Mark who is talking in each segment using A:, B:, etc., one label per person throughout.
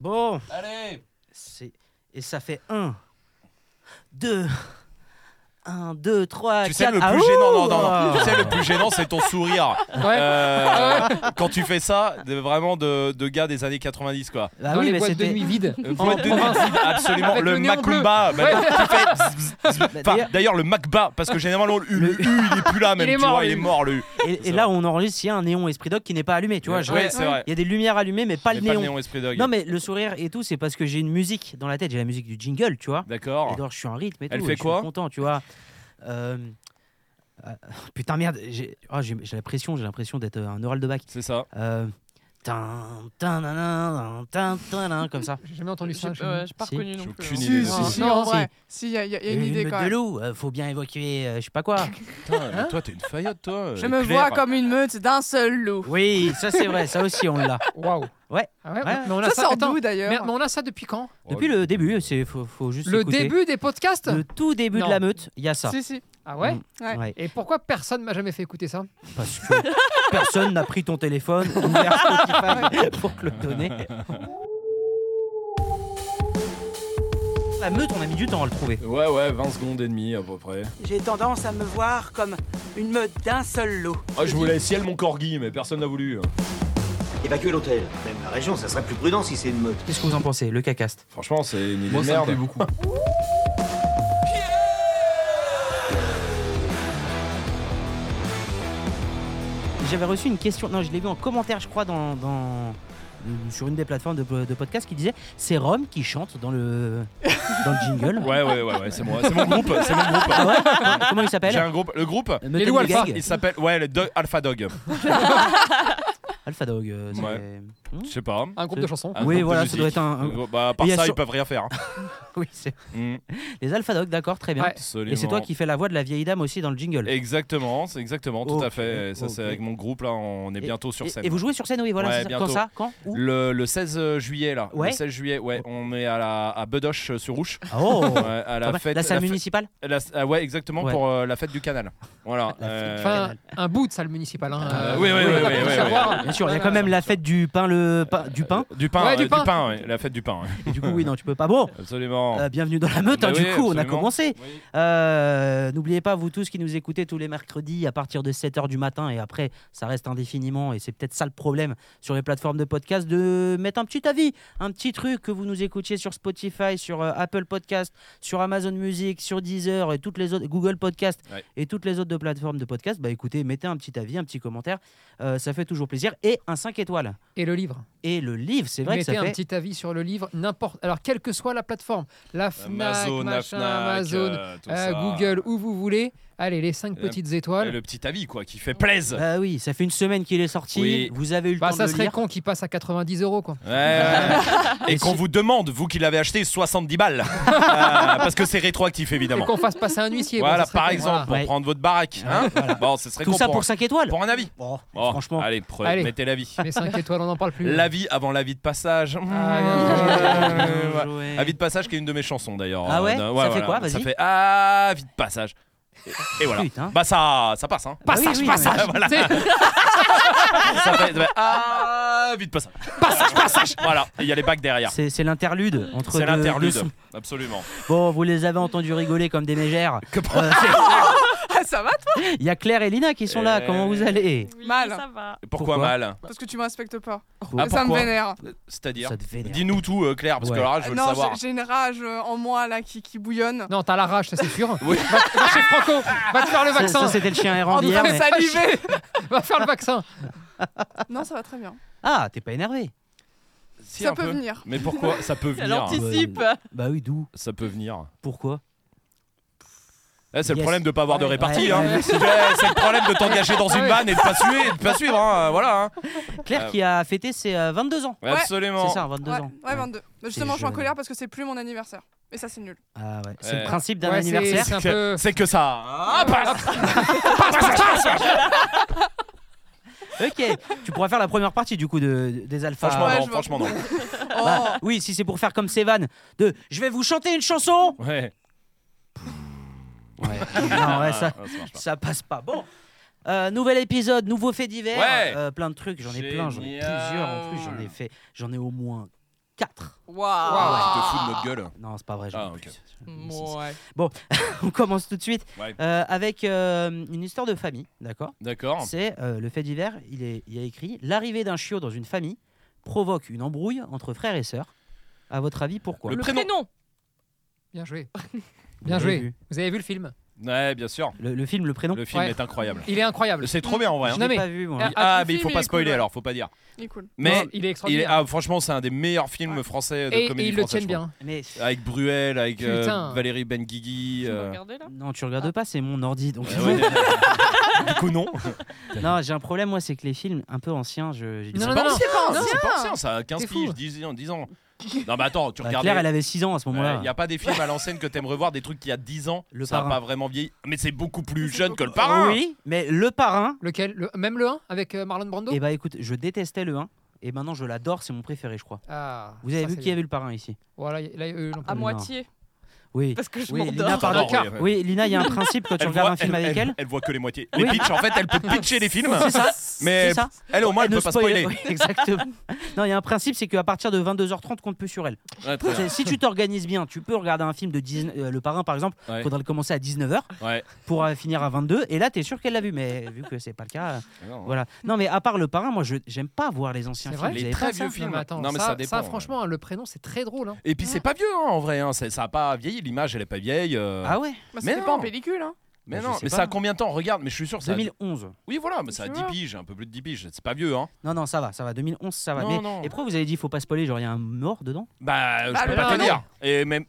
A: Bon,
B: Allez
A: c'est. Et ça fait 1, 2, 1, 2, 3, 4.
B: Tu sais
A: Ah,
B: le plus gênant, non, non, non. Tu sais le plus gênant, c'est ton sourire.
C: Ouais.
B: Euh, quand tu fais ça, de- vraiment de, de gars des années 90 quoi.
A: Bah
C: dans
A: oui,
C: les
A: mais
C: boîtes de
A: c'était.
C: nuit vides.
B: Euh,
C: En
B: boîte de nuit,
C: province.
B: absolument.
C: Avec
B: le,
C: le nez en bleu.
B: Macumba. bah,
C: Ouais.
B: qui fait zzz, zzz.
A: Bah,
B: Enfin,
A: d'ailleurs-
B: D'ailleurs, le Macba, parce que généralement, le, le U, il est plus là, même.
C: est
B: tu
C: mort,
B: vois,
C: le
B: il est
C: U.
B: mort, le U.
A: Et,
B: C'est
A: et là, on enregistre, il y a un néon esprit doc qui n'est pas allumé, tu vois. je-
B: ouais, c'est vrai.
A: Il y a des lumières allumées, mais pas,
B: Mais
A: le, néon.
B: Esprit Dog.
A: Non, mais le sourire et tout, c'est parce que j'ai une musique dans la tête, j'ai la musique du jingle, tu vois. Et
B: D'accord.
A: dehors, je suis en rythme et
B: Oh. Elle
A: tout,
B: fait
A: et je suis
B: quoi
A: content, tu vois. Euh, euh, Putain, merde, j'ai oh, j'ai- j'ai la pression, j'ai l'impression d'être euh, un oral de bac.
B: C'est ça.
A: Euh, tin, tin, nan, nan, tin, tin, nan, comme ça.
C: J'ai jamais entendu
D: J'ai
C: ça. je-
D: ouais, Euh, j'ai pas
A: Si.
D: reconnu
B: J'ai
D: non plus.
B: aucune
D: hein.
B: idée.
D: Si, si,
C: Non,
D: si,
C: non,
D: en
C: si.
D: vrai. Si, il y, a- y a une idée
A: meute
D: quand
A: de
D: même.
A: loup, euh, faut bien évacuer, euh, je sais pas quoi.
B: Putain, mais toi, t'es une faillotte, toi.
D: Je me
B: Claire.
D: vois comme une meute d'un seul loup.
A: Oui, ça c'est vrai, ça aussi on l'a.
C: Waouh.
A: Ouais.
C: Ah ouais,
A: Ouais.
C: Mais on a
D: Ça
C: ça.
D: sort
C: attends.
D: d'où
C: Mais,
D: d'ailleurs
C: mais on a ça depuis quand
D: Oh,
A: Depuis le début, c'est faut, faut juste
C: Le
A: écouter.
C: début des podcasts
A: le tout début
C: Non.
A: de la meute, il y a ça.
D: Si, si.
C: Ah ouais
A: Mm,
D: Ouais.
A: ouais.
C: Et pourquoi personne m'a jamais fait écouter ça
A: Parce que personne n'a pris ton téléphone ou ouvert Spotify pour te le donner. La meute, on a mis du temps à le trouver.
B: Ouais, ouais, 20 secondes et demie à peu près.
E: J'ai tendance à me voir comme une meute d'un seul lot.
B: Ah, je voulais ciel mon corgi, mais personne n'a voulu.
F: Évacuer l'hôtel. Même la région, ça serait plus prudent si c'est une meute.
A: Qu'est-ce que vous en pensez, le cacaste
B: Franchement, c'est une idée
G: Moi,
B: de
G: ça me
B: merde.
G: plaît beaucoup.
A: J'avais reçu une question, non, je l'ai vu en commentaire, je crois, dans, dans- sur une des plateformes de, de podcast qui disait c'est Rome qui chante dans le, dans le jingle.
B: Ouais, ouais, ouais, ouais, c'est moi. C'est mon groupe. C'est mon groupe.
A: Ah ouais Comment il
B: J'ai
A: s'appelle
B: un groupe. Le groupe,
A: Le
C: Les
A: Meute
C: loups
A: and the
C: alpha.
A: Gang
B: il s'appelle. Ouais, le Do- Alpha Dog.
A: Alpha Dog. euh, c'est-
B: Ouais.
A: Hmm
B: Je sais pas.
C: Un groupe de chansons.
B: Un groupe
A: Ah, oui,
B: de
A: voilà, ça
B: musique.
A: doit être un. un-
B: Euh, Bah, à part
A: Et il y a
B: ça,
A: sur-
B: ils peuvent rien faire. hein.
A: Oui, c'est-
B: Mm.
A: les Alpha Dog, d'accord, très bien.
C: Ouais.
B: Absolument.
A: Et c'est toi qui fais la voix de la vieille dame aussi dans le jingle.
B: Exactement, c'est exactement, tout à
A: Ok,
B: fait. Ça, c'est
A: ok.
B: avec mon groupe, là, on est
A: Et-
B: bientôt sur
A: Et-
B: scène.
A: Et, vous jouez sur scène, oui, voilà.
B: Ouais,
A: c'est ça.
B: bientôt.
A: Quand ça Quand Où
B: le, le 16 juillet, là.
A: Ouais.
B: Le 16 juillet, ouais. On est à, la, à Bedoche euh, sur Rouge.
A: Oh
B: Ouais, à la fête.
A: la salle
B: fête-
A: municipale
B: la- ah ouais, exactement,
A: Ouais.
B: pour euh, la fête du canal. Voilà.
A: La fête
B: euh,
C: Enfin, un bout de salle municipale. Hein.
A: Ah
B: Euh, oui, oui, oui, oui, oui,
C: savoir.
A: Bien sûr, il y a quand même la fête du pain, le pain- du pain.
B: du pain,
C: Ouais,
B: ouais,
C: du
B: du
C: pain.
B: pain, ouais, la fête du pain. ouais.
A: Et du coup, oui, non, tu peux pas. Bon,
B: Absolument.
A: euh, bienvenue dans la meute.
B: Euh, Bah
A: hein, du
B: oui,
A: coup, on a
B: absolument.
A: commencé.
B: Oui.
A: Euh, N'oubliez pas, vous tous qui nous écoutez tous les mercredis à partir de 7h du matin et après, ça reste indéfiniment et c'est peut-être ça le problème sur les plateformes de podcast, de mettre un petit avis, un petit truc que vous nous écoutiez sur Spotify, sur euh, Apple Podcast, sur Amazon Music, sur Deezer et toutes les autres, Google Podcast
B: Ouais.
A: et toutes les autres de plateformes de podcast. Bah écoutez, mettez un petit avis, un petit commentaire, Euh, ça fait toujours plaisir et un 5 étoiles.
C: Et le livre.
A: Et le livre, c'est vrai que
C: Mettez
A: ça fait...
C: un petit avis sur le livre, n'importe. Alors, quelle que soit la plateforme, la Fnac,
B: Amazon, la
C: machin,
B: Fnac,
C: Amazon,
B: euh, tout
C: euh,
B: ça.
C: Google, où vous voulez. Allez, les cinq
B: Et
C: petites
B: Et
C: étoiles.
B: le petit avis, quoi, qui fait plaise. Ouais,
A: Bah oui, ça fait une semaine qu'il est sorti,
B: Oui.
A: vous avez eu le
C: Bah,
A: temps
C: ça
A: de le
C: serait
A: lire.
C: con qu'il passe à 90 euros, quoi.
B: ouais. Et
A: Et
B: qu'on
A: si-
B: vous demande, vous qui l'avez acheté, 70 balles. Euh, parce que c'est rétroactif,
C: Et
B: évidemment.
C: qu'on fasse passer un huissier. bon,
B: Voilà,
C: ça serait
B: par
C: con,
B: exemple, pour
A: voilà.
B: prendre votre baraque. hein. Bon, ce serait
A: Tout
B: con
A: ça
B: pour,
A: pour 5 étoiles
B: pour Oh. un avis.
A: Bon,
B: Bon,
A: franchement.
B: Allez, pre-
C: Allez.
B: mettez l'avis.
C: voilà. Les 5 étoiles, on n'en parle plus.
B: L'avis avant l'avis de passage.
C: Ah,
B: Ouais,
A: Bien
B: Euh, ouais.
A: joué.
B: Avis de passage qui est une de mes chansons d'ailleurs.
A: Ah ouais
B: Euh,
A: Ça fait quoi Vas-y.
B: Ça fait avis de passage. Et, et voilà.
A: Putain.
B: Bah ça, ça passe hein.
A: Bah oui,
C: Passage,
A: oui,
C: passage.
B: Voilà.
C: Tu sais,
B: ça fait, ça fait avis de passage. Passage, passage. Voilà. Et Il y a les bacs derrière.
A: C'est c'est l'interlude entre
B: C'est
A: deux- deux
B: l'interlude.
A: sons.
B: Absolument.
A: Bon, vous les avez entendus rigoler comme des mégères.
B: Comment-
A: Euh, c'est-
D: Ah, ça va toi
A: Il y a Claire et Lina qui sont là.
B: Euh,
A: Comment vous allez
D: Oui, hein. Mal. ça
H: va.
B: Pourquoi,
A: Pourquoi
B: mal
D: Parce que tu me respectes pas.
B: Ah,
D: ça me
B: pourquoi
D: vénère.
B: C'est-à-dire.
A: Ça te vénère.
B: Dis-nous tout euh, Claire parce
A: Ouais.
B: que là je veux
D: non,
B: le savoir.
D: j'ai- j'ai une rage euh, en moi là qui, qui bouillonne.
C: Non, t'as la rage, ça c'est sûr.
B: Oui.
C: Va, va chez Franco, va te faire le
A: Ça,
C: vaccin.
A: ça, c'était le chien errant
D: En
A: d'hier.
D: train de
A: mais-
D: saliver.
C: va faire le vaccin.
D: Non, ça va très bien.
A: Ah, t'es pas énervé
B: Si,
D: ça
B: un
D: peut
B: peu.
D: venir.
B: Mais pourquoi ça peut
H: Elle
B: venir
H: anticipe.
A: Bah oui, d'où
B: Ça peut venir.
A: Pourquoi
B: Eh, c'est le
A: Yes.
B: problème de pas avoir de
A: Ouais. Ouais.
B: répartie. hein.
A: Ouais.
B: Eh, C'est le problème de t'engager dans une
C: Ouais.
B: vanne et de pas suivre. Et de pas suivre hein. Voilà. hein.
A: Claire
B: Euh,
A: qui a fêté ses euh, 22 ans.
D: Ouais,
B: Absolument.
A: C'est ça, 22
D: ouais,
A: ans.
D: ouais, 22. Bah, justement, je suis en
A: jeune.
D: colère parce que c'est plus mon anniversaire. Et ça, c'est nul.
A: Ah ouais. C'est
B: Euh, Ouais.
A: le principe d'un
C: Ouais, c'est-
A: anniversaire.
C: C'est un
B: C'est-
C: peu.
B: C'est que ça. Ah, passe.
A: Ok, tu pourras faire la première partie du coup de, des alphas.
B: Franchement,
D: Ouais,
B: non,
D: je
B: franchement, non.
D: Oh,
A: Bah, oui, si c'est pour faire comme Sévan, de je vais vous chanter une chanson.
B: Ouais. Ah,
A: Ouais, non, ouais, ça,
B: ça marche pas.
A: ça passe pas. Bon, Euh, nouvel épisode, nouveau fait divers,
B: Ouais.
A: euh, plein de trucs, j'en ai plein, j'en ai
B: Génial.
A: plusieurs en plus, j'en ai fait, j'en ai au moins 4.
B: Ah,
G: Tu te
D: Waouh
G: fous de notre gueule.
A: Non, c'est pas vrai. j'en ai
G: Ah, ok.
A: plus. J'en ai plus, si, si.
H: Ouais.
A: On commence tout de suite
G: Ouais.
A: euh, avec euh, une histoire de famille, d'accord
B: D'accord.
A: C'est euh, le fait divers, il, est, il y a écrit L'arrivée d'un chiot dans une famille provoque une embrouille entre frères et sœurs. À votre avis, pourquoi
B: Le
H: Le
B: prénom.
H: prénom.
C: Bien joué.
A: Vous
C: Bien
A: l'avez
C: joué.
A: vu.
C: Vous avez vu le film
B: Ouais, bien sûr.
A: Le, le film, le prénom
B: Le film
C: Ouais.
B: est incroyable.
C: Il est incroyable.
B: C'est trop bien en vrai. hein.
A: Je
C: Non,
A: l'ai
C: mais-
A: pas vu, moi.
C: Ah,
B: Ah,
D: le
B: mais il faut
D: film
B: pas
D: est
B: spoiler
D: cool.
B: alors, faut pas dire.
D: Il est cool.
B: Mais
C: Non, il est
B: il est-
C: extraordinaire.
B: ah, franchement, c'est un des meilleurs films
D: Ouais.
B: français de
C: et, et
B: comédie
C: ils le
B: française,
C: tiennent
B: je trouve.
C: bien.
A: Mais
B: Avec Bruel, avec euh,
C: Putain.
B: Valérie Benguigui.
H: Tu
B: euh,
H: veux regarder, là
A: non, tu
C: Ah.
A: regardes pas, c'est mon ordi. Donc...
B: euh, ouais, euh, du coup, non.
A: non, j'ai un problème, moi, c'est que les films un peu anciens, je. j'ai du
C: Non,
A: mal.
B: Bah,
C: non,
B: on sait pas,
D: non.
B: c'est pas ancien, ça a 15
C: T'es fou.
B: piges, 10 ans. 10 ans. Non, mais attends, tu
A: Bah,
B: regardes.
A: Claire, elle avait 6 ans à ce
B: Il
A: moment-là.
B: n'y Euh, a pas des films à l'ancienne que t'aimes revoir, des trucs qu'il y a 10 ans,
A: Le
B: ça a
A: Parrain.
B: pas vraiment vieilli. Mais c'est beaucoup plus jeune que le parrain.
A: Oui, mais le parrain,
C: Lequel Le- Même le 1 avec euh, Marlon Brando
B: Eh
A: et bah écoute, je détestais le 1, et maintenant je l'adore, c'est mon préféré, je crois.
B: ben,
C: Ah,
A: Vous avez
C: ça,
A: vu
C: c'est
A: qui
C: bien.
A: avait le parrain ici
C: Voilà, y- là, eux, ils l'ont pas
H: À
C: vu.
H: moitié.
A: Oui.
H: Parce que je
A: Oui, Lina,
H: m'endors.
A: pardon.
B: Pardon, oui, oui.
A: Oui, Lina, il y a un principe quand tu
B: Elle
A: regardes
B: voit-
A: un film
B: elle-
A: avec elle.
B: Elle voit que les moitiés.
A: Oui.
B: Les pitchs, en fait, elle peut te pitcher les films.
A: C'est ça.
B: Mais
A: c'est ça.
B: elle, au moins, elle
A: Ne
B: peut pas
A: spoiler-
B: spoiler.
A: oui, exactement. Non, il y a un principe, c'est qu'à partir de 22h30, compte peu sur elle.
B: Ouais, très bien.
A: C'est- Si tu t'organises bien, tu peux regarder un film de 19 euh, Le Parrain, par exemple.
B: Ouais.
A: Faudra le commencer à 19h
B: Ouais.
A: pour euh, finir à 22. Et là, t'es sûr qu'elle l'a vu, mais vu que c'est pas le cas, euh,
B: Non.
A: voilà. Non, mais à part Le Parrain, moi, je j'aime pas voir les anciens
C: C'est
A: films.
C: vrai
A: Vous
B: Les
A: avez
B: très
A: pas ça
B: vieux
C: Non,
B: films.
C: mais attends,
B: Non, mais
C: ça,
B: ça dépend,
C: ça,
B: ouais.
C: franchement, le prénom, c'est très drôle. hein.
B: Et puis c'est pas vieux hein, en vrai, hein. c'est- ça a pas vieilli, l'image elle est pas vieille. euh,
A: Ah ouais
D: Bah,
B: Mais
D: c'était pas
B: non.
D: en pellicule, hein.
B: mais
A: bah,
B: non,
A: je sais
B: mais
A: pas.
B: ça a combien de temps Regarde, mais je suis sûr, ça a...
A: 2011.
B: Oui voilà, mais ça a
D: Tu
B: 10
D: vois.
B: piges, un peu plus de 10 piges, c'est pas vieux hein.
A: Non, non, ça va, ça va. 2011, ça va.
B: Non,
A: mais,
B: non.
A: Et pourquoi vous avez dit faut pas spoiler Genre, il y a un mort dedans
B: Bah,
D: Bah,
B: je peux
D: le
B: pas te
D: prénom.
B: dire. Et même...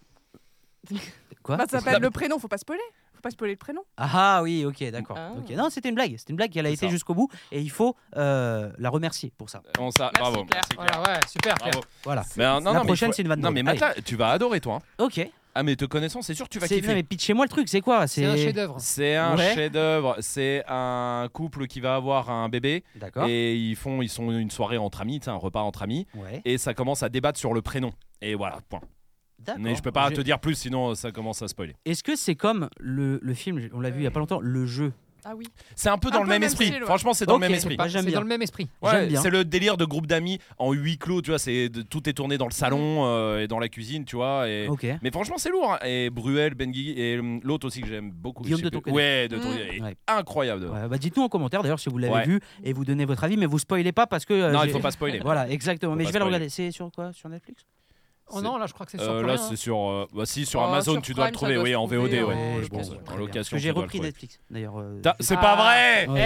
A: Quoi
D: Bah, ça
B: La-
D: s'appelle le prénom, faut pas spoiler. Faut pas spoiler le prénom.
A: Ah oui, ok, d'accord.
H: Ah.
A: Ok. Non, c'était une blague. C'était une blague. Elle a
B: C'est
A: été
B: ça.
A: jusqu'au bout et il faut euh, la remercier pour ça.
B: Bon, ça,
H: Merci,
B: bravo.
H: Claire.
B: merci,
C: Voilà, ouais, super. Claire.
B: Bravo.
A: Voilà.
B: Mais, euh, non,
A: La
B: non, mais
A: prochaine,
B: faut-
A: c'est une vanne
B: Non mais
A: drôle.
B: Matla, tu vas adorer toi. hein.
A: Ok.
B: Ah mais te connaissant, c'est sûr tu vas
A: C'est- non,
B: kiffer.
A: mais pitchez-moi le truc, c'est quoi
C: C'est un chef-d'œuvre.
B: C'est un
A: Ouais.
B: chef-d'œuvre, c'est un couple qui va avoir un bébé
A: D'accord.
B: et ils font ils sont une soirée entre amis, tu sais, un repas entre amis
A: Ouais.
B: et ça commence à débattre sur le prénom. Et voilà, point.
A: D'accord.
B: Mais je peux pas
A: J'ai-
B: te dire plus sinon euh, ça commence à spoiler.
A: Est-ce que c'est comme le, le film, on l'a vu il y a pas longtemps, le jeu
H: Ah oui.
B: C'est un peu dans
D: Un
B: le
D: peu
B: même
D: même
B: esprit.
D: style, ouais.
B: Franchement, c'est dans
A: Ok,
B: le même
A: c'est
B: esprit.
A: pas- j'aime
C: C'est
A: bien.
C: dans le même esprit.
B: Ouais,
A: J'aime bien.
B: c'est le délire de groupe d'amis en huis clos, tu vois, c'est de- tout est tourné dans le salon euh, et dans la cuisine, tu vois. Et...
A: Ok.
B: Mais franchement, c'est lourd. hein. Et Bruel, Bengui et hum, l'autre aussi que j'aime beaucoup.
A: Guillaume
B: je sais
A: de
B: plus.
A: Tonquédec.
B: Ouais, de Tonquédec. Il est
A: Ouais.
B: Incroyable. de-
A: Ouais, bah dites-nous en commentaire d'ailleurs si vous l'avez
B: Ouais.
A: vu et vous donnez votre avis, mais vous spoilez pas parce que. euh,
B: non,
A: j'ai-
B: il faut pas spoiler.
A: Voilà, exactement.
B: Faut
A: mais
B: pas
A: je vais le
B: spoiler.
A: regarder. C'est sur quoi Sur Netflix
C: Oh non, là, je crois que c'est sur
B: Euh,
C: pour
B: là,
C: rien, hein.
B: c'est sur, euh, bah, si, sur
H: Oh,
B: Amazon,
H: sur
B: tu dois
H: Prime,
B: le
H: ça
B: trouver.
H: doit
B: oui,
H: se
B: en VOD,
A: hein.
H: trouver,
B: ouais.
H: euh,
B: je pense,
H: location.
B: en
A: Parce que
B: location. Eh,
A: j'ai
B: tu dois le
A: repris
B: trouver.
A: Netflix d'ailleurs. euh,
B: Ta- C'est pas vrai.
C: Eh,
A: Ouais.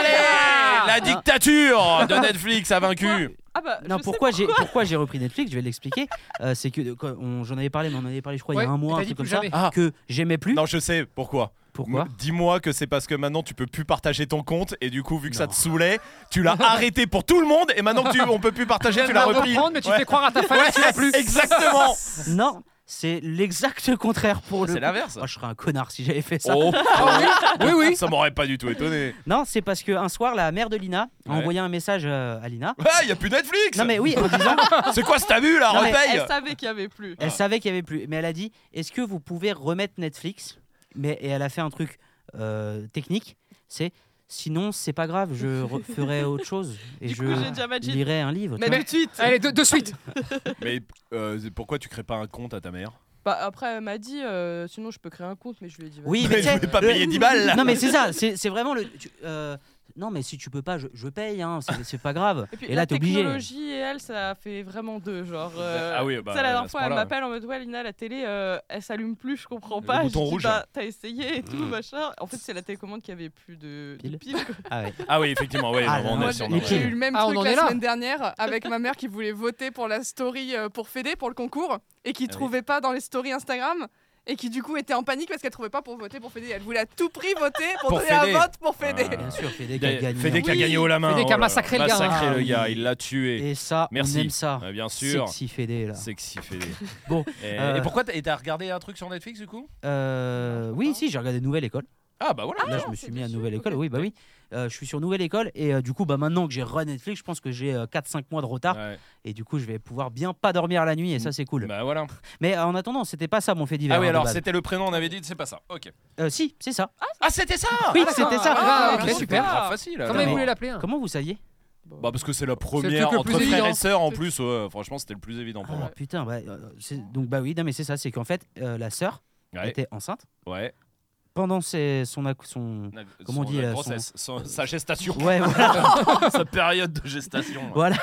B: Allez,
A: Ah.
B: la dictature de Netflix a vaincu.
H: Ah bah.
A: Non,
H: je
A: pourquoi j'ai pourquoi j'ai repris Netflix Je vais l'expliquer. Euh, c'est que euh, quand on- j'en avais parlé, mais on en avait parlé, je crois, il y a
C: Ouais,
A: un
C: et
A: mois,
C: t'as
A: un
C: dit
A: truc
C: plus
A: comme ça,
C: jamais.
B: Ah.
A: que j'aimais plus.
B: Non, je sais pourquoi.
A: Pourquoi
B: M- Dis-moi que c'est parce que maintenant tu peux plus partager ton compte et du coup vu que ça te saoulait, tu l'as arrêté pour tout le monde et maintenant que tu on peut plus partager, tu l'as
C: vas le
B: repris.
C: reprendre, mais tu
B: Ouais.
C: fais croire à ta famille
B: Ouais,
C: que tu l'as plus.
B: Exactement.
A: Non, c'est l'exact contraire pour le.
B: C'est
A: coup.
B: l'inverse.
A: Oh, je serais un connard si j'avais fait ça.
B: Oh,
C: Oui, oui.
B: ça m'aurait pas du tout étonné.
A: Non, c'est parce qu'un soir, la mère de Lina a
B: Ouais.
A: envoyé un message euh, à Lina.
B: Ah, y a plus Netflix.
A: Non, mais oui, en disant,
B: C'est quoi ce vu là
A: Non, mais
H: sais pas.
B: Repaye.
H: Elle savait qu'il y avait plus.
A: elle savait qu'il y avait plus, mais elle a dit Est-ce que vous pouvez remettre Netflix Mais et elle a fait un truc euh, technique c'est sinon, c'est pas grave, je re- ferai autre chose et
H: Du
A: je
H: coup, j'ai déjà matché.
A: lirai un livre. tu
H: Mais
A: vois.
H: tout de suite.
C: Allez, de, de suite.
B: Mais euh, pourquoi tu crées pas un compte à ta mère
H: Bah après, elle m'a dit, euh, sinon je peux créer un compte, mais je lui ai dit.
A: Oui, mais
B: Mais
A: tu
B: je
A: sais,
B: voulais pas
A: le-
B: payer 10 balles. là.
A: Non mais c'est ça, c'est c'est vraiment le. tu- euh, non mais si tu peux pas, je, je paye, hein, c'est c'est pas grave.
H: Et puis
A: Et,
H: la
A: là t'es obligé.
H: technologie et elle, ça fait vraiment deux. Genre, euh,
B: Ah oui, bah,
H: tu sais, la
B: à
H: dernière
B: ce
H: fois, elle
B: moment-là,
H: m'appelle en mode Ouais, Lina, la télé, euh, elle s'allume plus, je comprends
B: Le
H: pas. Je
B: bouton
H: dis,
B: rouge, Mm.
H: Bah,
B: là.
H: T'as essayé et tout, machin. En fait, c'est la télécommande qui avait plus de de
A: Pile.
H: piles, quoi.
A: Ah ouais.
B: Ah oui, effectivement, ouais,
A: Ah,
B: non, on
A: là,
B: est
D: Moi,
B: sur
D: j'ai
A: les
B: Normal.
D: j'ai eu le même
C: Ah, on en
D: truc
C: est
D: la
C: là.
D: semaine dernière avec ma mère qui voulait voter pour la story euh, pour Fédé pour le concours et qui
B: Ah oui.
D: trouvait pas dans les stories Instagram et qui du coup était en panique parce qu'elle trouvait pas pour voter pour Fédé. Elle voulait à tout prix voter pour,
B: Pour
D: donner un
B: Fédé.
D: vote pour Fédé.
B: Ah.
A: Bien sûr, Fédé qui a gagné. hein.
B: Fédé qui a
H: Oui.
B: gagné haut la main.
C: Fédé qui a
B: oh là là.
C: massacré le gars, hein.
B: Massacré le gars,
A: Ah,
B: il l'a tué.
A: Et ça,
B: Merci.
A: on aime ça.
B: Ouais, bien sûr.
A: Sexy Fédé là.
B: Sexy Fédé.
A: Bon,
B: Et,
A: euh,
B: et pourquoi t'as et t'as regardé un truc sur Netflix du coup
A: Euh, oui, si, j'ai regardé Nouvelle École.
B: Ah bah voilà.
A: là, je me
H: c'est
A: suis mis à
H: dessus,
A: Nouvelle
H: ok.
A: École. Oui, bah oui. Euh, je suis sur Nouvelle École et euh, du coup, bah maintenant que j'ai re Netflix, je pense que j'ai euh, 4-5 mois de retard
B: Ouais.
A: et du coup, je vais pouvoir bien pas dormir la nuit et ça, c'est cool.
B: Bah voilà.
A: Mais euh, en attendant, c'était pas ça mon fait divers.
B: Ah oui
A: hein, de
B: alors
A: base.
B: c'était le prénom on avait dit c'est pas ça. Ok.
A: Euh, si, c'est ça.
B: Ah c'était ça.
A: oui, c'était ça.
C: Ah,
H: Ah,
C: ok,
H: c'est
C: super.
H: pas-
B: Ah, facile.
C: Comment
A: mais-
C: vous voulez l'appeler hein
A: Comment vous saviez
B: Bah parce que c'est la
C: le
B: première
C: truc le
B: entre
C: plus
B: frères
C: évident.
B: et sœurs en plus. ouais, franchement, c'était le plus évident pour
A: Ah,
B: moi.
A: putain, bah, euh, c'est- donc bah oui, non, mais c'est ça, c'est qu'en fait, euh, la sœur
B: Ouais.
A: était enceinte
B: ouais.
A: pendant ses- son, acc- son. Comment on
B: Son-
A: dit,
B: la
A: euh,
B: grossesse, son- sa gestation,
A: Ouais, voilà.
B: sa période de gestation.
A: voilà.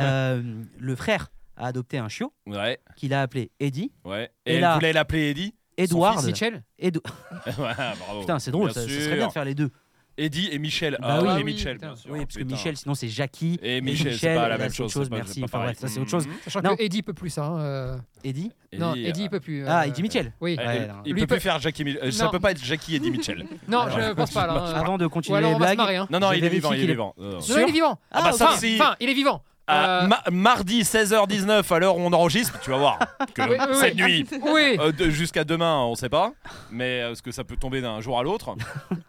A: Euh, le frère a adopté un chiot
B: Ouais,
A: qu'il a appelé Eddie.
B: ouais.
A: Et
B: Et, elle
A: là-
B: voulait l'appeler Eddie.
A: Edward.
C: Mitchell
A: Edo-
B: Ouais, bravo.
A: Putain, c'est drôle,
B: Oh,
A: ça,
B: Bien
A: ça
B: sûr.
A: serait bien de faire les deux.
B: Eddie et Michel.
A: Bah
B: ah
A: oui.
B: oui,
C: Ah
B: et
C: oui,
B: Michel,
C: putain.
B: bien sûr.
A: Oui, parce que
B: Putain.
A: Michel, sinon c'est Jackie.
B: Et Michel, c'est
A: Michel,
B: pas la
A: là,
B: même
A: c'est
B: chose.
A: autre chose,
B: c'est pas-
A: merci,
B: c'est pas
A: enfin,
B: pareil.
A: bref, ça, c'est autre chose.
B: Mhm.
C: Sachant
A: Non.
C: que Eddie peut plus, hein. euh,
A: Eddie.
C: Non,
B: Eddie,
C: Eddie
B: euh,
C: il peut plus.
A: Ah,
C: euh,
A: Eddie Mitchell.
C: Oui.
A: Ouais,
B: elle-
A: non.
B: il
C: Lui
B: peut plus
C: peut-
B: faire Jackie. Mi- euh, Ça
C: Non.
B: peut pas être Jackie Eddie Mitchell.
C: Non, je pense pas
B: euh,
C: là. hein.
A: Avant de
C: Ou
A: continuer
C: alors
A: les
C: on va se
A: blagues.
C: marrer. Hein.
B: Non, non,
A: Je
B: il est
A: vérifie
B: vivant. Il
A: qu'il
B: est
A: est-
B: vivant. Non, non.
C: Non, non, il est vivant.
A: Ah,
B: bah,
A: ok.
B: ça,
C: Enfin,
B: si-
C: enfin, il est vivant.
B: Ah,
C: Euh,
B: ma- mardi 16h19 à l'heure où on enregistre, tu vas voir que
A: Ah
C: Oui, oui,
B: cette
C: oui.
B: nuit,
C: Oui.
B: euh, de- jusqu'à demain, on sait pas, mais euh, parce que ça peut tomber d'un jour à l'autre.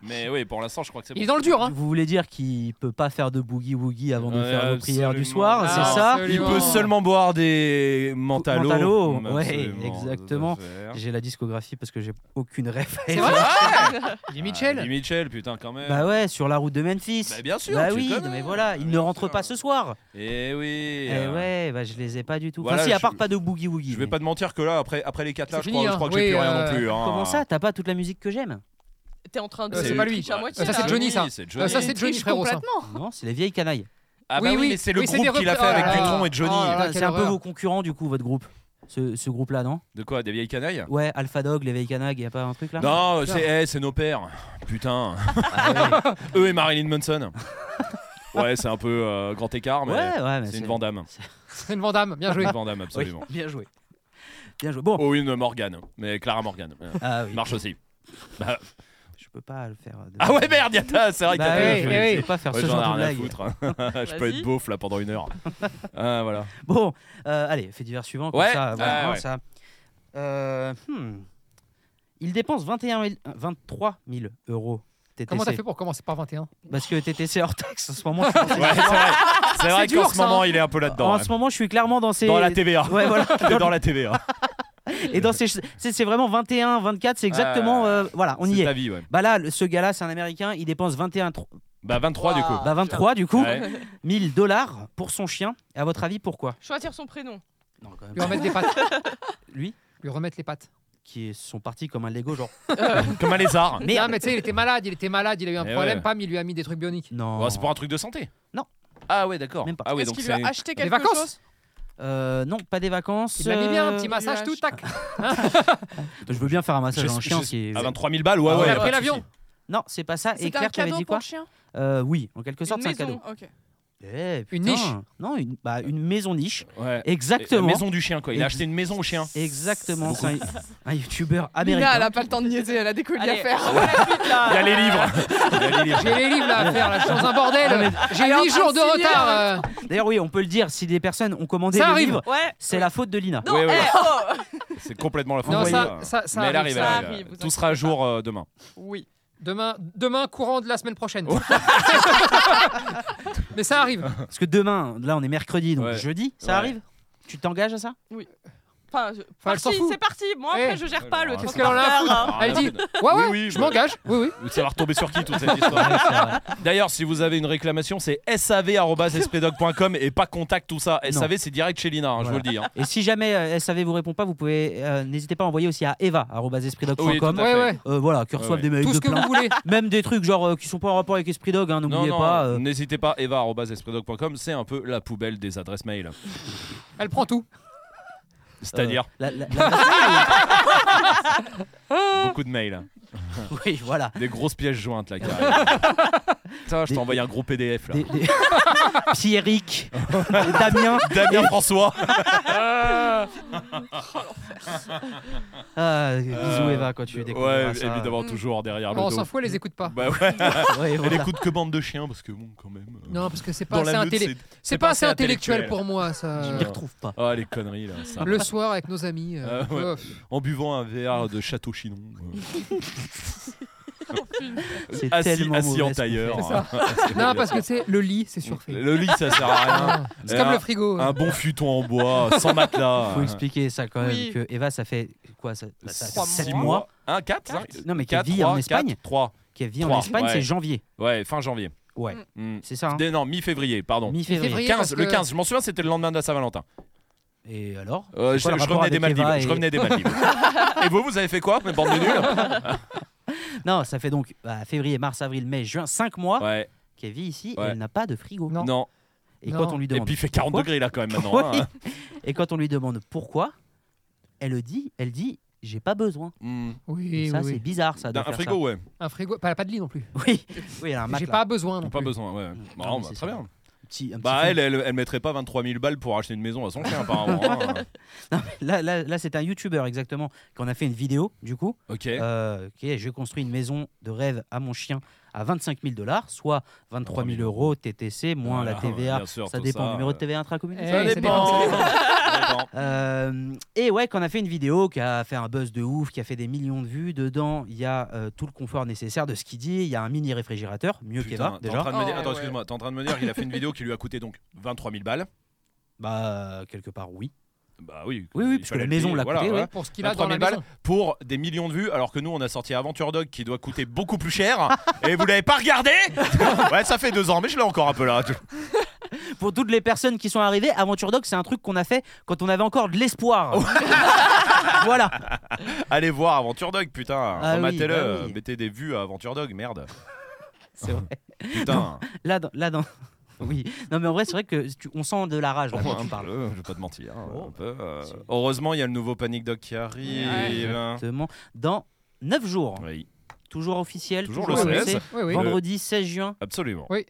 B: mais oui, pour l'instant, je crois que c'est
C: Il
B: bon.
C: est dans le dur. Hein.
A: Vous voulez dire qu'il peut pas faire de boogie woogie avant de
B: Ouais,
A: faire nos prières du
B: absolument.
A: soir,
B: Ah,
A: c'est ça
B: Il peut
C: Absolument.
B: seulement boire des mentalos.
A: Mentalos, ouais,
B: Absolument,
A: exactement.
B: tout à fait.
A: J'ai la discographie parce que j'ai aucune ref.
C: C'est vrai Eddie
B: Ah, Eddie
C: Mitchell.
B: Mitchell, putain, quand même.
A: Bah ouais, sur la route de Memphis.
B: Bah, bien sûr.
A: Bah
B: tu
A: oui,
B: connais.
A: non, mais voilà, il
B: Bien
A: ne rentre
B: sûr.
A: pas ce soir.
B: Eh oui.
A: Eh
B: euh,
A: ouais, bah je les ai pas du tout.
B: Voilà,
A: enfin si, à
B: je-
A: part pas de boogie woogie.
B: Je vais
A: mais-
B: pas te mentir que là, après, après les 4 là,
C: C'est
B: je
C: fini,
B: crois, je
C: hein.
B: crois que
C: Oui,
B: j'ai plus rien
C: euh,
B: non plus. hein.
A: Comment ça T'as pas toute la musique que j'aime
H: T'es en train de.
C: Euh, c'est pas lui.
H: tricher à moitié,
C: Euh, ça,
H: là.
C: c'est Johnny, ça.
B: c'est
C: Euh, ça, c'est
D: Il
C: Johnny
D: triche
C: Frérot. ça.
D: complètement.
A: Non, c'est les vieilles canailles.
B: Ah bah
C: Oui,
B: oui,
C: oui.
B: mais c'est le
C: Oui, c'est
B: groupe
C: des
B: qu'il a
C: repr-
B: fait avec
C: Oh là
B: Dutron
C: là.
B: et Johnny.
C: Oh là là. Ah,
A: Putain,
C: quelle
A: C'est un peu
C: horreur.
A: vos concurrents du coup, votre groupe. Ce, ce groupe-là, non
B: De quoi Des vieilles canailles
A: Ouais, Alpha Dog, les vieilles canailles, y a pas un truc Oh là
B: Non, c'est eh, c'est nos pères. Putain.
A: Ah ouais.
B: Eux et Marilyn Manson. Ouais, c'est un peu euh, grand écart, mais
A: Ouais, ouais, mais
B: c'est une Vandame.
C: C'est une Vandame. Bien
B: Une
C: joué.
B: Vandame,
A: Oui,
B: absolument.
A: bien joué. Bien joué. Bon,
B: Oh, une Morgane. Mais Clara Morgan.
A: ah oui,
B: Marche aussi.
A: je peux pas le faire. euh, de-
B: Ah ouais, merde, y a ta- c'est vrai que
A: Bah
B: t'as-
A: oui,
B: je-
A: oui,
C: eh
A: je peux pas faire
B: Ouais,
A: ce genre
B: j'en
A: de
B: ai rien à
A: blague.
B: foutre. hein. je peux
H: Vas-y.
B: être beauf là pendant une heure. Ah, voilà.
A: Bon, euh, allez, fait divers suivant. Comme
B: Ouais,
A: ça, voilà,
B: ah
A: hein,
B: ouais.
A: ça. Euh, hmm. Il dépense 21 000 euh, 23 000 euros. TTC.
C: Comment t'as fait pour commencer par 21
A: Parce que TTC hors taxe en ce moment. je suis-
B: Ouais, c'est vrai, C'est vrai
C: dur,
B: qu'en ce
C: ça,
B: moment,
C: hein.
B: il est un peu là-dedans.
A: en
B: ouais.
A: ce moment, je suis clairement dans ces.
B: Dans la TVA.
A: Ouais, voilà.
B: T'es dans la hein. TVA.
A: Et dans ces, c'est c'est vraiment 21, 24, c'est exactement.
B: Euh,
A: euh, voilà, on
B: C'est
A: y est.
B: ta vie, ouais.
A: Bah là, le- ce gars-là, c'est un Américain. Il dépense 21, tro-
B: Bah 23 du coup.
H: Ah,
A: bah 23 du coup,
B: Ouais.
A: 1000 dollars pour son chien. À votre avis, pourquoi
H: Choisir son prénom.
A: Non, quand
C: Lui
A: même.
C: remettre les pattes.
A: Lui,
C: Lui remettre les pattes.
A: qui sont partis comme un Lego, genre.
B: Comme un lézard.
A: Merde.
C: Non, mais tu sais, il était malade. Il était malade. Il a eu un
B: Eh
C: problème.
B: ouais.
C: Pam, il lui a mis des trucs bioniques.
A: Non.
B: Oh, c'est pour un truc de santé.
A: Non.
B: Ah ouais, d'accord.
A: Même pas.
B: Ah ouais,
D: Est-ce
B: donc
D: qu'il
B: c'est.
D: lui a acheté
C: Les
D: quelque
C: vacances.
D: chose
A: Euh, non, pas des vacances.
C: Il l'a mis bien, un
A: euh,
C: petit massage, tout, tac.
A: Je veux bien faire un massage à un
B: J'ai-
A: chien.
B: j'ai-
A: Si...
B: À 23 000 balles, ouais,
A: Ah,
B: ouais.
A: il
B: y
A: a
B: a pas
C: pris
B: de
C: l'avion.
B: souci.
A: Non, c'est pas ça. Et
D: C'était un
A: Claire, t'avais
D: cadeau
A: dit
D: pour
A: quoi
D: le chien
A: Euh, Oui, en quelque sorte,
D: Une
A: c'est un
D: maison.
A: cadeau.
D: Ok.
A: Eh,
C: Une
A: putain.
C: niche.
A: Non, une, bah, une maison niche.
B: Ouais.
A: Exactement.
B: La maison du chien, quoi. Il a
A: Ex-
B: acheté une maison au chien.
A: Exactement. C'est un, un youtubeur
D: Lina, elle
A: américain.
D: a pas le temps de niaiser, elle a des colis à
H: Allez,
D: faire.
H: on voit la suite, là.
B: Il y a les livres. Il y a les livres.
C: J'ai les livres là à faire, là, je suis dans un
B: Ah,
C: bordel. J'ai
D: Elle est en
C: 8
D: train
C: jours
D: de
C: de
D: signer, hein.
C: retard. euh.
A: D'ailleurs, oui, on peut le dire. Si des personnes ont commandé
C: Ça
A: le
C: arrive.
A: livre,
H: Ouais.
A: c'est la faute de Lina.
H: Non,
B: Ouais, ouais.
H: eh, oh.
B: C'est complètement la fin
C: Non,
B: de
C: ça,
B: l'année.
C: ça, ça
B: Mais elle arrive,
C: arrive.
B: elle
C: ça
B: arrive.
H: arrive, vous
B: Tout sera à jour euh, demain.
H: Oui.
C: Demain, demain, courant de la semaine prochaine. Mais ça arrive.
A: Parce que demain, là, on est mercredi, donc
B: Ouais.
A: jeudi, ça
B: Ouais.
A: arrive Tu t'engages à ça
H: Enfin, je-
C: Enfin, elle s'en
H: parti,
C: fout.
H: c'est parti. Moi,
C: Eh.
H: après, je gère pas le
B: Qu'est-ce
H: truc. hein.
C: qu'elle en a à foutre
B: Ah,
C: Elle
B: la
C: dit
B: peine.
C: Ouais, ouais,
B: Oui, oui,
C: je
B: bah-
C: m'engage. Oui, oui.
B: Ça va retomber sur qui toute cette histoire D'ailleurs, si vous avez une réclamation, c'est sav.spdoc.com et pas contact, tout ça.
A: Non.
B: SAV, c'est direct chez Lina, hein, je vous
A: Voilà.
B: le dis. hein.
A: Et si jamais euh, SAV vous répond pas, vous pouvez euh, n'hésitez pas à envoyer aussi à
B: Oui, tout à
A: eva@espritdog.com.
B: fait.
C: Ouais, ouais.
A: Euh, voilà, qui reçoivent
B: Ouais,
A: des mails
C: Tout
A: de
C: ce que vous
A: plein.
C: voulez.
A: Même des trucs genre euh, qui sont pas en rapport avec Esprit Dog, hein,
B: Non,
A: n'oubliez
B: non,
A: pas. euh,
B: n'hésitez pas, eva.espritdog.com, c'est un peu la poubelle des adresses mail.
C: Elle prend tout.
B: C'est-à-dire
A: euh, la- la- la- Euh.
B: beaucoup de mails.
A: oui, voilà.
B: Des grosses pièces jointes là qui arrivent. Putain, je
A: Des-
B: t'ai envoyé un gros PDF là.
A: Des, des- Pierrick, Damien.
B: Damien François
A: Ah, bisous Eva quand tu découvriras
B: Euh, Ouais,
A: ça.
B: évidemment, toujours derrière
C: Bon, Oh, on
B: le
C: s'en
B: dos.
C: fout, elle les écoute pas.
B: Ah, Bah ouais,
A: Ouais,
B: elle
A: voilà.
B: écoute que bande de chiens parce que bon, quand même. euh,
C: Non, parce que c'est pas
B: dans
C: assez
B: la meute,
C: intellectuel.
B: c'est.
C: C'est pas assez intellectuel pour
A: Euh,
C: moi,
A: Je
C: ça.
A: m'y retrouve pas.
B: Ah, les conneries là. ça.
C: Le soir avec nos amis. euh,
B: Ah, ouais.
C: euh,
B: En buvant un verre de Château Chinon. euh.
A: C'est
B: assis
A: tellement
B: assis en
A: mauvais ce qu'on
B: tailleur.
A: fait.
B: hein.
C: Non, parce que tu sais, le lit, c'est surfait.
B: Le lit, ça sert à rien.
C: Ah, C'est comme
B: Euh, un-
C: le frigo.
B: Un bon futon en bois, sans matelas.
A: Faut expliquer ça quand même
H: Oui.
A: que Eva ça fait quoi ça, ça fait
H: Trois
A: sept
B: Six
H: mois.
B: mois. Hein, 1, 4,
A: Non, mais qui vit en Espagne.
B: 3.
A: qu'elle vit en
B: Trois,
A: Espagne,
B: ouais.
A: c'est janvier.
B: Ouais, fin janvier.
A: Ouais,
D: Mm.
B: Mm.
A: c'est ça. hein.
B: Dès- Non, mi-février, pardon.
A: Mi-février.
C: Mi-février.
B: 15, le
C: parce que-
B: 15, je m'en souviens, c'était le lendemain de la Saint-Valentin.
A: Et alors
B: Euh, je,
A: C'est quoi le
B: je
A: rapport avec
B: revenais des Maldives.
A: Eva et-
B: Je revenais des Maldives. et vous, vous avez fait quoi, mes bandes de nuls
A: Non, ça fait donc bah, février, mars, avril, mai, juin, 5 mois
B: Ouais,
A: qu'elle vit ici et
B: Ouais.
A: elle n'a pas de frigo.
C: Non.
B: non.
A: Et
C: Non.
A: quand on lui
B: Et
A: demande
B: puis il fait 40
A: Pourquoi
B: degrés là quand même maintenant. hein.
A: Et quand on lui demande pourquoi, elle le dit, elle dit j'ai pas besoin.
B: Mm.
A: Et
C: Oui,
A: ça
C: oui,
A: c'est
C: oui.
A: bizarre ça. De
B: Un
A: faire
B: frigo, ouais.
C: Un frigo, pas, pas de lit non plus.
A: ça. Oui, oui, elle a un
C: J'ai
A: matelas.
C: pas besoin non
B: Pas
C: plus.
B: besoin, ouais.
A: Mm.
B: Bon,
A: Non, mais
B: bah,
A: c'est
B: très
A: ça.
B: bien.
A: Un petit- un petit
B: Bah,
A: fond.
B: elle, elle, elle mettrait pas 23 000 balles pour acheter une maison à son chien, apparemment. hein.
A: Là, là, là, c'est un youtubeur exactement qu'on a fait une vidéo du coup.
B: Ok.
A: euh, qui est j'ai construit une maison de rêve à mon chien à 25 000 dollars, soit 23 000
B: 23 000
A: euros TTC moins la
B: Voilà,
A: TVA.
B: Ah, bien sûr,
A: ça
B: tout
A: dépend du numéro de
B: euh,
A: TVA intracommunal.
C: Eh,
B: Ça
C: ça
B: dépend.
C: dépend.
B: Ça dépend.
A: Euh, et ouais, qu'on a fait une vidéo qui a fait un buzz de ouf, qui a fait des millions de vues. Dedans, il y a euh, tout le confort nécessaire de ce qu'il dit. Il y a un mini réfrigérateur, mieux
B: Putain,
A: qu'Eva
B: t'es en
A: déjà.
B: train de me dire,
C: Ah,
D: Oh,
B: attends,
D: ouais.
B: excuse-moi, t'es en train de me dire qu'il a fait une vidéo qui lui a coûté donc 23 000 balles.
A: Bah, quelque part, oui.
B: Bah oui.
A: Oui, oui,
B: il
A: puisque
B: fallait
A: la
B: le
A: maison
B: payer,
A: l'a
B: voilà,
A: coûté,
B: voilà.
C: Pour ce qu'il a
B: 23
C: dans
B: 000
C: la
B: balles
C: maison.
B: pour des millions de vues, alors que nous on a sorti Aventure Dog qui doit coûter beaucoup plus cher. et vous l'avez pas regardé Ouais, ça fait deux ans, mais je l'ai encore un peu là.
A: Pour toutes les personnes qui sont arrivées, Aventure Dog, c'est un truc qu'on a fait quand on avait encore de l'espoir. voilà.
B: Allez voir Aventure Dog, putain.
A: Ah oui,
B: Rematez-le,
A: bah oui.
B: mettez des vues à Aventure Dog, merde.
A: C'est vrai.
B: Putain.
A: Là, dans, là, dans. Oui. Non, mais en vrai, c'est vrai que tu- on sent de la rage là,
B: Enfin,
A: quand
B: un
A: tu parles.
B: peu, je vais pas te mentir. hein,
A: Oh,
B: un peu, euh,
A: si.
B: Heureusement, il y a le nouveau Panic Dog qui arrive.
A: Exactement. Dans 9 jours,
B: Oui,
A: toujours officiel,
B: Toujours
A: toujours
B: le
A: annoncé.
B: 16.
C: Oui, oui.
A: Vendredi 16 juin,
B: absolument.
C: Oui.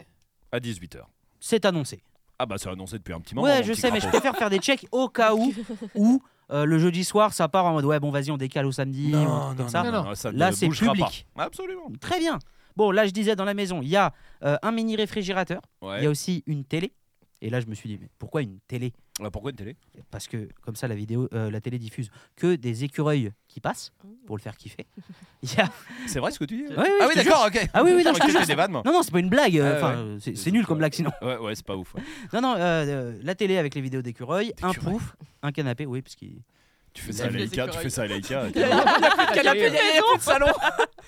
B: À 18h.
A: c'est annoncé.
B: Ah bah c'est annoncé depuis un petit moment.
A: ouais,
B: mon
A: je
B: petit
A: sais, mais je
B: crapaud.
A: préfère faire des checks au cas où, ou euh, le jeudi soir, ça part en mode ouais, bon, vas-y, on décale au samedi. ou un truc comme ça.
C: non, non.
B: Ah, ça
A: Là,
B: ne
A: c'est
B: bougera
A: public.
B: pas. Absolument.
A: Très bien. Bon, là, je disais dans la maison, il y a euh, un mini réfrigérateur, il y a aussi une télé. Et là, je me suis dit, mais pourquoi une télé
B: Ah, Pourquoi une télé
A: Parce que comme ça, la vidéo, euh, la télé diffuse que des écureuils qui passent pour le faire kiffer. Il y a-
B: C'est vrai ce que tu dis
A: Ouais, ouais,
B: Ah
A: je
B: oui,
A: te
B: d'accord, ok.
A: Ah oui, oui, Euh, non,
B: D'accord,
A: je
B: ok,
A: te jure,
B: fais des vannes, moi.
A: Non, non, c'est pas une blague. euh,
B: Ouais,
A: Enfin,
B: ouais.
A: euh, c'est- c'est nul comme blague sinon.
B: Ouais, ouais, c'est pas ouf. ouais.
A: Non, non, euh, euh, la télé avec les vidéos d'écureuils, un
B: D'écureuils.
A: pouf, un canapé, oui, parce qu'il.
B: Tu fais
A: Il
B: ça à
H: aime les
B: Laïka, tu
H: écureuils.
B: fais ça à Laïka. ok.
D: Canapé, il y a plus de salon.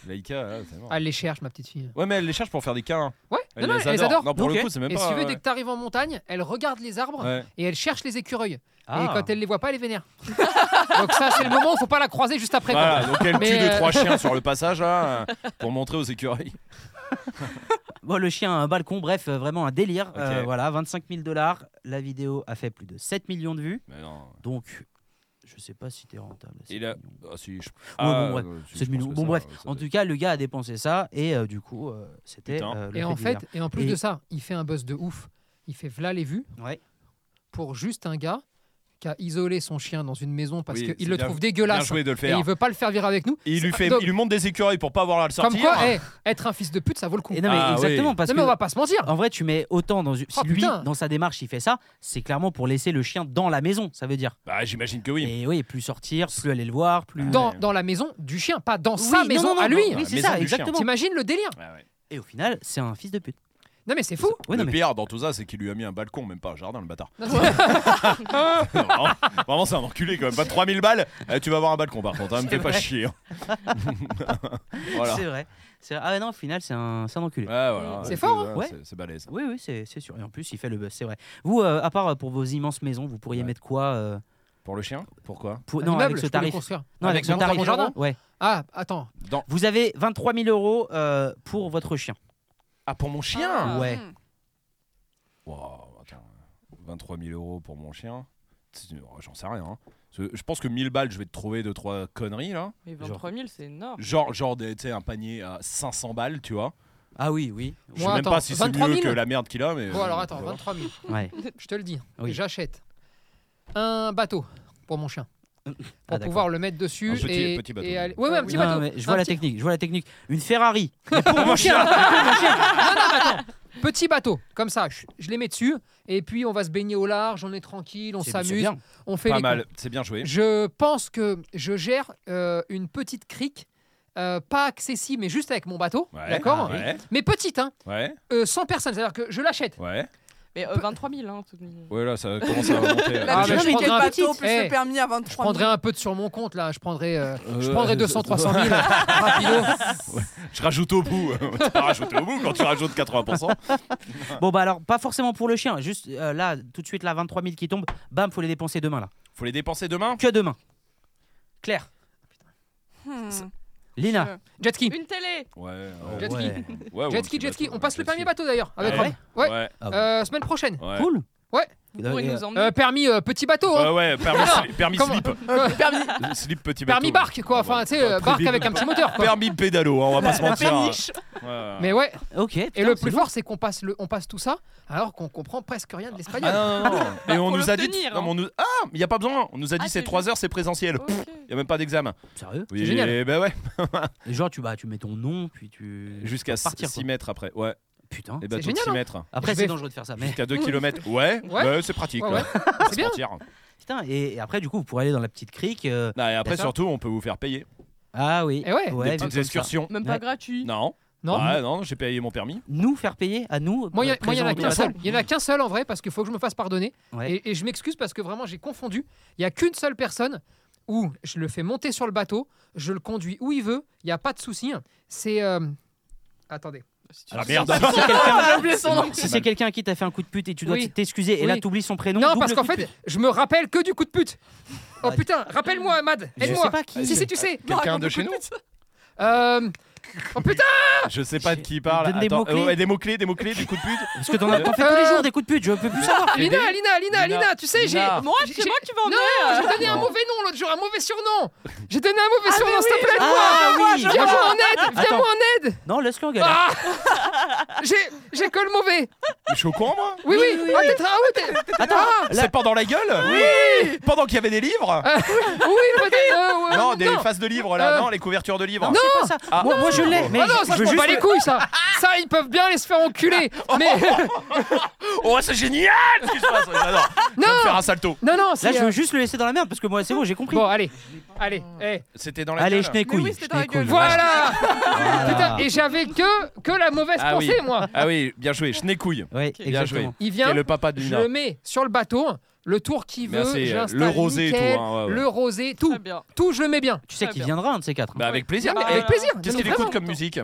B: Laïka, ouais, c'est mort.
C: Elle les cherche, ma petite fille.
B: Ouais, mais elle les cherche pour faire des câlins.
C: Ouais,
B: Elle
C: non, non,
B: les
C: elle les
B: adore.
C: adore.
B: Non, pour le
A: Ok.
B: coup, c'est même
C: Et si
B: pas.
C: tu veux,
B: euh,
C: dès que t'arrives en montagne, elle regarde les arbres
B: ouais.
C: et elle cherche les écureuils.
A: Ah.
C: Et quand elle les voit pas, elle les vénère. Donc ça, c'est le moment où faut pas la croiser juste après. quoi.
B: Voilà, donc elle tue
C: Mais,
B: deux
C: euh,
B: trois chiens sur le passage là, euh, pour montrer aux écureuils.
A: Bon, le chien a un balcon, bref, euh, vraiment un délire.
B: Ok.
A: Euh, voilà, 25 000 dollars. La vidéo a fait plus de 7 millions de vues.
B: Mais non.
A: Donc, je sais pas si t'es rentable. à 7
B: Il a-
A: millions.
B: Ah si. Je...
A: bon, bref.
B: euh, si,
A: 7
B: je
A: millions.
B: pense
A: Bon,
B: que ça,
A: bref.
B: euh, ça
A: En
B: doit-
A: tout cas, le gars a dépensé ça et euh, du coup, euh, c'était
B: Putain.
A: euh, le
C: Et en fait,
A: d'hiver.
C: et en plus
A: Et-
C: de ça, il fait un buzz de ouf. Il fait v'là les vues
A: Ouais.
C: pour juste un gars qui a isolé son chien dans une maison parce
B: Oui, c'est
C: qu'il le
B: bien-
C: trouve
B: Bien
C: dégueulasse
B: joué de le
C: et
B: faire.
C: il veut pas le faire vivre avec nous.
B: Il lui
C: C'est-
B: fait,
C: donc,
B: il lui montre des écureuils pour pas avoir à le sortir.
C: comme quoi, eh, être un fils de pute, ça vaut le coup.
A: Et non, mais
B: Ah, oui.
A: exactement, parce
C: Non,
A: que. Oh.
C: mais on va pas se mentir.
A: En vrai, tu mets autant dans. une- Si
C: Oh,
A: lui,
C: putain.
A: dans sa démarche, il fait ça, c'est clairement pour laisser le chien dans la maison, ça veut dire.
B: Bah j'imagine que oui.
A: Et oui, plus sortir, plus aller le voir, plus.
C: Dans, dans la maison du chien, pas dans sa
A: Oui, non,
C: maison
A: non, non,
C: à lui.
A: Oui,
B: la
A: c'est
B: maison
A: ça,
B: du chien.
A: exactement.
C: T'imagines le délire
B: Ouais, ouais.
A: Et au final, c'est un fils de pute.
C: Non, mais c'est fou.
A: Ouais, non,
B: le
A: mais-
B: pire dans tout ça, c'est qu'il lui a mis un balcon, même pas un jardin, le bâtard.
C: Non, non,
B: vraiment, vraiment, c'est un enculé quand même. Pas 3000 balles, eh, tu vas avoir un balcon par contre, hein, me
A: C'est
B: fais pas
A: vrai.
B: chier. hein. voilà.
A: C'est vrai. C'est- Ah ouais, non, au final, c'est un, c'est un enculé.
B: Ouais, voilà.
C: C'est fort, hein
B: ouais,
A: Ouais.
B: c'est- C'est balèze.
A: Oui, oui, c'est c'est sûr. Et en plus, il fait le buzz, c'est vrai. Vous, euh, à part euh, pour vos immenses maisons, vous pourriez
B: Ouais.
A: mettre quoi euh,
B: Pour le chien Pourquoi
A: pour...
C: Un
A: Non,
C: immeuble,
A: avec
C: je
A: ce
C: peux le
A: tarif.
C: construire.
A: Non,
C: Avec
A: avec ce
C: mon
A: tarif.
C: jardin, mon jardin
A: Ouais.
C: Ah, attends.
B: Dans-
A: Vous avez 23 000 euros euh, pour votre chien.
B: Ah, pour mon
A: Ah. Ouais.
D: Hmm.
B: Wow, attends. 23 000 euros pour mon chien C'est- oh, J'en sais rien. hein. Je je pense que 1000 balles, je vais te trouver 2-3 conneries là.
H: Mais 23 000, c'est énorme.
B: Genre, genre des- tu sais, un panier à 500 balles, tu vois.
A: Ah oui, oui.
B: Je sais
C: Bon,
B: même
C: attends,
B: pas si c'est
C: 23
B: mieux
C: 000.
B: que la merde qu'il a, mais. euh,
C: Bon, alors attends,
B: voilà.
C: 23 000.
A: Ouais.
C: Je te le dis.
A: Euh,
C: hein.
A: Oui.
C: J'achète un bateau pour mon chien.
A: Ah,
C: Pour
A: d'accord.
C: pouvoir le mettre dessus.
B: Un petit-
C: et,
B: petit bateau.
C: et aller- Ouais, ouais, un petit
A: Non,
C: bateau.
A: mais je
C: Un
A: vois la
C: petit-
A: technique, je vois la technique. Une Ferrari. Mais pour
B: Mon
A: mon chien.
C: Petit bateau, comme ça, je, je les mets dessus, et puis on va se baigner au large, on est tranquille, on
A: C'est- c'est
C: s'amuse,
A: bien.
C: on fait
B: Pas
C: les
B: mal,
C: cons.
B: c'est bien joué.
C: Je pense que je gère euh, une petite crique, euh, pas accessible, mais juste avec mon bateau,
B: Ouais,
C: d'accord
B: Ouais,
C: Mais petite, hein,
B: ouais,
C: euh, 100 personnes, c'est-à-dire que je l'achète,
B: ouais.
H: Mais euh, 23 000, hein, tout de même.
B: Ouais, là, ça commence à monter. là.
D: La
C: Ah, mais
D: durée,
C: je
D: mais quel
C: prendrais un
D: bateau
C: petit.
D: plus
C: Eh,
D: le permis à
C: Je
D: 23
C: prendrais
D: 000
C: un peu de sur mon compte là, je prendrais, euh, je
B: Euh,
C: prendrais
B: je-
C: 200 300 000 rapido.
B: Je rajoute au bout. tu pas rajouter au bout quand tu rajoutes 80%.
A: Bon, bah alors, pas forcément pour le chien. Juste euh, là, tout de suite, là, 23 000 qui tombent. Bam, faut les dépenser demain, là.
B: Faut les dépenser demain
A: Que demain. Claire,
D: Hmm.
A: Lina.
C: Jet ski.
H: Une télé
B: Ouais.
C: Jet ski.
A: ouais.
B: ouais, ouais,
C: Jet
B: un
C: ski,
B: petit
C: jet ski.
B: bateau,
C: On
B: ouais,
C: passe le
B: euh, jet
C: permis
B: ski.
C: bateau d'ailleurs avec
B: Ouais.
C: Rob. Ouais.
B: Ouais.
C: Euh, semaine prochaine.
B: Ouais.
A: Cool.
C: Ouais.
H: Vous pourrez nous emmener.
C: Euh, permis euh, petit bateau. hein.
B: Ouais, ouais, permis,
C: Alors,
B: sli- permis
C: comment-
B: slip.
C: Euh,
B: permis slip petit bateau. Ah,
C: Permis barque quoi. Enfin, tu sais, euh, barque
B: Permis-
C: avec un petit moteur quoi.
B: Permis pédalo, hein, on va pas se mentir. hein. Ouais.
C: Mais ouais.
A: Ok.
C: Et
A: putain,
C: le
A: c'est
C: plus
A: bon.
C: fort, c'est qu'on passe le, on passe tout ça alors qu'on comprend presque rien de l'espagnol.
B: Ah, non, non, non. Et on
H: Pour
B: nous a dit.
H: l'obtenir,
C: hein.
B: non, mais on nous- Ah, il n'y a pas besoin. On nous a dit
H: Ah,
B: c'est
H: c'est
B: 3 heures, c'est présentiel.
H: Ok.
B: Il n'y a même pas d'examen.
A: Sérieux
B: Oui,
C: Oh. génial.
B: et ben ouais.
A: Et genre, tu, bah, tu mets ton nom, puis tu.
B: Jusqu'à
A: tu peux partir,
B: 6
A: quoi.
B: mètres après. Ouais.
A: Putain.
B: Et ben
C: C'est génial,
B: 6
C: hein.
B: mètres.
A: Après,
C: Je
A: c'est
C: vais-
A: dangereux de faire ça. Mais
B: Jusqu'à 2 km. Ouais,
C: Ouais.
B: ouais, c'est pratique.
C: Ouais,
B: là.
C: ouais.
B: On va se
C: C'est bien.
B: mentir.
A: putain, et, et après, du coup, vous pourrez aller dans la petite crique. euh,
B: Non, et après,
A: D'accord.
B: surtout, on peut vous faire payer
A: Ah oui.
C: Eh ouais.
B: des
A: vu
B: petites
A: comme ça.
B: excursions.
H: Même pas
A: Ouais.
H: gratuit.
B: Non,
C: Non.
B: Ouais, non, j'ai payé mon permis.
A: Nous faire payer à nous.
C: Moi, il y,
A: euh,
C: a- moi, il y en a
A: présents
C: qu'un
A: de
C: seul.
A: bateau.
C: Il y en a qu'un seul en vrai parce qu'il faut que je me fasse pardonner.
A: Ouais.
C: Et, et je m'excuse parce que vraiment j'ai confondu. Il y a qu'une seule personne où je le fais monter sur le bateau, je le conduis où il veut, il n'y a pas de souci. C'est euh, attendez.
H: Si tu
B: Ah
H: veux.
B: merde.
A: Si c'est quelqu'un-
D: Ah, oublié son nom.
A: Si c'est quelqu'un qui t'a fait un coup de pute et tu dois
C: Oui.
A: t'excuser et là
C: Oui.
A: t'oublies son prénom.
C: Non,
A: double
C: parce qu'en
A: coup de
C: fait,
A: pute.
C: je me rappelle que du coup de pute. Oh
A: Ah,
C: putain, rappelle-moi, Ahmad,
A: je
C: aide-moi.
A: sais pas qui.
C: Si, si, tu sais.
B: Quelqu'un de chez nous
C: Euh, Oh putain,
B: Je sais pas de qui il
A: Donne
B: parle.
A: des
B: Attends,
A: mots-clés.
B: euh, ouais, des mots-clés, des mots-clés, des coups de pute.
A: Parce que t'en as- t'en fais tous
C: Euh,
A: les jours des coups de pute. Je peux plus savoir.
C: Lina, Lina,
B: Lina.
C: Lina, Lina, tu sais, j'ai.
B: Lina.
H: Moi, c'est
C: J'ai-
H: moi qui vais emmener.
C: J'ai donné un mauvais nom l'autre jour, un mauvais surnom. J'ai donné un mauvais surnom, s'il te plaît,
A: Ah
C: aide-moi.
A: oui.
C: Viens-moi en aide, viens-moi en aide.
A: Non, laisse-le en galère.
C: Ah J'ai- J'ai que le mauvais.
B: Je suis au courant, moi
C: Oui, oui, ah, t'es- ah, oui, t'es-
A: Attends.
C: ah,
A: Là-
B: C'est pendant la gueule Oui Pendant qu'il y avait des livres
C: oui, peut-être. euh, ouais,
B: Non, des
C: Euh, non.
B: faces de livres là,
C: Euh,
B: non, les couvertures de livres.
C: Non,
A: C'est pas ça.
B: Ah.
A: moi, moi, je l'ai. Mais
C: Ah non,
A: je- je
C: ça je
A: veux
C: m'en
A: juste
C: bats les
A: le-
C: couilles, ça. Ça, ils peuvent bien aller se faire enculer. Mais
B: Oh, c'est génial ce qui se passe. J'adore. Je vais me faire un salto.
C: non, non,
A: Là,
C: c'est.
A: je
C: euh,
A: veux juste le laisser dans la merde parce que moi, c'est bon, j'ai compris.
C: Bon, allez, allez, eh.
B: C'était dans la
A: Allez,
B: gueule.
A: je n'ai couille.
D: Mais oui, c'était dans la gueule.
C: voilà.
A: Putain.
C: Putain, et j'avais que que la mauvaise
B: Ah oui.
C: pensée, moi.
B: Ah oui, bien joué, Schneekouille,
A: Ouais,
B: Bien joué.
A: exactement.
C: Il
B: qui est
C: vient,
B: le papa de
C: je
B: Lina.
C: le mets sur le bateau, le tour qu'il veut,
B: Merci, euh,
C: j'installe
B: le rosé et tout,
C: nickel,
B: hein, ouais, ouais.
C: le rosé, tout,
H: Très bien.
C: tout, je le mets bien.
A: Tu sais
H: Très
A: qu'il
H: bien.
A: viendra un de ces quatre. hein.
B: Bah, avec plaisir.
H: Ah,
B: mais
H: bah,
B: avec-
C: Avec plaisir.
B: Qu'est-ce
C: Mais
B: qu'il
C: non,
B: écoute
C: vraiment.
B: comme musique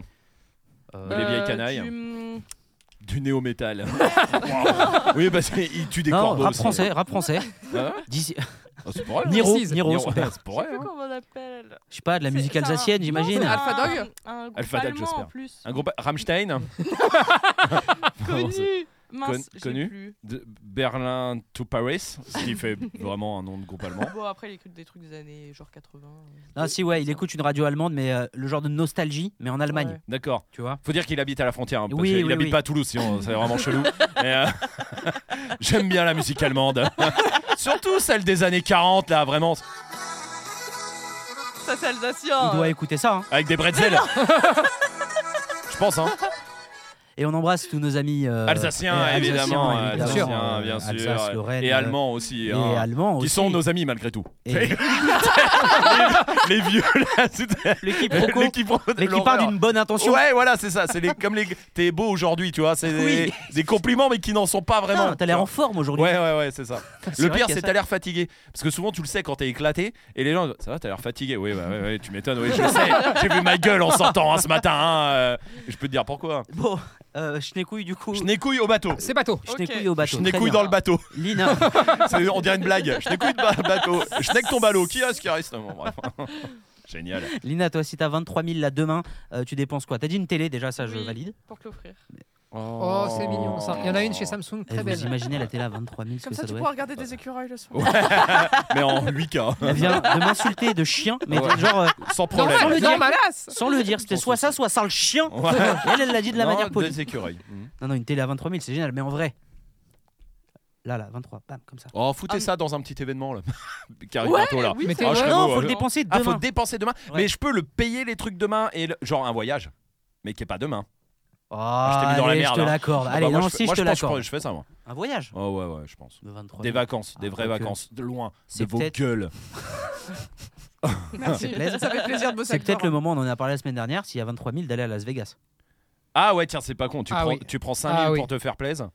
A: Euh,
B: Les vieilles canailles. hein.
H: tu, hum,
B: Du néo-métal. Wow. Oui, bah, c'est- il tue des
A: Non,
B: corbeaux.
A: rap
B: aussi.
A: français, rap français.
B: Hein
A: D'ici-
B: Ah, c'est pour elle.
A: Niro,
C: précise.
A: Niro, son père.
B: c'est
H: Je
B: pour
H: sais
B: elle,
H: plus
B: hein.
H: comment on appelle.
A: Je sais pas, de la
H: C'est-
A: musique
H: c'est un-
A: algérienne, j'imagine.
H: Non, c'est
D: Alpha
H: un-
D: Dog
H: un groupe
B: Alpha Dog,
H: allemand,
B: j'espère.
H: En plus.
B: Un groupe Rammstein
H: Connu. Mince,
B: Con-
H: je
B: connu.
H: sais plus.
B: de Berlin to Paris, ce qui fait vraiment un nom de groupe allemand.
H: Bon, après, il écoute des trucs des années genre 80. euh.
A: Ah si ouais, il écoute une radio allemande, mais euh, le genre de nostalgie, mais en Allemagne,
H: Ouais.
B: D'accord.
A: tu vois.
B: Faut dire qu'il habite à la frontière, hein, parce
A: Oui,
B: qu'il
A: oui,
B: habite
A: oui.
B: pas à Toulouse, sinon c'est vraiment chelou. Et, euh, J'aime bien la musique allemande, surtout celle des années 40 là, vraiment
H: Ça, c'est alsacien.
A: Il doit écouter ça. hein.
B: avec des bretzels. Je pense, hein.
A: Et on embrasse tous nos amis euh,
B: Alsaciens,
A: euh, Alsaciens,
B: évidemment,
C: bien
A: évidemment,
C: sûr.
B: Alsaciens,
A: euh,
B: bien sûr.
A: Alsace, Lorraine,
B: et
A: euh,
B: allemands aussi.
A: et
B: hein,
A: allemands
B: Qui
A: aussi.
B: sont nos amis malgré tout.
A: Et-
B: Les vieux là, c'est-
A: le quiproquo,
B: les qui prend de
A: mais qui
B: l'horreur.
A: part d'une bonne intention.
B: Ouais, voilà, c'est ça. C'est les, comme les. T'es beau aujourd'hui, tu vois. C'est des,
A: Oui.
B: des compliments, mais qui n'en sont pas
A: Putain,
B: vraiment.
A: T'as l'air en
B: Ouais,
A: forme aujourd'hui.
B: ouais, ouais, c'est ça.
A: C'est
B: Le
A: vrai
B: pire,
A: qu'il y a
B: c'est
A: ça.
B: t'as l'air fatigué. Parce que souvent, tu le sais quand t'es éclaté. Et les gens, ça va, t'as l'air fatigué. Oui, bah, ouais, ouais, tu m'étonnes. Oui, je le sais. J'ai vu ma gueule en sortant hein, ce matin. hein, euh, je peux te dire pourquoi.
A: Bon, euh, Schneekouille du coup.
B: Je n'écouille au bateau.
C: C'est bateau.
A: Schneekouille au bateau.
B: Je
A: très
B: n'écouille
A: bien.
B: dans le bateau.
A: Lina,
B: C'est- On dirait une blague. Je n'écouille dans le bateau. Je n'ai que ton ballot. Qui est-ce qui reste Bon, bref. Génial.
A: Lina, toi, si t'as 23 000 là demain, euh, tu dépenses quoi T'as dit une télé déjà, ça je
H: Oui.
A: valide.
H: Pour te l'offrir.
C: Oh, c'est mignon ça. Il y en a une chez Samsung
A: Eh,
C: très
A: vous
C: belle.
A: imaginez la télé à 23 000 ce
D: Comme
A: que
D: ça,
A: ça,
D: tu
A: doit
D: pourras
A: être.
D: regarder des écureuils le soir.
B: Ouais. Mais en 8K.
A: Elle vient de m'insulter de chien, mais
B: Ouais.
A: genre euh,
B: Sans problème.
A: Sans le
C: Normal,
A: dire.
C: normal.
A: sans le dire. C'était
B: Sans
A: soit ça, soit ça le chien.
B: Ouais.
A: Elle, elle l'a dit de la
B: Non,
A: manière polie.
B: Deux écureuils. Mhm.
A: Non, non, une télé à 23 000, c'est génial, mais en vrai. Là, là, 23, bam, comme ça.
B: Oh, foutez
H: Ah,
B: ça dans un petit événement là. Carré
H: Ouais,
B: bientôt là.
H: oui,
C: Mais
H: c'est
C: t'es-
B: Ah, je
H: vrai.
B: serais
A: non,
B: beau,
A: faut
B: euh,
A: le dépenser
B: Ah,
A: demain.
B: faut dépenser demain.
A: Ouais.
B: Mais je peux le payer les trucs demain et le- genre un voyage. Mais qui est pas demain.
A: Ah,
B: je t'ai mis dans la
A: allez,
B: merde,
A: Je
B: hein.
A: te l'accorde.
B: Ah,
A: Allez,
B: bah, moi,
A: non,
B: je,
A: si,
B: moi,
A: je te
B: je pense que je
A: l'accorde.
B: prends- je fais ça moi.
A: Un voyage
B: Oh ouais ouais, je pense.
A: de 23
B: Des
A: 000.
B: vacances,
A: Ah,
B: des vraies
A: quoique.
B: vacances, de loin,
A: C'est
B: de vos
A: peut-être-
B: gueules.
D: Merci.
A: plaisir.
D: Ça fait plaisir de bosser
A: C'est
D: avec
A: peut-être
D: toi,
A: le moment, on en a parlé la semaine dernière, s'il y a 23 000, d'aller à Las Vegas.
B: Ah ouais, tiens, c'est pas con. Tu
C: Ah
B: prends,
C: oui.
B: tu prends 5 000
C: Ah oui.
B: pour te faire plaisir.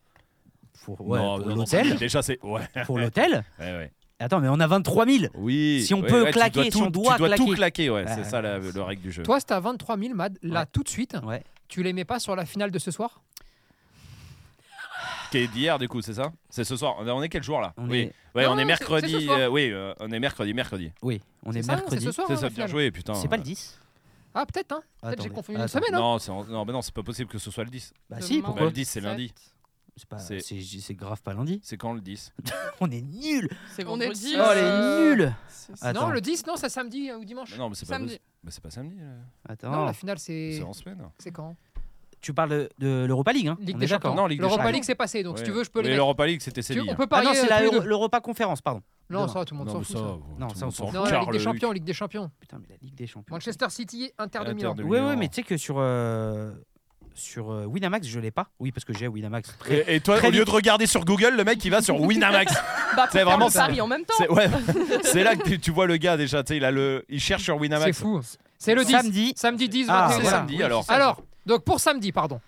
A: pour, ouais,
B: Non,
A: pour
B: non, non,
A: l'hôtel.
B: Déjà, c'est. Ouais,
A: Pour l'hôtel.
B: ouais, ouais.
A: Attends, mais on a 23 000.
B: Oui.
A: Si on
B: ouais,
A: peut
B: ouais, tu
A: claquer,
B: dois
A: si
B: tout-
A: on doit
B: Tu dois tout
A: claquer. Bah,
B: claquer, ouais.
A: Ouais,
B: C'est ça la,
A: ouais.
B: le règle du jeu.
C: Toi, c'était à 23 000, Mad, là,
A: Ouais.
C: tout de suite.
A: Ouais.
C: Tu les mets pas sur la finale de ce soir
B: Qui est d'hier, du coup, c'est ça C'est ce soir. On est- On est quel jour là
A: On
B: Oui.
A: est-
B: Ouais,
C: Non,
B: on
C: non,
B: est
C: c'est- c'est ce
B: mercredi.
C: soir.
B: euh, oui, euh, on est mercredi, mercredi.
A: Oui, on est,
C: C'est ça, non
A: mercredi.
C: C'est ce soir
B: C'est
C: hein,
B: ça,
C: la
B: bien
C: finale
B: joué, putain.
A: C'est pas le
B: Euh,
A: 10
C: Ah, peut-être, hein. Peut-être
A: Attendez,
C: j'ai confondu une
A: attends.
C: semaine. hein.
B: Non, c'est en- non, Ah, mais non, c'est pas possible que ce soit le 10.
A: Bah si,
H: Demain,
A: pourquoi
B: le 10, c'est lundi.
A: C'est pas-
B: C'est-
A: C'est c'est grave pas lundi.
B: C'est quand le 10
A: On est nuls
H: C'est
D: On est
H: vendredi.
D: dix.
A: Oh,
H: euh,
A: elle est nulle
D: Si, si.
A: Ah.
C: Non,
A: Attends.
C: le 10, non, c'est samedi euh, ou dimanche.
B: Mais Non, mais c'est pas
D: Samedi.
B: possible. Mais c'est pas samedi. euh,
C: Non,
A: Attends,
C: la finale, c'est.
B: C'est en semaine.
C: C'est quand
A: tu parles de, de l'Europa League, hein
C: Ligue
A: On
C: des
A: est d'accord.
C: Champions.
B: Non, Ligue des
C: L'Europa
B: Champions.
C: League, c'est passé, donc si
B: Ouais.
C: tu veux, je peux
B: Mais
C: les mettre.
B: l'Europa League, c'était
C: Tu-
B: Séville.
C: on peut
A: Ah
C: parier.
A: non, c'est
C: euh,
A: la-
C: tous les deux.
A: l'Europa Conférence, pardon.
C: Non,
A: Demain.
C: ça, tout le monde s'en
B: mais
C: fout.
B: ça, euh,
C: ça.
B: tout
A: Non,
B: le
A: ça, on
B: monde
A: s'en fout.
C: Non, la
B: Charles
C: Ligue des
B: Huc.
C: Champions, Ligue des Champions.
A: Putain, mais la Ligue des Champions.
C: Manchester City, Inter de
B: Inter
C: Milan.
B: de
A: Oui,
B: Milan.
A: oui, mais tu sais que sur, euh, sur euh, Winamax, je l'ai pas. Oui, parce que j'ai Winamax. Très-
B: Et, et toi,
A: très
B: au lieu
A: vite.
B: de regarder sur Google, le mec il va sur Winamax.
H: Bah,
B: C'est vraiment
H: ça. Paris en même temps.
B: c'est ouais, c'est là que tu- tu vois le gars déjà. Tu sais, il a le, il cherche sur Winamax.
C: C'est fou. C'est le 10.
A: Samedi.
C: Samedi 10,
A: Ah,
C: 21.
B: C'est
A: voilà.
B: samedi alors.
C: Alors, donc pour samedi, pardon.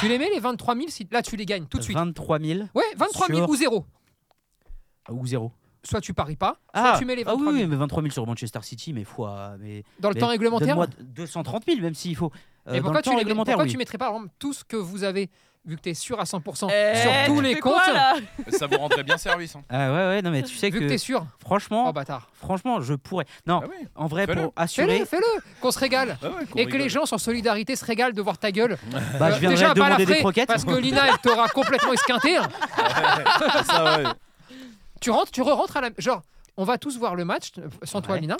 C: Tu les mets les 23 000, si- là tu les gagnes tout de suite.
A: 23 000
C: Ouais, 23 000
A: Sur-
C: ou zéro.
A: ou 0.
C: Soit tu paries pas, soit
A: Ah,
C: tu mets les
A: ah
C: 23
A: oui,
C: 000.
A: oui, mais 23 000 sur Manchester City, mais fois. Mais,
C: Dans le
A: mais
C: temps réglementaire.
A: Donne-moi 230 000, même s'il faut. Euh,
C: Et
A: dans
C: pourquoi
A: le
C: tu,
A: temps
C: les-
A: réglementaire,
C: pourquoi
A: oui.
C: tu mettrais pas par exemple, tout ce que vous avez, vu que tu es sûr à 100%
H: Eh,
C: sur tous
H: tu
C: les
H: fais
C: comptes
H: quoi, là
B: Ça vous rendrait bien service. hein.
A: Ah ouais, ouais, non, mais tu sais
C: Vu que
A: que.
C: t'es sûr.
A: franchement,
C: Oh bâtard.
A: franchement, je pourrais. Non,
B: Ah oui.
A: en vrai,
B: Fais-le.
A: pour assurer,
C: Fais-le, fais-le, qu'on se régale.
B: Ah ouais, qu'on
C: Et que les
B: rigole.
C: gens, sans solidarité, se régalent de voir ta gueule.
A: bah,
C: Euh,
A: je viendrai
C: déjà, pas la
A: demander des
C: frais,
A: croquettes.
C: Parce que Lina, elle t'aura complètement esquinté. hein.
B: Ça, ouais.
C: Tu rentres, tu re-rentres à la. Genre, on va tous voir le match, euh, sans toi,
A: Ouais.
C: Lina.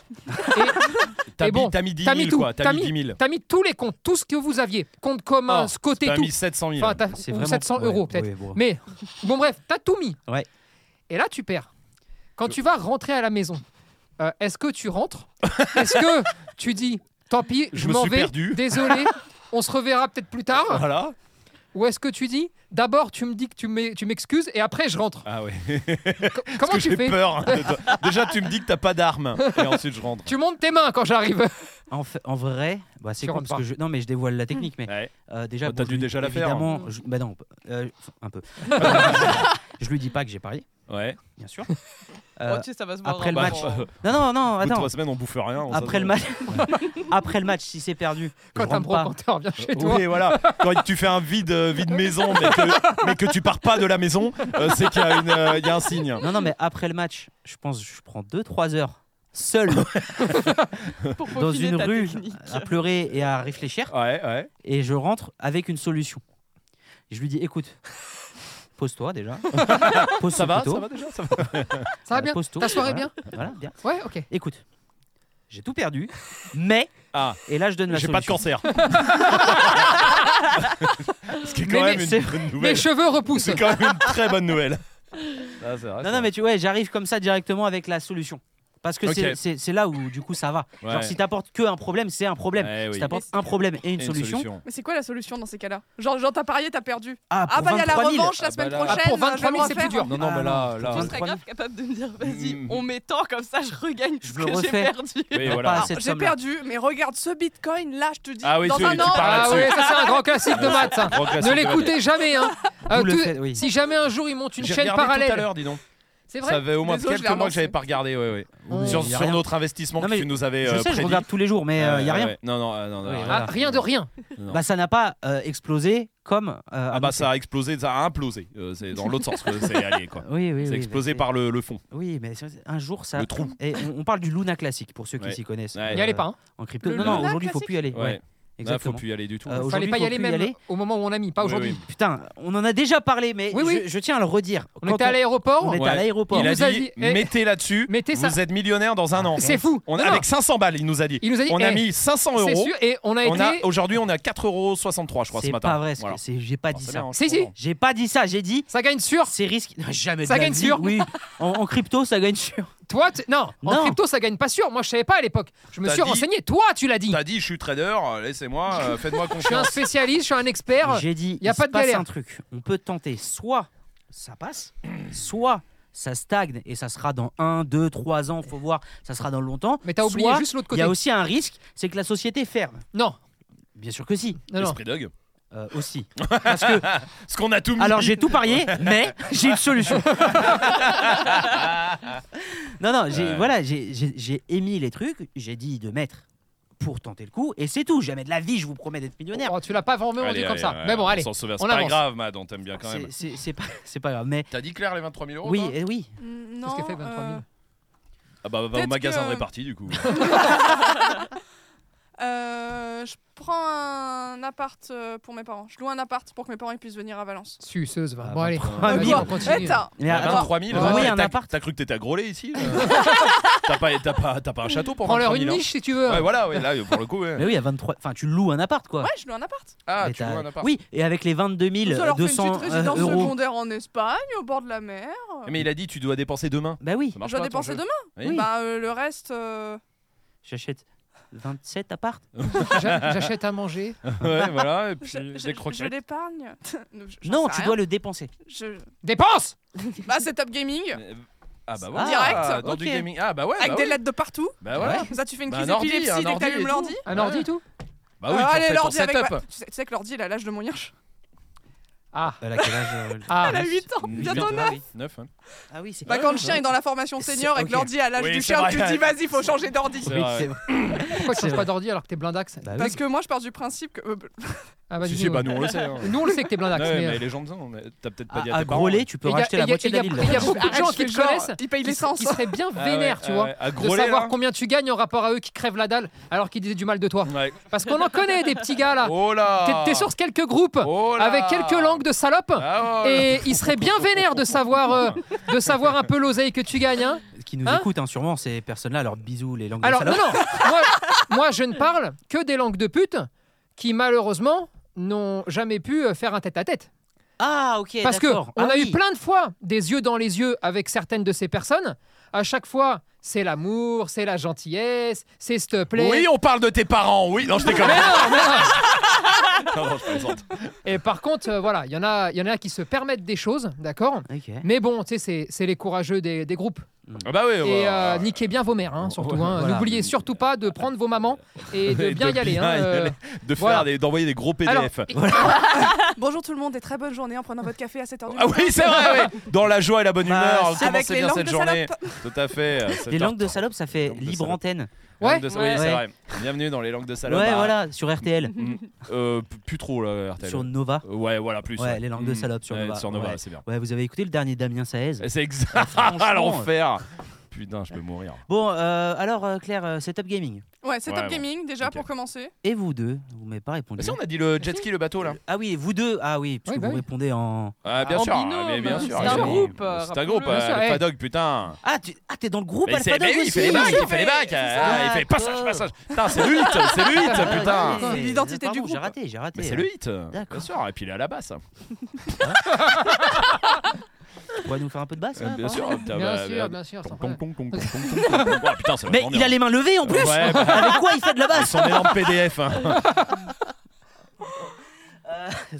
B: T'as
C: Et
B: mis,
C: bon,
B: t'as mis 10
C: t'as
B: 000
C: mis tout,
B: quoi.
C: t'as
B: T'as mis 10
C: mis-
B: 000.
C: T'as mis tous les comptes, tout ce que vous aviez. Compte commun,
A: Oh,
B: Ah,
C: ce côté
B: T'as
C: tout.
B: mis 700 000.
C: Enfin, t'as-
A: C'est
C: ou
A: vraiment-
C: 700
A: ouais,
C: euros, peut-être.
A: ouais, bon.
C: Mais bon, bref, t'as tout mis.
A: Ouais.
C: Et là, tu perds. Quand tu vas rentrer à la maison, euh, est-ce que tu rentres Est-ce que tu dis, tant pis, je,
B: Je me
C: m'en
B: suis
C: vais,
B: perdu. Ah.
C: désolé, on se reverra peut-être plus tard
B: Voilà.
C: Ou est-ce que tu dis, d'abord, tu me dis que tu m'e- tu m'excuses et après, je rentre
B: Ah ouais.
C: Co-
B: Parce
C: Comment
B: que
C: tu
B: j'ai
C: fais
B: peur. hein, de toi. Déjà, tu me dis que t'as pas d'armes. Et ensuite, je rentre.
C: Tu montes tes mains quand j'arrive.
A: En, fait- en vrai, bah, c'est
C: Tu
A: con
C: rentres
A: parce que
C: pas. Hmm.
A: je- non mais je dévoile la technique, mais
B: Ouais.
A: euh, déjà,
B: Bah, t'as
A: je
B: dû
A: lui-
B: déjà la faire, hein.
A: évidemment, je- bah non, euh, un peu. je lui dis pas que j'ai parié,
B: Ouais.
A: bien sûr.
H: Oh,
A: Euh,
H: tu sais, ça va se voir.
A: après le
H: hein,
B: Bah,
A: match.
H: bon.
B: euh,
A: non non non,
B: Au bout de
A: attends.
B: trois semaines, on bouffe rien. on
A: Après
B: s'en-
A: le match, après le match, si c'est perdu, je
C: Quand un
A: rentre pas.
C: brocanteur vient chez toi.
B: Euh, Oui, voilà. Quand tu fais un vide, euh, vide maison, mais que, mais que tu pars pas de la maison, euh, c'est qu'il y, a une, euh, il y a un signe.
A: Non non, mais après le match, je pense, que je prends 2-3 heures seul
H: Pour
A: dans
H: peaufiner
A: une
H: ta
A: rue
H: technique.
A: à pleurer et à réfléchir,
B: Ouais, ouais.
A: et je rentre avec une solution. Je lui dis, écoute, pose-toi déjà, pose
B: Ça va, ça va déjà ça va
C: Ça va bien Ta soirée bien
A: Voilà, bien.
C: Ouais, ok.
A: Écoute, j'ai tout perdu, mais
B: Ah,
A: et là je donne la
B: j'ai pas de
A: solution.
B: cancer. Ce qui est
C: Mais-
B: quand même
A: mais
B: une
A: c'est-
B: bonne
C: Mes
B: nouvelle.
C: cheveux repoussent.
B: C'est quand même une très bonne nouvelle. Ah, c'est vrai,
A: Non
B: c'est
A: non
B: vrai.
A: mais tu ouais, j'arrive comme ça directement avec la solution. Parce que c'est-
B: Ok.
A: c'est c'est là où du coup ça va.
B: Ouais.
A: Genre si t'apportes que un problème, c'est un problème.
B: Eh oui.
A: Si t'apportes un problème et une,
B: Et
A: solution,
D: Mais c'est quoi la solution dans ces cas-là Genre, genre t'as parié, t'as perdu.
A: ah,
D: Ah
A: pour
D: bah il y a la
A: 23 000.
D: revanche la
B: Ah bah
D: semaine
B: là-
D: prochaine. euh,
C: Ah, pour
D: je vais
C: 23 000,
D: me
C: c'est
D: refaire.
C: plus dur.
B: Non, non,
A: Ah,
B: mais là,
A: non,
H: Tu
B: là-
A: c'est
H: serais
A: 3000.
H: grave capable de me dire, vas-y,
B: Mm.
H: on met tant, comme ça je regagne ce
A: Je le
H: que j'ai
A: refais.
H: perdu.
B: Oui,
A: Pas
B: voilà.
A: à cette
D: J'ai
A: somme-là.
D: perdu, mais regarde ce bitcoin là, je te dis.
B: Ah oui,
D: dans
B: tu-
D: un
B: tu
D: an.
B: parles
C: Ah
B: là-dessus.
C: ouais, ça c'est un grand classique de maths. ça.
B: Progression
C: Ne
B: de-
C: l'écoutez jamais. Hein. Euh,
A: Vous le
C: tout-
A: faites, oui.
C: Si jamais un jour il monte une
B: J'ai
C: chaîne
B: regardé tout à
C: parallèle,
B: l'heure, dis donc.
C: c'est
B: Ça
C: vrai.
B: avait au moins
D: Désolé, je l'ai
B: quelques mois que
D: relancé.
B: j'avais pas regardé. ouais, ouais.
C: On-
B: Sur,
A: Il y a
B: sur
A: rien.
B: notre investissement
A: Non,
B: que
A: mais
B: tu nous avais
A: Je
B: euh,
A: sais, je
B: prédit.
A: regarde tous les jours, mais euh, il y a
B: Ouais,
A: rien.
B: ouais. Non, non, euh, non, non,
A: Oui,
B: rien.
A: voilà.
C: Ah, rien de rien.
B: Non.
A: Bah ça n'a pas euh, explosé comme. euh,
B: Ah bah
A: annoncé.
B: ça a explosé, ça a implosé. Euh, c'est dans l'autre sens, que c'est allé quoi.
A: Oui, oui,
B: C'est
A: oui,
B: explosé
A: mais-
B: par le, le fond.
A: Oui, mais c'est- un jour ça.
B: Le trou.
A: Et on, on parle du Luna classique pour ceux qui
B: Ouais.
A: s'y connaissent. Euh,
B: Ouais.
C: N'y allez pas. hein.
A: En crypto.
D: Le
A: non, non,
D: Luna
A: aujourd'hui faut
D: classique
A: plus y aller.
B: Ouais.
A: Ouais,
B: Là, faut
A: exactement.
B: plus y aller du tout.
A: Euh, aujourd'hui,
C: Fallait pas y
A: faut
C: aller
A: plus y
C: même
A: aller.
C: au moment où on a mis, pas
B: Oui,
C: aujourd'hui.
B: oui.
A: Putain, on en a déjà parlé, mais
C: Oui, oui.
A: Je, je tiens à le redire.
C: On
A: Quand
C: était à l'aéroport.
A: on était à
B: Ouais.
A: l'aéroport.
B: Il a
C: nous a
B: dit,
C: dit, eh,
B: mettez là-dessus,
C: mettez ça.
B: vous êtes millionnaire dans un an.
C: C'est fou.
B: On,
C: Non,
B: avec 500 balles, il nous a dit.
C: Il nous a dit,
B: on a
C: eh,
B: mis 500
C: c'est
B: euros.
C: sûr. Et on a
B: On a-
C: été.
B: Aujourd'hui, on est à 4,63 je crois, ce
A: C'est
B: matin.
A: pas vrai, ce que-
B: Voilà.
A: c'est- j'ai pas
B: Alors,
A: dit
B: c'est
A: ça.
B: bien, hein, je
C: Si,
B: suis
C: si.
B: content.
A: J'ai pas dit ça, j'ai dit
C: Ça gagne sûr.
A: c'est risqué. Jamais de
C: Ça
A: la
C: gagne
A: vie,
C: sûr.
A: Oui, en, en crypto, ça gagne sûr.
C: Toi, tu- non, En
A: Non.
C: crypto, ça gagne pas sûr. Moi, je savais pas à l'époque. Je me
B: T'as
C: suis
B: dit-
C: renseigné. Toi, tu l'as dit.
B: T'as dit, je suis trader, euh, laissez-moi, euh, faites-moi
C: Je suis un
B: confiance.
C: spécialiste, je suis un expert.
A: J'ai dit,
C: y a
A: il
C: pas
A: se
C: de
A: passe
C: galère.
A: un truc. On peut tenter soit ça passe, soit ça stagne et ça sera dans 1, 2, 3 ans, faut voir, ça sera dans longtemps.
C: Mais t'as oublié
A: Soit,
C: juste l'autre
A: Il
C: côté.
A: y a aussi un risque, c'est que la société ferme.
C: Non,
A: Bien sûr que si.
C: non, non.
B: Esprit Dog.
A: euh, aussi. Parce que,
B: Parce qu'on a tout mis.
A: alors j'ai tout parié, mais j'ai une solution. non, non, j'ai
B: Ouais.
A: voilà, j'ai- j'ai j'ai émis les trucs, j'ai dit de mettre pour tenter le coup, et c'est tout. Jamais de la vie, je vous promets d'être millionnaire.
C: Oh, tu l'as pas vraiment vendu
B: Allez,
C: comme
B: allez,
C: ça.
B: ouais,
C: Mais bon,
B: on
C: allez.
B: s'en souvient.
C: on
B: C'est pas
C: avance.
B: grave, Mad, on t'aime bien
C: Oh,
B: quand même.
A: C'est- C'est c'est pas, c'est pas grave, mais
B: T'as dit clair les 23 000 euros
A: oui,
B: toi
A: eh oui.
D: Mm,
C: Qu'est-ce
D: Non.
C: qu'elle fait 23 000
D: euh,
B: Ah bah, va au
D: Peut-être
B: magasin
D: que-
B: de répartie du coup.
D: euh, je prends un appart euh, pour mes parents. Je loue un appart pour que mes parents ils puissent venir à Valence.
C: Suceuse, va.
A: Ah,
C: Bon, allez.
A: vingt-trois
C: Vas-y,
A: mille.
C: on
D: Eh,
C: continue.
D: t'as-
A: Mais
B: Ah,
A: attends,
B: 23 000
A: on va
B: ouais,
A: envoyer
B: t'as-
A: un appart.
B: T'as cru que t'étais à Grolet ici là T'as pas, t'as pas, t'as pas un château pour
C: Prends-leur
B: 23
C: une
B: 000 hein
C: niche si tu veux.
B: Ouais, voilà, ouais, là pour le coup. ouais.
A: Mais oui, à 23. Enfin, tu loues un appart, quoi.
D: Ouais, je loue un appart.
B: Ah,
A: Mais
B: tu
A: t'as-
B: vois un appart.
A: Oui, et avec les 22
D: ça leur
A: 200
D: fait une petite
A: euh,
D: résidence
A: euros.
D: secondaire en Espagne, au bord de la mer.
B: Mais il a dit tu dois dépenser demain.
A: Bah oui,
B: Ça marche
D: je dois
B: pas, ton
D: dépenser
B: jeu.
D: demain.
B: Oui.
D: Bah, euh, le reste. euh,
A: j'achète 27 apparts.
C: J'a- J'achète à manger.
B: ouais, voilà, et puis
D: Je, je-
B: des
D: je
B: croquettes.
D: l'épargne. Je- j'en
A: Non,
D: sais
A: tu
D: rien.
A: dois le dépenser.
D: Je...
C: Dépense
D: Bah, c'est Top Gaming.
B: Euh, Ah bah
A: Ah,
B: voilà,
D: direct,
B: dans
A: ok.
B: du gaming. Ah bah ouais,
D: Avec
B: bah
D: des Ah,
B: oui.
D: lettres de partout.
B: Bah ouais.
D: Comme ça, tu fais une
B: Bah,
D: crise
B: un ordi,
D: d'épilepsie
B: un
D: dès que
B: ordi
D: t'allumes
B: et
D: l'ordi.
C: Un
B: Ouais.
C: ordi, tout
B: Bah oui,
D: Euh,
B: pour
D: allez,
B: faire ton
D: l'ordi avec.
B: setup.
D: bah, tu, sais, tu sais que l'ordi, il a l'âge de mon hirsch.
C: Ah.
A: Elle a quel âge, euh, le-
C: Ah.
D: Elle a 8 ans, bientôt 9.
B: 9. hein.
A: Ah oui, c'est
D: Bah, quand le chien est dans la formation
A: C'est-
D: senior et
A: ok.
D: que l'ordi a l'âge
B: Oui,
D: du
B: c'est
D: chien,
B: vrai.
D: tu te dis vas-y, faut changer d'ordi.
B: C'est
A: Oui,
B: vrai. Ah
A: c'est vrai.
C: Pourquoi tu
A: C'est
C: changes
A: vrai.
C: pas d'ordi alors que t'es blindax
A: Bah oui.
D: Parce que moi, je pars du principe que. euh,
C: Ah, vas-y.
B: Si, si,
C: dis-nous.
B: bah nous on le sait. hein.
C: Nous, on le sait que t'es blindax.
B: Ouais,
C: mais, euh,
B: mais les gens de ça, on est- t'as peut-être pas dit à
A: Ah, à
B: tes parents.
A: Grolet, tu peux
C: Et y a-
A: racheter
C: et
A: la
C: y a-
A: moitié de la
C: et y a-
A: ville.
C: et y a beaucoup de
D: arrête,
C: gens
D: je
C: qui
D: fais
C: te
D: genre,
C: connaissent.
D: Ils payent
C: Ils seraient
D: l'essence.
C: ils seraient bien
B: Ah ouais,
C: vénères, tu
B: ah
C: vois.
B: ouais, À
C: De
B: Grolet,
C: savoir
B: là.
C: combien tu gagnes en rapport à eux qui crèvent la dalle alors qu'ils disaient du mal de toi.
B: Ouais.
C: Parce qu'on en connaît des petits gars là.
B: Oh là
C: Ah, T'es- T'es sur quelques groupes
B: Oh là
C: avec quelques langues de salopes.
B: Ah ouais.
C: Et il serait bien vénère de savoir, euh, de savoir un peu l'oseille que tu gagnes. hein.
A: Qui nous
C: Hein
A: écoutent, hein, sûrement, ces personnes-là, alors bisous, les langues de
C: Alors, non,
A: salopes.
C: non, moi, moi, je ne parle que des langues de pute qui, malheureusement, n'ont jamais pu euh, faire un tête à tête.
A: Ah, ok,
C: Parce que
A: d'accord.
C: on
A: Ah
C: a
A: oui.
C: eu plein de fois des yeux dans les yeux avec certaines de ces personnes. À chaque fois, c'est l'amour, c'est la gentillesse, c'est s'il te plaît.
B: Oui, on parle de tes parents. Oui, non, je
C: Mais
B: déconne.
C: non, mais non.
B: Non, non, je plaisante.
C: Et par contre, euh, voilà, il y, en a- il y en a qui se permettent des choses, d'accord
A: Ok.
C: Mais bon, tu sais, c'est- c'est les courageux des, des groupes.
B: Ah bah oui.
C: Et
B: voilà.
C: euh, niquez bien vos mères, hein, surtout. hein.
A: Voilà.
C: N'oubliez surtout pas de prendre vos mamans et de
B: Et
C: bien
B: de
C: y aller.
B: bien
C: hein,
B: y
C: euh.
B: aller. De
C: voilà.
B: faire des- d'envoyer des gros
C: Alors,
B: PDF.
D: Bonjour tout le monde et très bonne journée en prenant votre café à 7h du
B: Ah oui, c'est vrai, oui. Dans la joie et la bonne
A: Bah,
B: humeur,
A: c'est-
D: avec
B: commencez
D: les
B: bien
D: langues
B: cette
D: de
B: journée. Tout à fait. euh, cette
A: Les
B: heure-
A: langues de salopes, ça fait
B: Langues de
A: libre
B: salopes.
A: antenne.
C: Ouais.
B: Langues de- Oui, c'est
A: Ouais.
B: vrai. Bienvenue dans les langues de
A: Ouais,
B: salopes. Ah,
A: voilà, sur RTL.
B: mm, euh, p- plus trop, là, RTL.
A: Sur Nova.
B: Euh, Ouais, voilà, plus.
A: Ouais, les langues de
B: Mm.
A: salopes sur
B: Ouais,
A: Nova.
B: Sur Nova,
A: Ouais.
B: c'est bien.
A: Ouais, vous avez écouté le dernier Damien Saez.
B: Et C'est
A: Ah,
B: exact.
A: franchement, euh,
B: à l'enfer. Putain, je peux mourir.
A: Bon, euh, alors, euh, Claire, euh, Setup Gaming.
D: Ouais, c'est
B: Ouais,
D: Top
B: bon.
D: Gaming déjà
B: Ok.
D: pour commencer.
A: Et vous deux, vous m'avez pas répondu.
B: Bah, si, on a dit le jet ski, le bateau, là.
A: Ah oui, vous deux. Ah oui, parce
C: Oui,
A: que
C: bah
A: vous
C: oui.
A: répondez en.
B: Ah, bien
H: En
B: sûr.
H: binôme,
B: mais bien
H: hein,
B: sûr.
H: c'est
A: un
B: évidemment.
H: groupe, euh,
B: C'est un
H: rappelons-le.
B: groupe, euh,
C: Bien sûr,
B: le
C: hey.
B: Paddock, putain.
A: Ah, tu ah, t'es dans le groupe
B: Mais c'est-
A: Alpha
B: mais
A: Dog
B: oui, il fait
A: aussi.
B: les bacs, il fait les
D: Oui,
B: bacs.
D: c'est
B: ah,
A: ça.
B: Il fait passage, passage. Putain, c'est le hit, c'est le hit, putain.
A: Ah, oui,
D: L'identité
A: pardon,
D: du groupe.
A: J'ai raté, j'ai raté.
B: Mais c'est le hit. Bien
A: D'accord.
B: sûr. Et puis il est à la basse.
A: Tu pourrais nous faire un peu de basse là,
B: Euh, bien
A: pardon
B: sûr. putain,
C: Bien
B: bah,
C: sûr,
B: bah,
C: bien sûr. sans
B: pong,
C: problème.
B: pong, pong, pong, pong, pong, pong, pong. Ah, putain, ça va
A: Mais
B: tourner,
A: il a les mains levées en
B: hein.
A: plus
B: Ouais, bah,
A: Avec quoi il fait de la
B: avec
A: basse
B: son énorme PDF. hein.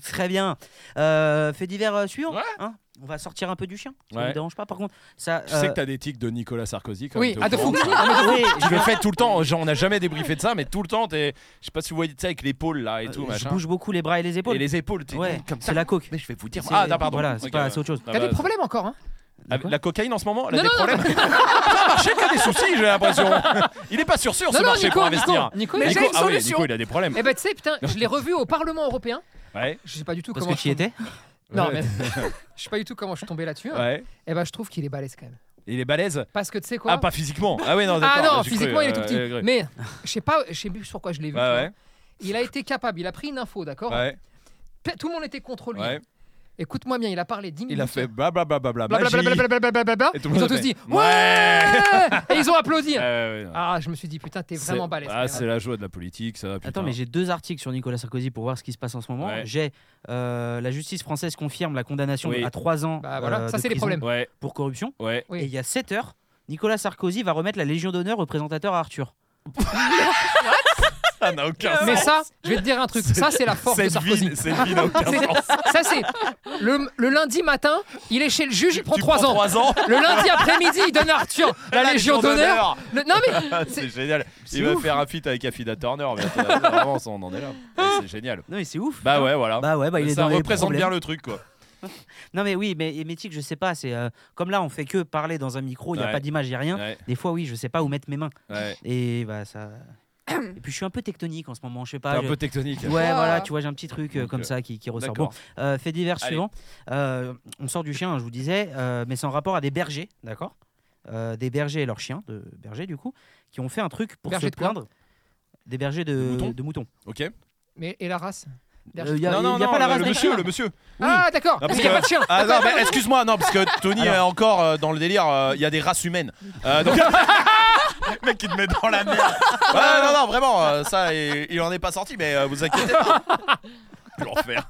A: Très bien. Euh, fait divers euh, suivant.
B: Ouais.
A: hein. On va sortir un peu du chien. Ça
B: Ouais.
A: ne dérange pas par contre. Ça,
B: Tu sais
A: euh,
B: que t'as des tics de Nicolas Sarkozy. quand
C: Oui,
B: même, t'es au
C: à de
B: courant.
C: fou.
A: oui,
B: Je le fais tout le temps. Genre, on n'a jamais débriefé de ça, mais tout le temps, t'es. Je sais pas si vous voyez ça avec l'épaule là et tout,
A: je
B: machin.
A: bouge beaucoup les bras et les épaules.
B: Et les épaules, t'es
A: Ouais,
B: comme ça.
A: c'est la coke.
B: Mais je vais vous dire.
A: C'est-
B: Ah, non, pardon.
A: Voilà, c'est
B: Ok,
A: pas-
B: ouais.
A: c'est autre chose.
B: Ah,
C: T'as
B: bah,
C: des problèmes encore, hein
A: De quoi
B: La cocaïne en ce moment, elle a des
C: Non, non, non,
B: problèmes. Ça marche, qu'elle a des soucis, j'ai l'impression. Il est pas sur sûr ce
C: Non, non,
B: marché pour
C: Nico,
B: investir.
C: Nico, Nico,
D: Mais
C: Nico.
D: j'ai une
B: ah oui,
D: solution.
B: Nico, il a des problèmes.
C: Eh ben, tu sais, putain, je l'ai revu au Parlement européen.
B: Ouais.
C: Je sais pas du tout
A: Parce que
C: comment.
A: tu y
C: je tombe-
A: étais
C: Non, mais je sais pas du tout comment je suis tombé là-dessus. hein.
B: Ouais.
C: Eh ben, je trouve qu'il est balèze quand même.
B: Il est balèze.
C: Parce que tu sais quoi
B: Ah, pas physiquement. Ah oui, non,
C: Ah
B: d'accord.
C: non,
B: j'ai cru,
C: physiquement, il est tout
B: euh,
C: petit.
B: j'ai cru.
C: Mais je sais pas, je sais plus sur quoi je l'ai vu. tu vois.
B: Ouais,
C: Il a été capable, il a pris une info, d'accord
B: ouais. Ouais.
C: Pe- Tout le monde était contre lui.
B: ouais.
C: Écoute-moi bien, il a parlé 10 minutes.
B: Il a fait blablabla. Blablabla.
C: blablabla.
B: Et tout le
C: Ils ont
B: monde a
C: tous
B: fait,
C: dit
B: ouais.
C: Ouais Et ils ont applaudi.
B: Euh, ouais, ouais.
C: Ah, je me suis dit, putain, t'es vraiment
B: C'est-
C: balèze.
B: Ah,
C: quand
B: c'est
C: même.
B: la joie de la politique, ça. putain.
A: Attends, mais j'ai deux articles sur Nicolas Sarkozy pour voir ce qui se passe en ce moment.
B: Ouais.
A: J'ai euh, la justice française confirme la condamnation
B: Oui.
A: à 3 ans
C: Bah voilà,
A: euh,
C: ça,
A: de
C: c'est les
A: prison
C: problèmes.
B: Ouais,
A: pour corruption.
B: ouais.
C: Oui.
A: Et il y a 7 heures, Nicolas Sarkozy va remettre la Légion d'honneur au présentateur Arthur.
B: Ça n'a aucun
C: Mais
B: sens.
C: ça, je vais te dire un truc. Ça, c'est la force de
B: cette
C: Sarkozy.
B: vie, cette vie n'a aucun
C: C'est-
B: sens.
C: Ça, c'est le, le lundi matin, il est chez le juge, il prend
B: Tu
C: 3
B: prends
C: ans.
B: trois ans.
C: Le lundi après-midi, il donne à Arthur la, Légion d'honneur. Le- Non, mais
B: C'est génial.
C: c'est
B: Il va
C: ouf.
B: faire un feat avec Afida Turner. Mais attends, vraiment, ça, on en est là. Ouais, C'est génial.
A: Non, mais c'est ouf.
B: Bah ouais, voilà.
A: Bah ouais, bah, il est
B: ça
A: dans les
B: représente
A: problèmes.
B: bien le truc, quoi.
A: Non, mais oui, mais émétique, je sais pas. C'est euh, comme là, on fait que parler dans un micro, il n'y a
B: Ouais.
A: pas d'image, il n'y a rien.
B: Ouais,
A: Des fois, oui, je sais pas où mettre mes mains.
B: ouais.
A: Et bah ça. Et puis je suis un peu tectonique en ce moment, je sais
B: T'es
A: pas.
B: un
A: je-
B: peu tectonique.
A: Ouais,
D: Ah.
A: voilà, tu vois, j'ai un petit truc euh,
B: Donc,
A: comme
B: euh,
A: ça qui, qui ressort. Bon,
B: D'accord.
A: euh, fait divers
B: Allez.
A: suivant. Euh, on sort du chien, hein, je vous disais, euh, mais c'est en rapport à des bergers, d'accord Euh, Des bergers et leurs chiens, de bergers du coup, qui ont fait un truc pour
C: Bergers
A: se
C: de quoi
A: plaindre. Des bergers de,
B: De moutons
A: de moutons.
B: Ok.
C: Mais et la race
A: Euh, y a-
B: non, non,
A: y a
B: non,
A: pas la
B: le-
A: race
B: le
A: des
B: monsieur,
A: chiens.
B: le monsieur.
C: Ah d'accord.
B: Ah,
C: Parce
B: parce
C: qu'il n'y a
B: que-
C: pas de chien.
B: Ah non, mais excuse-moi, non, parce que Tony est encore euh, dans le délire, euh, il y a des races humaines. Euh, donc... Le mec, il te met dans la merde. Ouais, non, non, vraiment, euh, ça, il, il en est pas sorti, mais euh, vous inquiétez pas. L'enfer.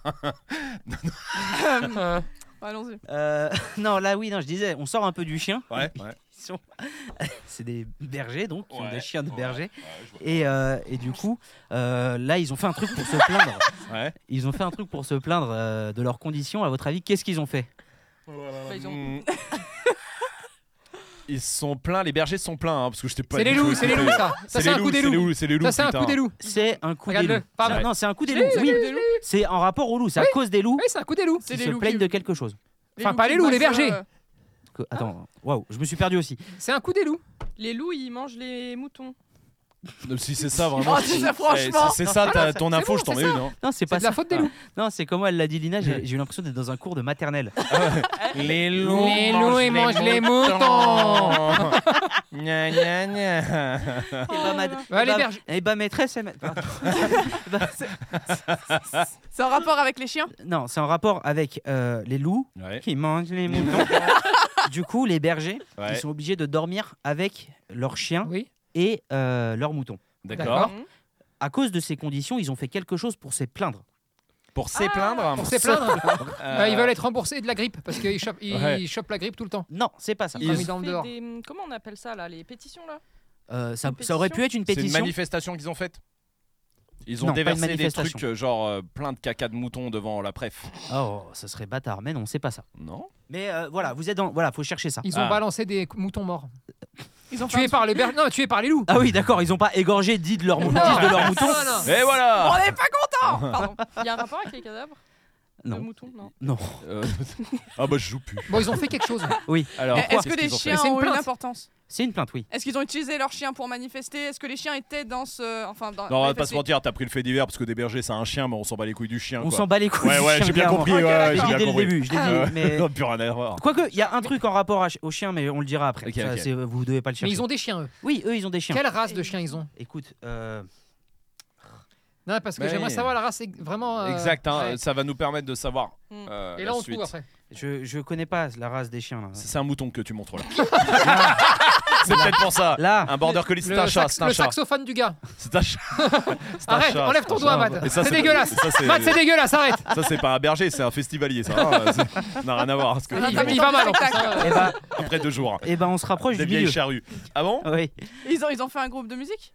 C: Euh,
D: Allons-y.
A: Euh, non, là, oui, non, je disais, on sort un peu du chien.
B: Ouais,
A: Ils sont- c'est des bergers, donc, qui ont
B: Ouais,
A: des chiens de
B: ouais.
A: bergers. Et, euh, et du coup, euh, là, ils ont fait un truc pour se plaindre.
B: ouais.
A: Ils ont fait un truc pour se plaindre euh, de leurs conditions. À votre avis, qu'est-ce qu'ils ont fait
H: Bah, ils ont-
B: Mm. Ils sont pleins, les bergers sont pleins, hein, parce que je t'ai pas
C: C'est les
B: dit que
C: loups,
B: je
C: c'est les
B: voulais
C: loups
B: te-
C: ça. Ça
B: C'est les
C: c'est un coup
B: loups,
C: des
B: c'est les
C: loups.
B: loups, c'est les loups.
C: Ça c'est un coup
B: putain.
C: des loups.
A: C'est un coup des
C: Regarde-le,
A: loups.
C: pardon.
A: C'est- Non, c'est un coup des
C: Oui,
A: loups.
C: c'est un
A: Oui,
C: coup des loups.
A: c'est en rapport aux loups. C'est
C: Oui.
A: à cause des loups
C: Oui, c'est un coup des loups.
D: C'est
A: qu'ils
D: les
A: se
D: loups
A: plaignent
D: qui-
A: de quelque chose.
C: Enfin,
D: loups
C: pas
D: qui
C: les loups, les
D: bossent,
C: bergers.
D: euh,
A: Que- Attends, waouh, je me suis perdu aussi.
C: C'est un coup des loups.
H: Les loups, ils mangent les moutons.
B: Si c'est ça, vraiment.
D: Oh, si ça,
B: Ouais,
D: franchement.
B: si C'est ça,
C: Ah,
B: ta-
C: non,
B: ton
C: c'est
B: info,
C: bon,
B: je t'en
C: c'est
B: mets
C: ça.
B: une. hein.
A: Non, c'est
C: C'est
A: pas
C: de la
A: ça.
C: faute des loups.
A: Non, c'est comment elle l'a dit, Lina. J'ai j'ai eu l'impression d'être dans un cours de maternelle.
B: Les
C: loups Les loups, ils mangent mangent les les moutons. moutons.
B: Gna, gna, gna.
A: Eh bah, mad-
C: Ouais,
A: eh
C: les
A: bah-
C: bergers.
A: eh bah, maîtresse, elle m'a- Pardon. Eh bah, c'est-
D: C'est en rapport avec les chiens
A: non, c'est en rapport avec euh, les loups
B: Ouais,
A: qui mangent les moutons. du coup, les bergers,
B: Ouais.
A: ils sont obligés de dormir avec leurs chiens
C: Oui.
A: et euh, leurs moutons. Ah,
B: d'accord.
H: Mhm.
A: À cause de ces conditions, ils ont fait quelque chose pour se plaindre.
B: Pour s'y
A: Ah,
B: plaindre.
C: Pour se plaindre.
B: euh,
A: Bah,
C: Euh, ils veulent être remboursés de la grippe parce qu'ils chopent, ils
B: Ouais.
C: chopent la grippe tout le temps.
A: Non, c'est pas ça. Ah,
C: Ils-
H: ont
C: dans le
H: fait
C: dehors.
H: des- hum, Comment on appelle ça là Les pétitions là
A: Euh, ça,
H: Une
A: ça aurait pu
H: pétition
A: être une
B: C'est une
A: pétition.
B: manifestation qu'ils ont faite. Ils ont
A: Non, pas une
B: déversé des
A: manifestation.
B: trucs euh, genre euh, plein de caca de mouton devant la préf.
A: Oh, ça serait bâtard, mais non, c'est pas ça.
B: Non
A: Mais euh, voilà, vous êtes dans. Voilà, faut chercher ça.
C: Ils ont
B: Ah.
C: balancé des moutons morts.
D: Ils ont fait
C: Tués par les bergers. Non, tués par les loups.
A: Ah oui, d'accord, ils ont pas égorgé 10 de leurs moutons. de leurs moutons.
C: Non, non.
B: Et
D: un- On
B: voilà
D: n'est pas Eh, content
H: Pardon. Il y a un rapport avec les cadavres
A: Non.
H: De moutons Non.
A: Non.
B: Euh, Ah bah je joue plus.
C: Bon, ils ont fait quelque chose.
B: Alors,
D: Eh, Est-ce que les
B: qu'est-ce qu'ils
D: chiens
C: fait C'est une
D: ont eu une
C: plainte.
D: importance
A: C'est une plainte, oui.
D: Est-ce qu'ils ont utilisé leurs chiens pour manifester Est-ce que les chiens étaient dans ce. Enfin, dans.
B: Non, on va pas se
D: manifester
B: mentir, t'as pris le fait divers parce que des bergers c'est un chien, mais on s'en bat les couilles du chien.
A: On
B: quoi.
A: s'en bat les couilles.
B: Ouais, ouais,
A: du
B: j'ai bien
A: chien,
B: compris.
A: clairement.
B: Ouais,
A: Je
B: ouais, j'ai
A: l'ai
B: bien
A: dit dès le
B: compris.
A: début, je l'ai
C: Ah
A: dit.
B: Euh,
A: mais-
B: Non, plus rien à voir.
A: Quoique, il y a un truc en rapport à ch- au chien, mais on le dira après.
B: Ok,
A: Ça,
B: ok.
A: c'est- Vous devez pas le chercher.
C: Mais ils ont des chiens, eux.
A: Oui, eux, ils ont des chiens.
C: Quelle race de chiens ils ont
A: Écoute, euh,
C: Non, parce que
B: Mais
C: j'aimerais
B: oui.
C: savoir la race ex- vraiment. euh,
B: Exact, hein,
C: ouais.
B: ça va nous permettre de savoir.
H: Mm.
B: euh,
C: Et
B: la
C: là, on hein.
B: suite.
C: trouve après.
A: je, je connais pas la race des chiens. Là,
B: C'est c'est un mouton que tu montres là. c'est peut-être pour ça.
A: Là,
B: Un border collie, c'est
C: Le
B: un chat,
C: sax-
B: c'est un
C: le
B: chat.
C: saxophone du gars.
B: C'est un chat. C'est un
C: Arrête,
B: chat,
C: enlève
B: c'est
C: ton
B: un
C: doigt,
B: chat.
C: Matt.
B: Et ça,
C: C'est dégueulasse.
B: Ça, c'est-
C: Matt, c'est dégueulasse, arrête.
B: ça, c'est pas un berger, c'est un festivalier, ça. hein, c'est- Ça n'a rien à voir. parce que
D: Il-
C: Il,
B: évidemment,
C: il va mal. en plus,
D: Spectacle.
C: hein.
A: eh ben,
B: après deux jours,
A: eh ben, on se rapproche
B: des
A: du
B: vieilles
A: milieu.
B: charrues. Ah bon
A: Oui.
D: Ils ont, ils ont fait un groupe de musique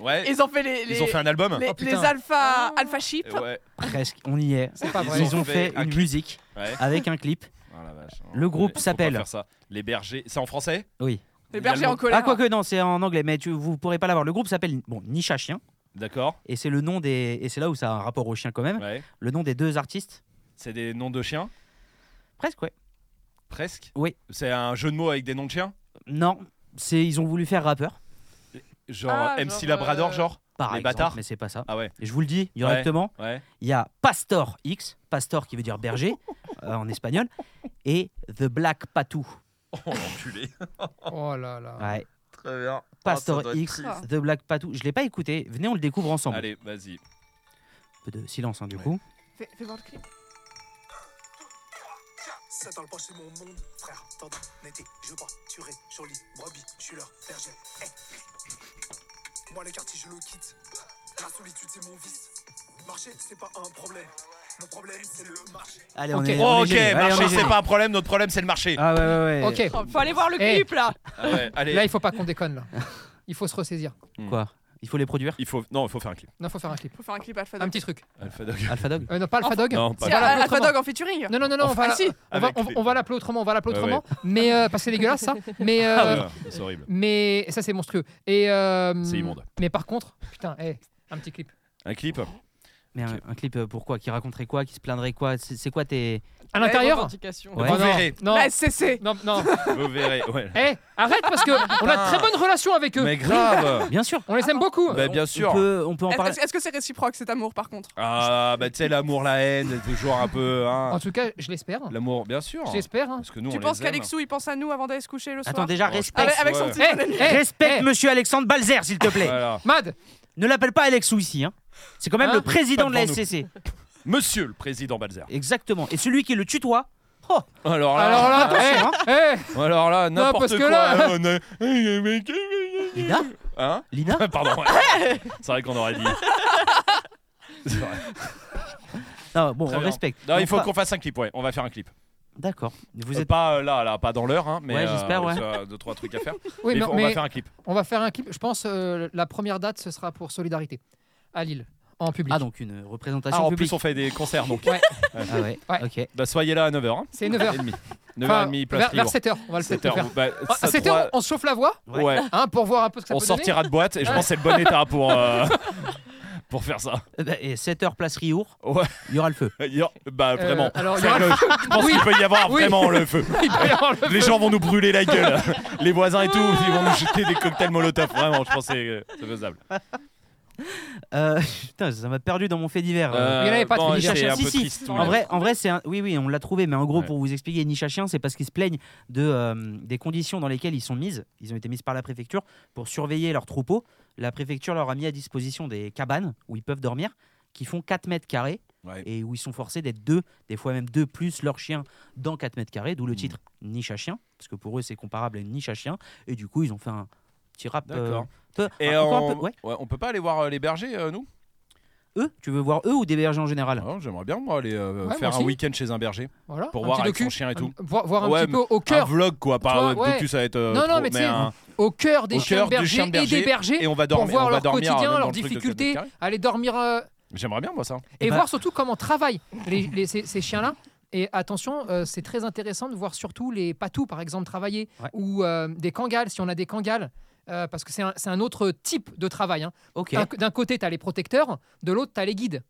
B: Ouais.
D: Ils ont fait les. les...
B: Ils ont fait un album. Eh
D: Les,
C: Oh,
D: les
C: putain.
D: alpha,
H: Ah.
D: alpha sheep.
B: Ouais.
A: Presque, on y est.
C: C'est pas
B: Ils
C: vrai.
A: Ils ont fait
B: un
A: une
B: clip.
A: musique
B: Ouais.
A: avec un clip.
B: Oh la vache.
A: Le groupe
B: Faut pas
A: s'appelle-
B: faire ça. Les bergers. C'est en français
A: Oui.
D: les bergers en colère.
A: Ah, quoique, non, c'est en anglais, mais tu, vous pourrez pas l'avoir. Le groupe s'appelle bon, Nicha Chien,
B: D'accord.
A: et c'est le nom des. Et c'est là où ça a un rapport au chien quand même.
B: Ouais.
A: Le nom des deux artistes.
B: C'est des noms de chiens
A: Presque, ouais.
B: Presque.
A: Oui.
B: C'est un jeu de mots avec des noms de chiens
A: Non, c'est ils ont voulu faire rappeur,
B: Genre
D: Ah,
B: MC
D: genre,
B: Labrador,
D: euh,
B: genre
A: par
B: Les
A: exemple,
B: bâtards.
A: mais c'est pas ça.
B: Ah ouais.
A: Et je vous le dis directement,
B: Ouais.
A: il y a Pastor X, Pastor qui veut dire berger euh, en espagnol, et The Black Patou.
B: Oh l'enculé.
C: Oh là là.
A: Ouais.
B: Ah, Très bien.
A: Pastor X,
D: triste.
A: The Black Patou. Je l'ai pas écouté. Venez, on le découvre ensemble.
B: Allez, vas-y.
A: Un peu de silence, hein, du
B: Ouais.
A: coup.
D: Fais, fais voir le clip.
G: Ça dans le passé mon monde, frère, tendre, n'était, je vois, tu restes, jolie, brebis, je suis leur berger. Eh. Moi, les quartiers, je le quitte. La solitude, c'est mon vice. Marcher, c'est pas un problème. Mon problème, c'est le marché.
A: Allez, on
C: Ok.
A: est. on est
B: Oh, ok,
A: gêné. Allez, on est
B: marché,
A: gêné.
B: c'est pas un problème, notre problème c'est le marché.
A: Ah ouais, ouais, ouais.
C: Ok.
H: Oh, Faut aller voir le
C: Eh.
H: clip là
B: Ah ouais, allez.
C: Là, il faut pas qu'on déconne. Là. Il faut se ressaisir.
B: Hmm.
A: Quoi Il faut les produire.
B: Il faut non, il faut faire un clip.
C: Non, faut faire un clip.
D: Faut faire un clip Alpha
C: Un
D: Dog.
C: petit truc.
B: Alpha Dog.
A: Alpha Dog.
C: Euh, non, pas Alpha Dog.
B: Non,
D: Si,
B: pas.
C: Voilà,
D: Al- Alpha
C: autrement.
D: Dog en featuring.
C: Non, non, non, non, on va,
D: Ah, si.
C: on va,
B: Avec
C: on,
B: les-
C: on va l'appeler autrement, on va l'appeler
B: Ouais,
C: autrement. Mais euh, parce que c'est dégueulasse ça. Mais euh,
B: Ah, c'est horrible.
C: mais ça c'est monstrueux. Et euh,
B: C'est immonde.
C: Mais par contre, putain, eh, un petit clip.
B: Un clip.
A: Mais un, un clip euh, pour quoi Qui raconterait quoi Qui se plaindrait quoi C'est c'est quoi tes.
C: À l'intérieur.
A: Ouais.
C: Oh,
B: Vous verrez.
C: non, non,
D: La SCC.
C: non, non.
B: Vous verrez. Ouais.
C: Eh, arrête parce que on a de très bonnes relations avec eux.
B: Mais grave.
A: Bien sûr
C: On les aime beaucoup.
B: Bah, bien
A: on
B: sûr.
A: peut, on peut en
D: Est-ce
A: parler.
D: est-ce- est-ce que c'est réciproque cet amour par contre
B: Ah bah tu sais l'amour, la haine, toujours un peu. Hein.
C: En tout cas, je l'espère.
B: L'amour, bien sûr.
C: J'espère. hein.
B: Parce que nous,
D: Tu
B: on
D: penses
B: les aime.
D: qu'Alexou il pense à nous avant d'aller se coucher le soir
A: Attends, déjà,
B: Oh, je
A: respecte.
D: Avec, avec son
B: Ouais.
D: petit
C: Eh,
D: bonnet.
C: eh,
A: Respecte
C: eh,
A: monsieur Alexandre Balzer, s'il te plaît.
B: Voilà.
C: Mad,
A: Ne l'appelle pas Alexou ici. Hein. C'est quand même
C: Hein
A: le président
B: Ah, Pas
A: de la
B: devant nous.
A: SCC.
B: Monsieur le président Balzer.
A: Exactement. Et celui qui le tutoie. Oh
B: Alors là,
C: alors là,
A: hein.
C: eh, eh,
B: alors là,
C: Non,
B: n'importe
C: parce que
B: quoi.
C: là-
B: On a-
A: Lina
B: Hein
A: Lina
B: Ah, Pardon. ouais. C'est vrai qu'on aurait dit. C'est vrai.
A: Non, bon,
B: Très
A: on
B: bien.
A: respecte.
B: Non,
A: On
B: il faut
A: fera-
B: qu'on fasse un clip, ouais. On va faire un clip.
A: D'accord. Vous
B: Euh,
A: êtes.
B: pas euh, là, là, pas dans l'heure, hein, mais
A: Ouais,
B: euh,
A: j'espère, ouais.
B: ça a deux trois trucs à faire. Mais
C: Oui, mais,
B: faut- on
C: mais
B: va faire un clip.
C: un clip. Je pense euh, la première date, ce sera pour Solidarité à Lille, en public.
A: Ah, donc une représentation
B: Ah, en
A: publique.
B: plus, on fait des concerts, donc.
C: Ouais.
A: Ah ouais.
C: Ouais.
A: Ok.
B: Bah, soyez là à 9h. Hein.
C: C'est 9h.
B: 9h30.
C: Enfin,
B: 9h30, place
C: vers, vers
B: libre.
C: 7h, on va le faire.
B: 7h. Bah,
C: Ah,
B: ça
C: 7h,
B: trois-
C: on se chauffe la voix
A: on-
B: Ouais.
C: hein, pour voir un peu ce que ça
B: On
C: peut
B: sortira de boîte et je pense que c'est le bon état pour, euh, pour faire ça.
A: Eh ben, Et 7h place Riour,
B: Ouais.
A: il y aura le feu.
B: Il y a- Bah,
C: donner. Euh,
B: vraiment.
C: alors, il y
B: Faire
C: aura-
B: le- Je pense
C: Oui.
B: qu'il peut y avoir
C: Oui.
B: vraiment le feu.
C: il peut y avoir le-
B: Les gens vont nous brûler la gueule. Les voisins et tout, ils vont nous jeter des cocktails molotov. Vraiment, je pense que c'est euh, c'est faisable.
A: Euh, putain, ça m'a perdu dans mon fait divers.
B: Euh,
C: il y en avait pas de
B: bon,
C: fini.
B: c'est un
A: Si,
B: peu
A: si.
B: triste. tout
A: En
B: même.
A: vrai, en vrai, c'est un... oui, oui, on l'a trouvé, mais en gros,
B: Ouais.
A: pour vous expliquer, Nicha Chien, c'est parce qu'ils se plaignent de, euh, des conditions dans lesquelles ils sont mises. Ils ont été mises par la préfecture pour surveiller leurs troupeaux. La préfecture leur a mis à disposition des cabanes où ils peuvent dormir, qui font 4 mètres carrés
B: Ouais.
A: et où ils sont forcés d'être deux, des fois même deux plus leurs chiens dans 4 mètres carrés, d'où le
B: Mm.
A: titre Niche à chien, parce que pour eux, c'est comparable à une niche à chien. Et du coup, ils ont fait un petit rap. euh,
B: D'accord.
A: peu-
B: Et
A: un- encore
B: on...
A: un peu- ouais.
B: ouais, on peut pas aller voir euh, les bergers, euh, nous
A: Eux, tu veux voir eux ou des bergers en général
B: Ah, J'aimerais bien moi aller euh,
C: Ouais, moi
B: faire un
C: aussi.
B: week-end chez un berger.
C: Voilà,
B: Pour
C: un
B: voir
C: petit
B: avec son
C: docu,
B: chien et tout.
C: un- voir, voir un
B: Ouais,
C: petit peu au
B: Un
C: cœur,
B: vlog quoi, pas
C: Toi,
B: euh,
C: ouais.
B: docu, ça va être. euh,
C: Non, non,
B: trop-
C: mais tu sais,
B: un-
C: au cœur des
B: au
C: chiens
B: cœur
C: bergers,
B: de chiens
C: et des
B: bergers,
C: bergers
B: et on va
C: pour
B: dormir, on
C: voir
B: va
C: leur
B: dormir
C: quotidien,
B: même dans
C: leurs
B: le truc de quatre
C: difficultés,
B: mètres carrés.
C: aller dormir euh,
B: J'aimerais bien moi ça.
C: et,
A: Eh ben-
C: voir surtout comment travaillent les, les- ces, ces chiens-là. Et attention, euh, c'est très intéressant de voir surtout les patous, par exemple, travailler,
A: Ouais.
C: ou euh, des cangales, si on a des cangales, euh, parce que c'est un, c'est un autre type de travail. hein.
A: Ok,
C: D'un- D'un côté, tu as les protecteurs, de l'autre, tu as les guides.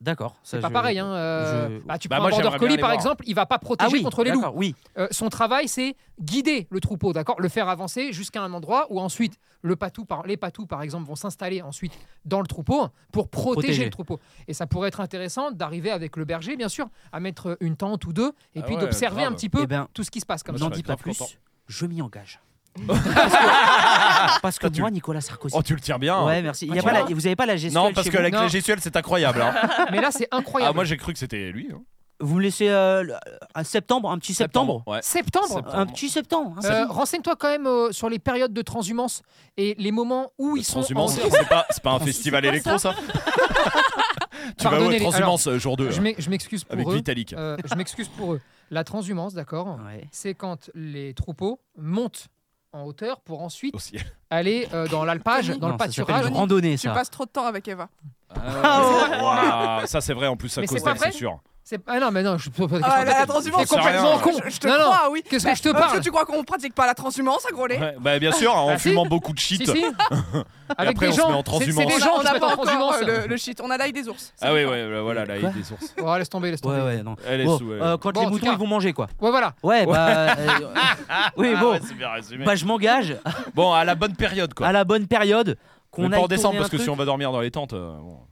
A: d'accord. ça,
C: C'est pas
A: je-
C: pareil. hein, euh,
A: je-
C: bah, tu
B: Bah,
C: prends
B: moi,
C: un border
B: j'aimerais bien
C: collie,
B: les
C: par
B: voir.
C: exemple, il va pas
A: Ah
C: protéger
A: oui,
C: contre les loups.
A: d'accord, Oui,
C: Euh, son travail, c'est guider le troupeau, d'accord Le faire avancer jusqu'à un endroit où ensuite le patou, par, les patous, par exemple, vont s'installer ensuite dans le troupeau pour protéger,
A: Protéger.
C: le troupeau. Et ça pourrait être intéressant d'arriver avec le berger, bien sûr, à mettre une tente ou deux et
B: Ah
C: puis
B: ouais,
C: d'observer
B: grave.
C: un petit peu
A: Eh ben,
C: tout ce qui se passe comme ça.
A: N'en
B: serais
A: dis pas
B: grave
A: plus,
B: content.
A: je m'y engage. parce que, parce que
B: Toi, tu-
A: moi, Nicolas Sarkozy.
B: Oh, tu le tiens bien. hein.
A: ouais, merci. Il y a
B: tu
A: pas la-
B: vois.
A: vous n'avez pas la gestuelle
B: Non, parce
A: chez
B: que
A: vous.
B: avec
C: Non.
B: la gestuelle, c'est incroyable. hein.
C: Mais là, c'est
B: Ah,
C: incroyable.
B: moi j'ai cru que c'était lui. hein.
A: Vous me laissez euh, le- un septembre, un petit septembre.
B: Ouais.
C: Septembre,
B: Septembre.
A: Un petit septembre.
C: euh,
A: hein.
C: renseigne-toi quand même euh, sur les périodes de transhumance et les moments où
B: Le
C: ils sont.
B: transhumance,
C: en-
B: c'est pas, c'est pas un festival électro ça Tu vas où
C: Pardonnez-les.
B: au transhumance euh, jour 2
C: Je m'ex- je m'excuse pour
B: avec
C: eux.
B: Vitalik.
C: Euh, je m'excuse pour eux. La transhumance, d'accord
B: oh.
A: Ouais.
C: c'est quand les troupeaux montent en hauteur pour ensuite
B: Au ciel.
C: aller euh, dans l'alpage, dans le
A: Non,
C: Ah,
A: ça s'appelle
C: pâturage.
A: une randonnée,
D: Tu
A: ça.
D: passes trop de temps avec Eva. Ah,
B: Ah, Waouh, ça c'est vrai en plus à
C: Mais
B: cause
C: c'est pas
B: d'elle, c'est
C: vrai
B: sûr.
C: C'est- Ah non, mais non, je pose pas de
D: Ah,
C: question.
D: la, la
B: transhumance,
D: transhumance,
C: T'es complètement
B: rien.
C: con.
D: Je, je te
C: hein. non, non.
D: crois, hein. oui.
C: Qu'est-ce
D: Mais
C: que je te
D: est-ce
C: parle
D: tu crois qu'on pratique pas la transhumance, à gros lait
B: Ouais, bah bien sûr, hein, en
C: Bah, si.
B: fumant beaucoup de shit.
C: Si, si. Avec
B: après,
C: des
B: on se
C: gens.
B: met en
C: c'est-
B: transhumance.
C: C'est
D: On
C: des
D: a-
C: gens
D: on
C: qui se
D: n'a
C: mettent en
D: pas encore
C: transhumance.
D: euh, le, le shit. On a l'ail des ours.
B: Ah oui, ouais, bah, voilà, là, il y a
A: Quoi
B: des sources.
C: Bon, laisse tomber, laisse
A: Ouais,
C: tomber. Ouais,
A: ouais, non.
B: Elle est
A: Bon,
B: sous. elle.
A: euh, quand
C: Bon, Ah, en
A: les
C: tout
A: moutons
C: cas-
A: ils vont manger quoi.
C: voilà.
A: Ouais, bah. euh, oui,
B: Ah
A: bon.
B: ouais, c'est bien résumé.
A: bah, je m'engage
B: Bon, à la bonne période quoi.
A: à la bonne période. Qu'on
B: Mais pas
A: aille
B: en décembre
A: tourner
B: parce
A: un
B: que si
A: truc.
B: on va dormir dans les tentes, euh, bon.
C: Enfin,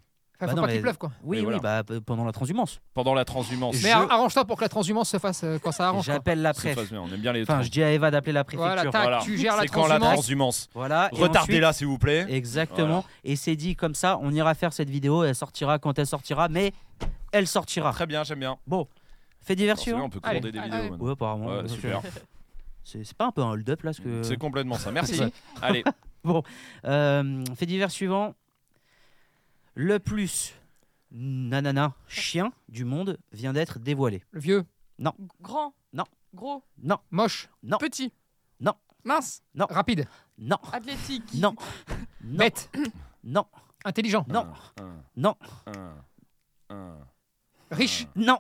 A: Bah
C: faut
A: non,
C: pas
A: mais-
C: qu'il pleuve, quoi.
A: Oui,
B: Mais
A: oui,
B: voilà.
A: bah, p- pendant la transhumance.
B: pendant la transhumance.
A: Je-
C: Mais ar- arrange-toi pour que la transhumance se fasse euh, quand ça arrange. quoi.
A: J'appelle la
B: Ça se
A: préf.
B: passe bien, on aime bien les
A: Enfin,
B: trans-
A: je dis à Eva d'appeler la préfecture.
C: Voilà, tac,
B: Voilà.
C: tu gères la
B: C'est quand la
C: transhumance.
B: transhumance.
A: Voilà, Ah, et
B: Retardez-la s'il vous plaît.
A: Exactement. Et c'est dit comme ça, on ira faire cette vidéo, elle sortira quand elle sortira, mais elle sortira.
B: Très bien, j'aime bien.
A: Fait
B: Forcément,
A: diversion
B: on peut
C: Allez,
B: commander des
D: allez.
B: vidéos. maintenant.
A: Ouais, apparemment.
B: Ouais,
A: Donc,
B: super.
A: C'est c'est pas un peu un hold-up là ce que...
B: C'est complètement ça. Merci.
C: Ouais.
B: Allez,
A: Euh, fait divers suivant. Le plus nanana chien du monde vient d'être dévoilé.
C: Le vieux,
D: Grand.
A: Non.
D: Gros.
A: Non,
C: moche,
D: Petit.
A: Non.
D: Mince.
A: non,
C: rapide,
A: non,
D: Athlétique.
A: non, non,
C: bête,
A: Non,
C: Intelligent.
A: non, non,
C: Riche.
A: non.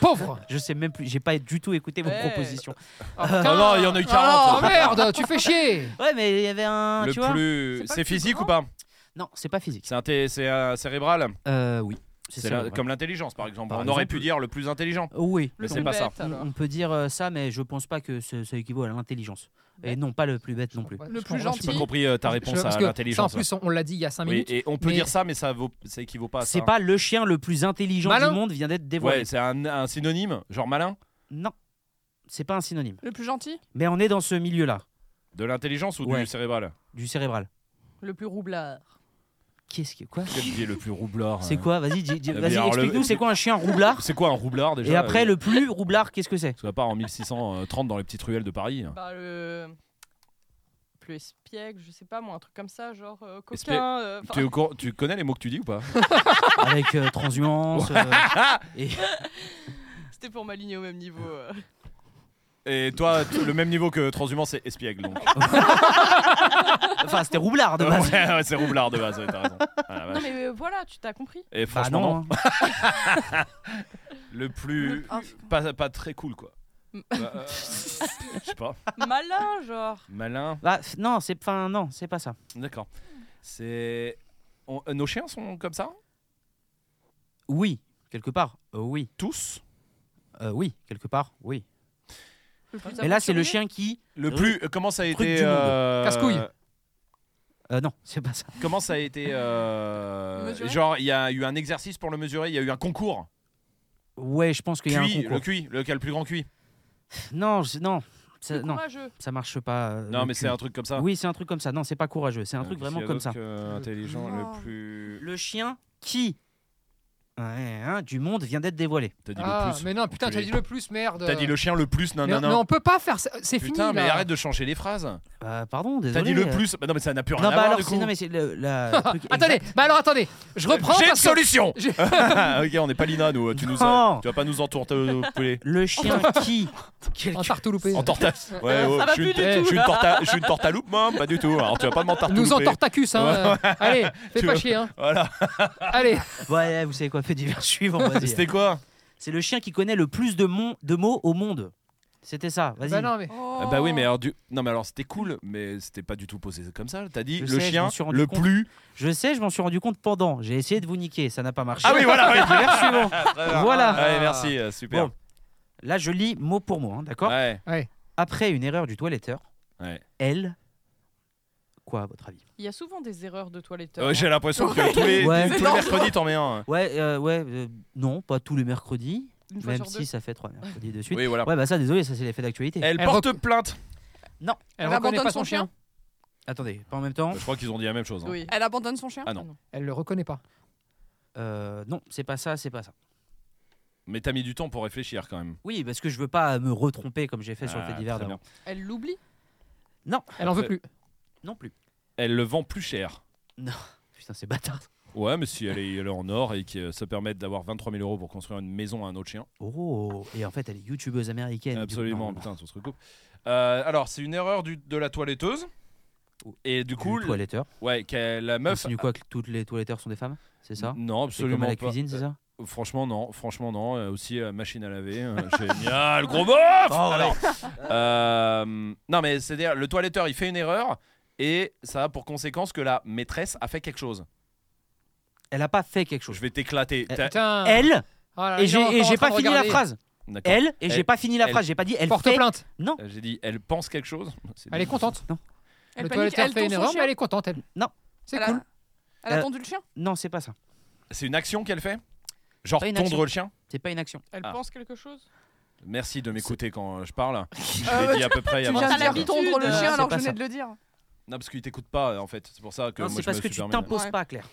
C: Pauvre.
A: Je sais même plus. J'ai pas du tout écouté vos
H: Ouais.
A: propositions.
C: Oh,
B: Non, non, il y en a eu 40.
C: Oh merde, tu fais chier.
A: Ouais, mais il y avait un.
B: Le
A: tu vois
B: plus.
D: C'est pas le
B: C'est
D: plus
B: physique
D: grand
B: ou pas
A: Non, c'est pas physique.
B: C'est un thé- c'est, euh, cérébral
A: Euh, oui. C'est
B: C'est
A: ça,
B: la-
A: ouais.
B: comme l'intelligence, par exemple.
A: Par
B: On aurait
A: exemple.
B: pu dire le plus intelligent.
A: Oui.
B: Mais
H: Le
B: c'est pas
H: bête,
B: ça.
A: On,
H: alors.
A: on peut dire euh, ça, mais je pense pas que ce- ça équivaut à l'intelligence. Et non pas le plus bête non plus.
C: Ouais,
D: Le
C: je
D: plus
C: comprends.
B: J'ai pas
D: Si.
B: compris euh, ta réponse
C: Je- parce
B: à
C: que
B: l'intelligence.
C: ça, En plus, on, on l'a dit il y a 5
B: Oui,
C: minutes.
B: et on peut
C: mais-
B: dire ça, mais ça vaut, ça équivaut pas à ça.
A: C'est pas le chien le plus intelligent
C: Malin
A: du monde vient d'être dévoilé.
B: Ouais, c'est un, un synonyme, genre malin,
A: Non, c'est pas un synonyme.
D: Le plus gentil
A: Mais on est dans ce milieu-là,
B: de l'intelligence ou
A: Ouais.
B: du cérébral
A: du cérébral.
H: Le plus roublard.
A: Qu'est-ce que quoi
B: Quel est le plus roublard
A: C'est
B: euh,
A: quoi Vas-y, dis- dis-
B: Mais
A: vas-y,
B: alors, le-
A: explique-nous. C'est quoi un chien roublard
B: C'est quoi un roublard déjà
A: Et après
B: euh,
A: le plus roublard, qu'est-ce que c'est
B: Parce qu'à part en 1630 dans les petites ruelles de Paris. hein.
H: Bah, le. Plus espiègle, je sais pas moi, un truc comme ça, genre euh,
B: Espie-
H: coquin. euh, enfin,
B: Tu, es au courant- tu connais les mots que tu dis ou pas
A: Avec euh, transhumance. euh, et...
H: C'était pour m'aligner au même niveau. euh.
B: Et toi, tu- le même niveau que transhumant, c'est espiègle. Donc.
A: Enfin, c'était roublard de
B: ouais,
A: base. Bah,
B: ouais, c'est roublard de base, ouais, t'as raison. Ah, la
H: Non,
B: vache.
H: mais euh, voilà, tu t'as compris.
B: Et
A: Bah
B: franchement,
A: non. hein.
B: le plus.
D: Ah,
B: Pas, pas très cool, quoi.
H: Mm.
B: Bah, euh, Je sais pas.
H: Malin, genre.
B: Malin.
A: Bah, f- non, c'est enfin, non, c'est pas ça.
B: D'accord. C'est. on- euh, Nos chiens sont comme ça
A: Oui, quelque part. euh, oui,
B: Tous
A: Euh, oui, quelque part. Oui.
H: Le plus
A: Mais là, c'est le
H: aventurier.
A: chien qui.
B: Le
A: Euh,
B: plus. euh, Comment ça a
A: truc
B: été.
A: du monde.
B: euh,
C: Casse-couille.
A: Euh, non, c'est pas ça.
B: Comment ça a été. euh,
D: Mesuré
B: Genre, il y a eu un exercice pour le mesurer, il y a eu un concours.
A: Ouais, je pense qu'il y a
B: Cuit,
A: un concours.
B: le cuit, lequel a le plus grand cuit.
A: Non, je- non, ça,
H: Le
A: non,
H: courageux.
A: ça marche pas. euh,
B: Non,
A: le
B: mais
A: cul.
B: c'est un truc comme ça.
A: Oui, c'est un truc comme ça. Non, c'est pas courageux. C'est un truc vraiment comme ça.
B: intelligent,
D: Non.
B: le plus.
A: Le chien qui Ouais, hein, du monde vient d'être dévoilé.
B: T'as dit
C: Ah,
B: le plus.
C: mais non, putain, t'as
B: enculé.
C: dit le plus, merde.
B: T'as dit le chien le plus,
C: Mais, mais
B: nanana.
C: on peut pas faire ça. C'est fini.
B: Putain, mais
C: là.
B: arrête de changer les phrases.
A: Euh, pardon, désolé.
B: T'as dit le
A: euh.
B: plus. Bah non, mais ça n'a plus
A: Non,
B: rien
A: bah
B: à voir
A: alors,
B: du
A: c'est-
B: coup.
A: non, mais c'est le, la- le truc
C: Attendez,
A: exact.
C: bah alors attendez, je reprends.
B: J'ai une
C: parce que-
B: solution. Ah,
C: J'ai-
B: ok, on n'est pas Lina, nous. Tu nous
A: Non.
B: as- tu vas pas nous entourter.
A: Le chien qui. Quelque-
C: En
B: En
C: tartouloupé.
B: tortas. Ouais, ouais,
H: Ça va
B: je suis
H: plus
B: une- eh,
H: du
B: je suis
H: tout,
B: une
H: là.
B: torta- je suis une tortaloupe, moi, pas du tout. Alors tu vas pas m'entartoulouper.
C: Nous en tortacus, hein. euh, Allez, fais
B: Tu
C: pas
B: veux-
C: chier, hein.
B: Voilà.
C: Allez,
A: Ouais, vous savez quoi, fait divers suivant. vas-y.
B: C'était quoi
A: C'est le chien qui connaît le plus de, mon- de mots au monde. C'était ça, vas-y.
C: bah non, mais.
B: Ah Bah oui, mais alors du. Non, mais alors c'était cool, mais c'était pas du tout posé comme ça. T'as dit
A: Je
B: le
A: sais, je
B: chien
A: m'en suis rendu
B: le
A: compte.
B: plus.
A: Je sais, je m'en suis rendu compte pendant. J'ai essayé de vous niquer, ça n'a pas marché.
B: Ah oui, voilà. oui.
A: Fait divers suivant. Voilà.
B: Allez, merci, euh, super.
A: Ah. Bon. Là, je lis mot pour mot, hein, d'accord
B: Ouais.
A: Après une erreur du toiletteur,
B: Ouais.
A: elle. Quoi, à votre avis
H: Il y a souvent des erreurs de toiletteur.
B: Euh, J'ai l'impression que tous les,
A: Ouais.
B: tous les mercredis, t'en mets un. hein.
A: Ouais, euh, ouais, euh, non, pas tous les mercredis,
H: Une fois
A: même
H: sur
A: si
H: deux.
A: ça fait trois mercredis de suite.
B: Oui, voilà.
A: Ouais, bah ça, désolé, ça c'est l'effet d'actualité.
B: Elle
C: Elle
B: porte
C: rec-
B: plainte.
C: Elle
D: Elle
C: reconnaît
D: abandonne
C: pas son
D: son
C: chien.
A: Attendez, pas en même temps.
B: Bah, je crois qu'ils ont dit la même chose. hein.
H: Oui.
D: Elle abandonne son chien
B: Ah.
C: Elle le reconnaît pas.
A: Euh, non, c'est pas ça, c'est pas ça.
B: Mais t'as mis du temps pour réfléchir quand même.
A: Oui, parce que je veux pas me retromper comme j'ai fait sur le
B: Ah,
A: fait divers
B: très
A: d'avant.
B: bien.
H: Elle l'oublie.
C: Elle en veut
B: Après-
C: plus.
A: Non plus.
B: Elle le vend plus cher.
A: Putain, c'est bâtard.
B: Ouais, mais si elle est, elle est en or et que ça permet d'avoir 23 000 euros pour construire une maison à un autre chien.
A: Oh, et en fait, elle est youtubeuse américaine. du coup.
B: Absolument,
A: Non, non.
B: putain, ça se recoupe. Euh, alors, c'est une erreur du- de la toiletteuse. Et du coup,
A: Du toiletteur.
B: ouais, qu'elle- la
A: Meuf.
B: meuf.
A: Insinue quoi que toutes les toiletteurs sont des femmes C'est ça
B: Non,
A: C'est comme
B: absolument
A: à la
B: pas.
A: cuisine, c'est ça
B: Euh, Franchement, non. Franchement, non. Euh, aussi, euh, machine à laver. euh, génial, gros meuf Alors, euh, Non, mais c'est-à-dire, le toiletteur, il fait une erreur et ça a pour conséquence que la maîtresse a fait quelque chose.
A: Elle a pas fait quelque
B: Je Ah,
A: chose.
B: vais t'éclater.
A: Euh,
B: T'as-
C: Putain.
A: Elle,
C: Oh là là,
A: et
C: il est encore
A: j'ai- et
C: en
A: j'ai
C: train
A: pas
C: de
A: fini la
C: regarder.
A: phrase.
B: D'accord.
A: Elle, et j'ai
B: Elle-
A: pas fini la
B: elle-
A: phrase. J'ai pas dit elle
C: Porte
A: fait.
C: plainte.
B: Euh, J'ai dit, elle pense quelque chose. C'est
C: Elle est contente.
D: Elle
C: le
D: panique,
C: toiletteur
D: elle
C: fait
D: tond
C: une
D: son
C: erreur, mais
D: chien.
C: elle est contente, elle.
A: Non.
C: C'est
D: Elle a-
C: cool.
D: Elle a
A: Euh,
D: tendu le chien
A: Non, c'est pas ça.
B: C'est une action qu'elle fait Genre
A: Pas une
B: tondre
A: action.
B: le chien
A: C'est pas une action.
H: Elle
B: Ah.
H: pense quelque chose.
B: Merci de m'écouter quand euh, je parle.
D: Ah
B: Je l'ai
D: ouais,
B: dit à peu près il y a
D: Tu
H: avant,
D: viens
H: c'est
D: de
H: la
D: faire
H: l'habitude,
D: tondre le
H: euh,
D: chien
A: c'est
D: alors que
A: pas
D: je venais
A: ça.
D: de le dire.
B: Non, parce qu'il t'écoute pas euh, en fait. C'est pour ça que
A: Non,
B: moi
A: c'est
B: je
A: parce
B: me
A: que
B: suis
A: tu
B: permis de-
A: t'imposes
D: Ouais.
A: pas, Claire.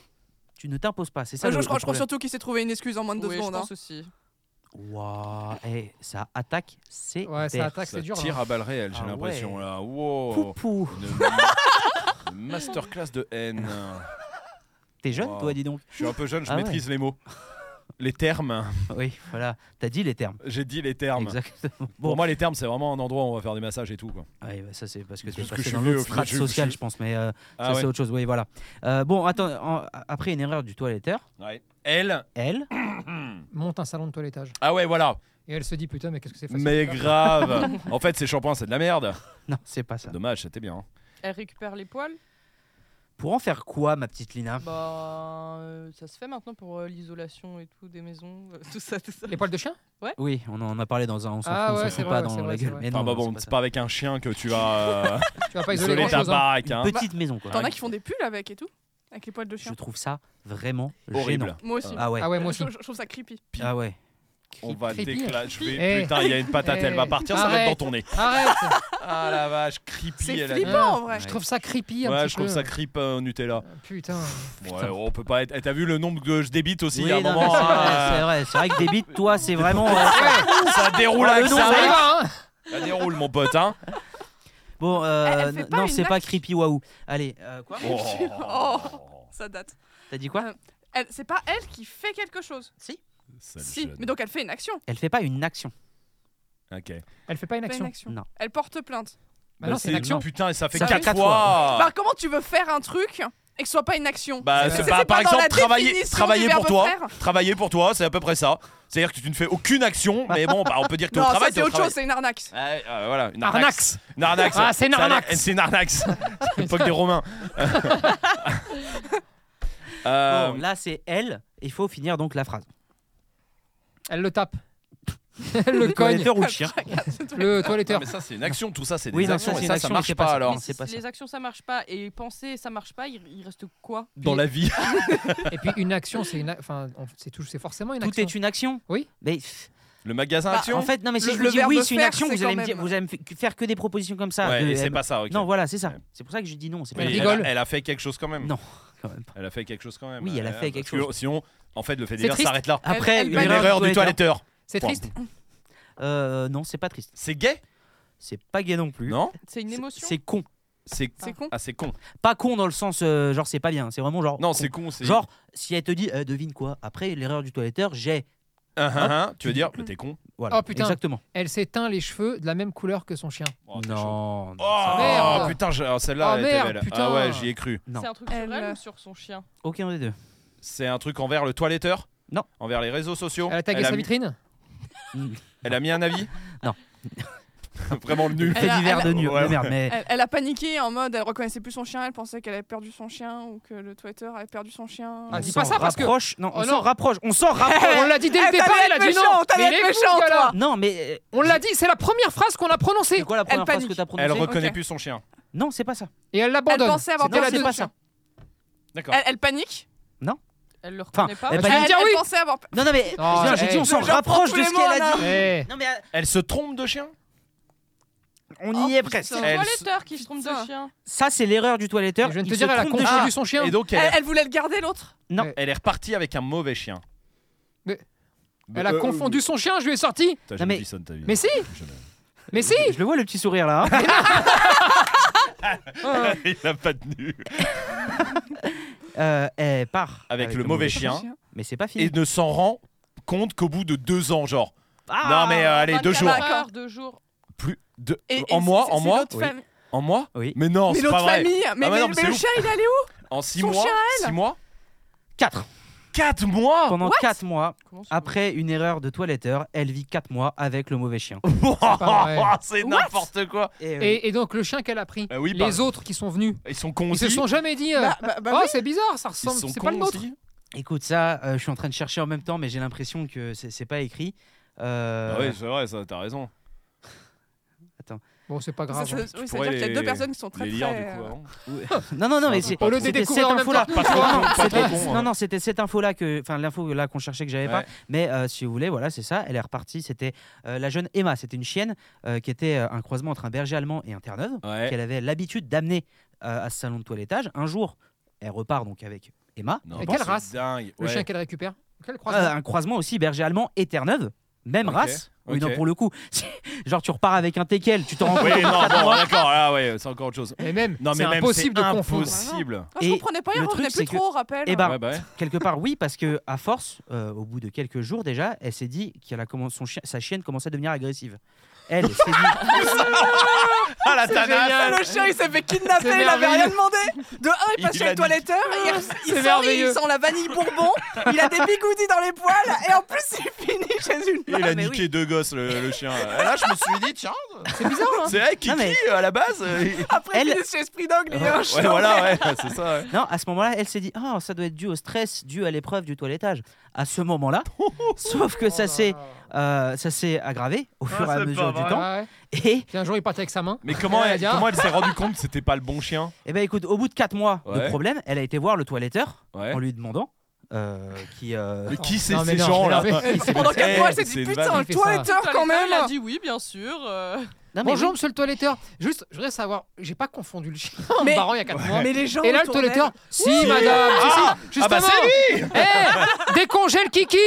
A: Tu ne t'imposes pas, c'est ça.
D: Ah, je,
A: le,
D: je crois,
A: le
D: je crois
A: problème.
D: surtout qu'il s'est trouvé une excuse en moins de deux
H: Oui,
D: secondes.
H: je
D: hein.
H: pense aussi.
A: Waouh, eh, ça attaque, c'est
C: Ouais, ça
A: vert.
C: attaque,
B: Ça
C: c'est dur.
B: tire
C: hein.
B: à balles réelles, j'ai
A: Ah
B: l'impression
A: ouais.
B: là. Wow.
A: Poupou.
B: Une une masterclass de haine.
A: T'es jeune,
B: Waouh.
A: toi, dis donc.
B: Je suis un peu jeune, je
A: Ah ouais.
B: maîtrise les mots. Les termes.
A: Oui, voilà. T'as dit les termes.
B: J'ai dit les termes.
A: Exactement.
B: Pour
A: Bon,
B: moi, les termes, c'est vraiment un endroit où on va faire des massages et tout. Quoi.
A: Ouais, bah, ça c'est parce que
B: Parce
A: c'est
B: que
A: passé
B: je suis
A: dans
B: vieux,
A: l'autre
B: au fait,
A: strate
B: je- je-
A: sociale, je pense. Mais euh,
B: Ah
A: ça
B: ouais.
A: c'est autre chose. Oui, voilà. Euh, bon, attends. en- après une erreur du toiletteur,
B: Ouais. Elle.
A: elle.
C: monte un salon de toilettage.
B: Ah ouais, voilà.
C: Et elle se dit putain, mais qu'est-ce que c'est facile.
B: Mais grave. en fait, ces shampoings, c'est de la merde.
A: Non, c'est pas ça.
B: Dommage, c'était bien. hein.
H: Elle récupère les poils
A: Pour en faire quoi, ma petite Lina
H: Bah, euh, ça se fait maintenant pour euh, l'isolation et tout des maisons, euh, tout ça, tout ça.
C: Les poils de chien
A: Oui, on en a parlé dans un. On s'en
C: Ah
A: fout, on
C: ouais,
A: s'en
C: c'est
A: fout
C: vrai,
A: pas
C: ouais, c'est
A: dans la
C: vrai,
A: gueule.
C: c'est
A: Mais
B: Enfin,
A: non,
B: bah
A: non,
B: bon,
A: pas
B: c'est
A: ça.
B: pas avec un chien que tu vas euh,
C: Tu vas pas isoler
B: isoler
C: les
B: ta
C: choses. hein.
B: baraque. hein.
A: Une petite maison, quoi.
B: Ouais.
D: T'en as qui font des pulls avec et tout Avec les poils de
A: Je
D: chien.
A: trouve ça vraiment
B: Horrible.
A: gênant.
D: Moi aussi.
A: Ah ouais.
C: Ah ouais, moi
D: je,
C: aussi.
D: je- je trouve ça creepy.
A: Ah ouais.
B: On va
C: Creepy.
B: déclarer. Je vais...
C: Eh.
B: Putain, il y a une patate, elle va
C: Eh.
B: partir, ça va être
C: Arrête.
B: dans ton nez.
C: Arrête
B: Ah la vache, creepy.
D: C'est
B: elle a-
D: flippant
C: Ah.
D: en vrai.
C: Je trouve ça creepy un
B: Ouais,
C: petit
B: je trouve
C: peu.
B: ça creep euh, Nutella.
C: Putain.
B: Ouais, on peut pas être. eh, T'as vu le nombre que je débite aussi
A: Oui,
B: à un
A: non, mais
B: moment
A: c'est vrai,
B: hein,
A: c'est vrai, c'est vrai que des bites, toi, c'est vraiment. euh,
B: Ça déroule
A: Ah, le
B: avec
A: nom,
B: ça.
A: ça
C: Ça y
B: va.
C: va, hein
B: Ça déroule, mon pote, hein.
A: Bon, euh,
D: Elle- elle fait
A: n-
D: pas
A: non,
D: une
A: c'est
D: laque.
A: pas creepy, waouh. Allez, euh, quoi
B: Oh.
D: Oh. Ça date.
A: T'as dit quoi
D: Euh, Elle- C'est pas elle qui fait quelque chose.
B: Sale
D: si,
B: jeune.
D: mais donc elle fait une action.
A: Elle fait pas une action.
B: Ok.
C: Elle fait pas une
D: Elle fait
C: action.
D: une action.
A: Non.
D: Elle porte plainte.
C: Bah non, c'est une action.
B: Putain, et ça fait
A: Ça fait
B: 4
A: quatre
B: fois.
D: Bah, comment tu veux faire un truc et que ce soit pas une action
B: Ah. Bah,
C: C'est
B: c'est
C: ça.
B: pas- par
D: C'est pas dans
B: exemple,
D: la
B: travailler,
D: définition
B: travailler
D: du
B: pour
D: verbe
B: toi.
D: faire.
B: Travailler pour toi, c'est à peu près ça. C'est-à-dire que tu ne fais aucune action, mais bon, bah, on peut dire que t'es au
D: Non, ça
B: travail,
D: c'est
B: t'es au
D: autre
B: travail.
D: chose, c'est une arnaque.
B: Ouais, euh, voilà, une arnaque.
C: Arnax
B: Une arnaque.
C: Ah, c'est une
B: Ça,
C: arnaque.
B: C'est une arnaque. C'est L'époque des Romains. Euh,
A: Bon, là, c'est elle. Il faut finir donc la phrase.
C: Elle le tape. Elle le cogne.
A: Toiletteur ou le chien
C: Le
B: non,
C: toiletteur.
B: mais ça, c'est une action. Tout ça, c'est des
A: Oui, non,
B: actions.
A: ça,
B: et
A: c'est
B: ça,
A: une
B: ça
A: action,
B: marche
A: c'est
B: pas,
A: pas ça.
B: alors.
H: Mais
A: c'est
H: si
A: pas ça.
H: les actions ça marche pas et penser ça marche pas, il, il reste quoi
B: Dans la vie.
C: Et puis une action, c'est une. a- Enfin, on- c'est tout- c'est forcément une
A: Tout
C: action.
A: est une action
C: Oui.
A: Mais pff,
B: Le magasin
D: Bah,
B: action
A: en fait, non, mais si
D: Le-
A: je
D: le
A: vous dis
D: verbe
A: oui, c'est une
D: faire,
A: action,
D: c'est
A: vous allez,
D: quand
A: me dire-
D: même.
A: vous allez me f- faire que des propositions comme ça.
B: Ouais,
A: de-
B: et c'est
A: euh,
B: pas ça, ok.
A: Non, voilà, c'est ça.
B: Ouais.
A: C'est pour ça que je dis non. C'est pas
B: Mais
C: Elle
B: elle,
C: rigole.
B: a, elle a fait quelque chose quand même.
A: Non, quand même pas.
B: Elle a fait quelque chose quand même. Euh,
A: Oui, elle a fait
B: parce
A: quelque
B: que
A: chose.
B: Sinon, en fait, le fait
C: C'est
B: divers
C: triste.
B: s'arrête là.
A: Après,
D: elle
A: une
D: bannit.
B: Une erreur du
A: toiletteur.
B: toiletteur.
C: C'est
B: Point.
C: triste.
A: Euh, non, c'est pas triste.
B: C'est gay
A: C'est pas gay non plus.
B: Non
H: C'est une
A: C'est-
H: émotion.
A: C'est con.
B: C'est
D: C'est con.
B: ah, c'est con.
A: Pas con dans le sens euh, genre c'est pas bien. C'est vraiment genre.
B: Non,
A: con.
B: c'est con. c'est-
A: Genre, si elle te dit, euh, devine quoi Après l'erreur du toiletteur, j'ai.
B: Hein, hein, hein, tu veux dire, mais t'es con.
A: Voilà.
C: Oh, putain.
A: Exactement.
C: Elle s'est teint les cheveux de la même couleur que son chien.
B: Oh, t'es chaud.
A: non. non,
B: Oh,
A: ça va.
C: Merde.
B: putain, j'ai- alors, celle-là,
C: Oh,
B: elle était
C: merde,
B: belle. Ah
C: putain.
B: ouais, j'y ai cru.
A: Non.
H: C'est un truc sur
D: Elle,
H: elle,
D: euh,
H: ou sur son chien
A: Aucun des deux.
B: C'est un truc envers le toiletteur
A: Non.
B: Envers les réseaux sociaux
C: Elle a tagué sa
B: mis,
C: vitrine
B: elle a mis un avis
A: Non.
B: Vraiment Oh, le nul.
A: Fait
D: Elle a-
A: divers
D: elle
A: de nu-
B: Ouais.
A: de merde. Mais
D: Elle, elle a paniqué en mode elle reconnaissait plus son chien, elle pensait qu'elle avait perdu son chien ou que le Twitter avait perdu son chien.
C: Ah,
A: on
C: dis
A: s'en
C: pas ça parce que-
A: rapproche. Non,
C: Oh,
A: on
C: non.
A: s'en rapproche. On s'en rapproche.
C: On l'a dit dès le
D: Eh,
C: départ,
D: t'allais
C: elle a
D: être
C: dit non
D: méchant, t'allais
C: Mais
D: être
C: il est fou,
D: méchant,
C: ce gars-là.
D: toi.
A: Non, mais. euh,
C: On l'a dit, c'est la première phrase qu'on a
A: C'est
C: prononcée
A: quoi la première phrase
D: panique.
A: que t'as
B: Elle
A: prononcée
B: reconnaît
D: ok.
B: plus son chien.
A: Non, c'est pas ça.
C: Et elle
D: Elle
C: l'abandonne.
D: pensait avoir
A: C'est- non,
D: perdu
A: c'est
D: son
A: pas
D: chien.
B: D'accord.
D: Elle, elle panique.
H: Elle le
A: Enfin,
H: reconnaît pas.
A: elle
C: Bah,
D: Elle,
C: tu me
A: panique.
C: dis
D: elle
C: oui.
D: pensait avoir. per-
A: Non, non, mais.
C: Oh,
A: J'ai dit,
C: hey.
A: on s'en
D: Je reprends
A: rapproche
D: tous
A: de
D: les
A: ce qu'elle a
D: mots,
A: dit.
C: Eh,
A: Non, mais euh,
B: Elle se trompe de chien
A: on
H: Oh,
A: y est presque.
H: C'est un
B: Elle s-
H: toiletteur qui se trompe de
D: Putain.
H: chien.
A: Ça, c'est l'erreur du toiletteur.
C: Je viens de
A: Il
C: te
A: se
C: dire, elle a
A: trompe de
C: confondu
A: chien.
C: son chien.
B: Et donc, elle,
D: Elle, elle voulait le garder l'autre.
B: elle est repartie avec un mauvais chien.
C: Mais- Elle
B: euh,
C: a confondu son chien, je lui ai sorti.
B: Putain,
A: Non,
B: jamais
A: mais-
B: dit ça de ta vie.
C: Mais si
B: Jamais.
C: Mais Ah, si
A: Je le vois le petit sourire là. hein.
B: Il a pas tenu.
A: Euh, elle part.
B: Avec, le, mauvais chien.
A: Mais c'est pas fini.
B: Et ne s'en rend compte qu'au bout de deux ans, genre.
A: Ah
B: non, mais euh, allez, deux
H: 24
B: jours.
H: heures, deux jours.
B: Plus de...
D: Et- et
B: en mois,
D: c'est-
B: en
D: c'est
B: mois,
D: l'autre
A: Oui.
D: famille.
B: en mois.
A: Oui.
B: Mais non,
D: mais
B: c'est pas
D: l'autre
B: vrai.
D: famille. Mais,
B: mais non,
D: mais-
B: mais c'est
D: mais le
B: ouf.
D: chien, il est allé où
B: En six
D: Son
B: mois,
D: chien,
B: six mois,
A: 4.
B: quatre mois.
A: Pendant 4 mois,
H: Comment ça
A: après une erreur de toiletteur, elle vit 4 mois avec le mauvais
B: Oh.
A: chien.
C: pas vrai.
B: c'est n'importe quoi.
E: euh,
C: Et, et donc, le chien qu'elle a pris,
B: Bah oui,
C: les
B: pardon.
C: autres qui sont venus,
B: Ils sont cons
C: ils se
B: aussi.
C: sont jamais dit euh,
D: Bah, bah, bah
C: Oh,
D: oui.
C: c'est bizarre, ça
B: Ils
C: ressemble,
B: sont
C: c'est
B: cons
C: pas le nôtre.
B: aussi.
A: Écoute, ça, euh, je suis en train de chercher en même temps, mais j'ai l'impression que c'est c'est pas écrit. Euh,
B: Ah ouais, c'est vrai, ça, t'as raison.
C: Bon, c'est pas
D: Ça,
C: grave.
D: ça-
C: hein.
D: oui, ça veut
B: pourrais
D: dire qu'il y a
B: les-
D: deux personnes qui sont très
B: les lire,
D: très.
B: du coup,
D: euh,
B: avant.
A: Non, non, non, mais c'est.
B: Au lieu de
A: c'était cette
C: découvrir en même
A: info-là.
C: temps,
B: Pas trop con, pas
A: C'était-
B: trop con.
A: Non,
B: hein.
A: non, c'était cette info-là que. Enfin, l'info là qu'on cherchait que j'avais
B: Ouais.
A: pas. Mais euh, si vous voulez, voilà, c'est ça. Elle est repartie. C'était euh, la jeune Emma. C'était une chienne euh, qui était euh, un croisement entre un berger allemand et un terre-neuve.
B: Ouais.
A: qu'elle avait l'habitude d'amener euh, à ce salon de toilettage. Un jour, elle repart donc avec Emma.
B: Non,
C: Mais
B: bah,
C: quelle
B: c'est
C: race
B: dingue.
C: Le
B: ouais.
C: chien qu'elle récupère. Quel
A: Euh,
C: croisement
A: un croisement aussi berger allemand et Terre-Neuve. Même
I: Ok,
A: race Oui,
I: ok.
A: non, pour le coup. Genre, tu repars avec un teckel, tu t'en rends compte.
I: Oui, non, bon, d'accord, là, ouais, c'est encore autre chose.
C: Mais même,
I: Non,
C: c'est
I: mais même,
C: impossible
I: c'est
C: de confondre.
I: impossible.
D: Ah, je
A: Et
D: comprenais pas, il
A: le
D: revenait
A: truc,
D: plus
A: c'est que-
D: trop au rappel.
A: Eh ben,
I: Ouais, bah ouais.
A: Quelque part, oui, parce que à force, euh, au bout de quelques jours déjà, elle s'est dit qu'elle a commen- son chien- sa chienne commençait à devenir agressive. Elle, elle s'est dit.
B: Ah la tanasse
D: le chien il s'est fait kidnapper,
C: C'est
D: il avait rien
C: merveilleux.
D: demandé. De un, il passe
B: Il
D: chez
B: l'a niqué.
D: le toiletteur, il, il
C: C'est
D: sort,
C: merveilleux.
D: il sent la vanille bourbon, il a des bigoudis dans les poils, et en plus il finit chez une
B: Il a
D: femme. Mais oui.
B: niqué deux gosses le, le chien. là. Là, je me suis dit, tiens,
C: C'est bizarre, hein
B: c'est vrai, Kiki
A: Non, mais-
B: à la base. euh, il-
D: Après,
A: Elle-
D: il finit chez Esprit d'Angle, il est un
B: Ouais,
D: chien.
B: voilà, ouais, c'est ça. ouais.
A: Non, à ce moment-là, elle s'est dit Ah, ça doit être dû au stress, dû à l'épreuve du toilettage. À ce moment-là,
I: Oh
A: sauf que ça s'est euh, ça s'est aggravé au fur et à
I: Ah, c'est
A: mesure
I: pas
A: du
I: vrai.
A: temps.
C: Ah ouais.
A: Et,
C: Puis un jour, il partait avec sa main.
I: Mais comment
C: Elle a
I: elle,
C: dit, ah.
I: comment elle s'est rendue compte que c'était pas le bon chien
A: eh ben, écoute, au bout de 4 mois de
I: Ouais.
A: problème, elle a été voir le toiletteur
I: Ouais.
A: en lui demandant euh, qui. euh,
I: Mais qui c'est
C: Non, mais
I: ces
C: non,
I: gens là
C: mais non, mais-
D: Pendant 4
I: Eh,
D: mois, elle s'est
I: c'est
D: dit
I: une
D: putain,
I: vanne.
D: le
C: Il fait ça.
D: toiletteur quand même.
H: Il a dit oui, bien sûr. euh.
A: Non, Ah, mais
C: Bonjour,
A: oui.
C: monsieur le toiletteur. Juste, je voudrais savoir, j'ai pas confondu le chien en
D: Mais-
C: me barrant il y a 4 mois.
D: Mais les gens.
C: Et là, le
D: autour d'elle-
C: toiletteur, si, madame, si, si, justement.
B: Ah bah c'est lui
C: Eh, décongèle Kiki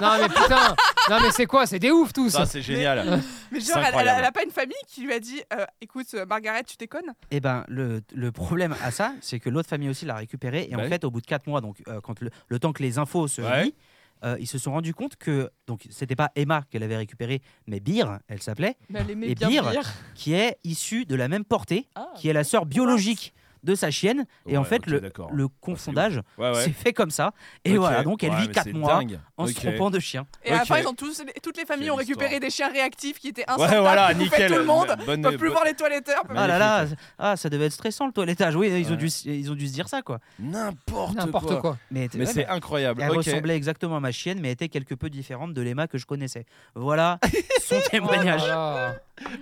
C: Non, mais putain, non, mais c'est quoi C'est des oufs tous
I: Ah,
B: Ça, c'est génial.
D: Mais
B: C'est
D: genre, elle- elle,
B: incroyable.
D: elle a pas une famille qui lui a dit euh, écoute, euh, Margaret, tu déconnes
A: Eh ben, le, le problème à ça, c'est que l'autre famille aussi l'a récupéré. Et en
I: Ouais.
A: fait, au bout de 4 mois, donc euh, quand le, le temps que les infos se
I: Ouais.
A: lient, euh, ils se sont rendus compte que donc c'était pas Emma qu'elle avait récupérée, mais Bir, elle s'appelait,
H: Mais elle aimait
A: Et
H: bien
A: Beer.
H: Beer.
A: qui est issue de la même portée,
H: Ah,
A: qui est la sœur biologique de sa chienne. Et en
I: Ouais,
A: fait,
I: ok,
A: le,
I: d'accord.
A: le confondage,
I: Ouais, ouais.
A: c'est fait comme ça. Et
I: Ok.
A: voilà, donc elle
I: Ouais,
A: vit
I: mais
A: 4
I: c'est
A: mois
I: dingue.
A: en
I: Ok.
A: se trompant de chien.
D: Et
I: Ok.
D: après, ils ont tous, toutes les familles
I: Quelle
D: ont récupéré
I: histoire.
D: des chiens réactifs qui étaient insortables,
I: Ouais, voilà,
D: qui bouffaient
I: nickel.
D: tout le monde.
I: Bonne-
D: Ils peuvent plus
I: bonne-
D: voir les toiletteurs.
I: Ouais.
A: Ah là là,
I: Magnifique.
A: ah, ça devait être stressant le toilettage. Oui, ils,
I: Ouais.
A: ont dû, s- ils ont dû se dire ça, quoi.
I: N'importe
C: N'importe quoi.
A: Mais,
I: Mais c'est
C: Ah bah,
I: incroyable.
A: Elle
I: ok.
A: ressemblait exactement à ma chienne, mais était quelque peu différente de l'Emma que je connaissais. Voilà son
C: Oh
A: témoignage.
C: Voilà.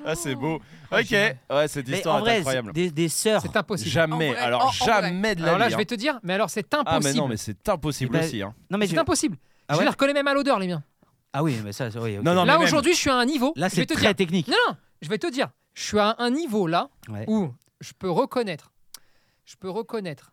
I: Ah, c'est beau.
C: Ah,
I: Ok.
C: génial.
I: Ouais, cette
A: mais
I: histoire
A: en
I: est
A: vrai,
I: incroyable.
A: c'est des, des sœurs.
C: C'est impossible.
I: Jamais,
D: En vrai, en-
I: alors
D: en
I: jamais de la
C: Alors là,
I: vie,
C: je
I: hein.
C: vais te dire, mais alors c'est
I: Ah, mais
C: impossible.
I: non, mais c'est impossible
A: Et ben-
I: aussi. hein.
A: Non mais
C: C'est
A: je-
C: impossible.
A: Ah
C: Je
A: ouais
C: les reconnais même à l'odeur, les miens.
A: Ah oui, mais ça, c'est- oui, ok.
I: Non, non, mais
C: là,
I: même-
C: aujourd'hui, je suis à un niveau.
A: Là,
C: je vais
A: c'est
C: te
A: très
C: dire.
A: technique.
C: Non, non, je vais te dire. Je suis à un niveau là
A: Ouais.
C: où je peux reconnaître. Je peux reconnaître.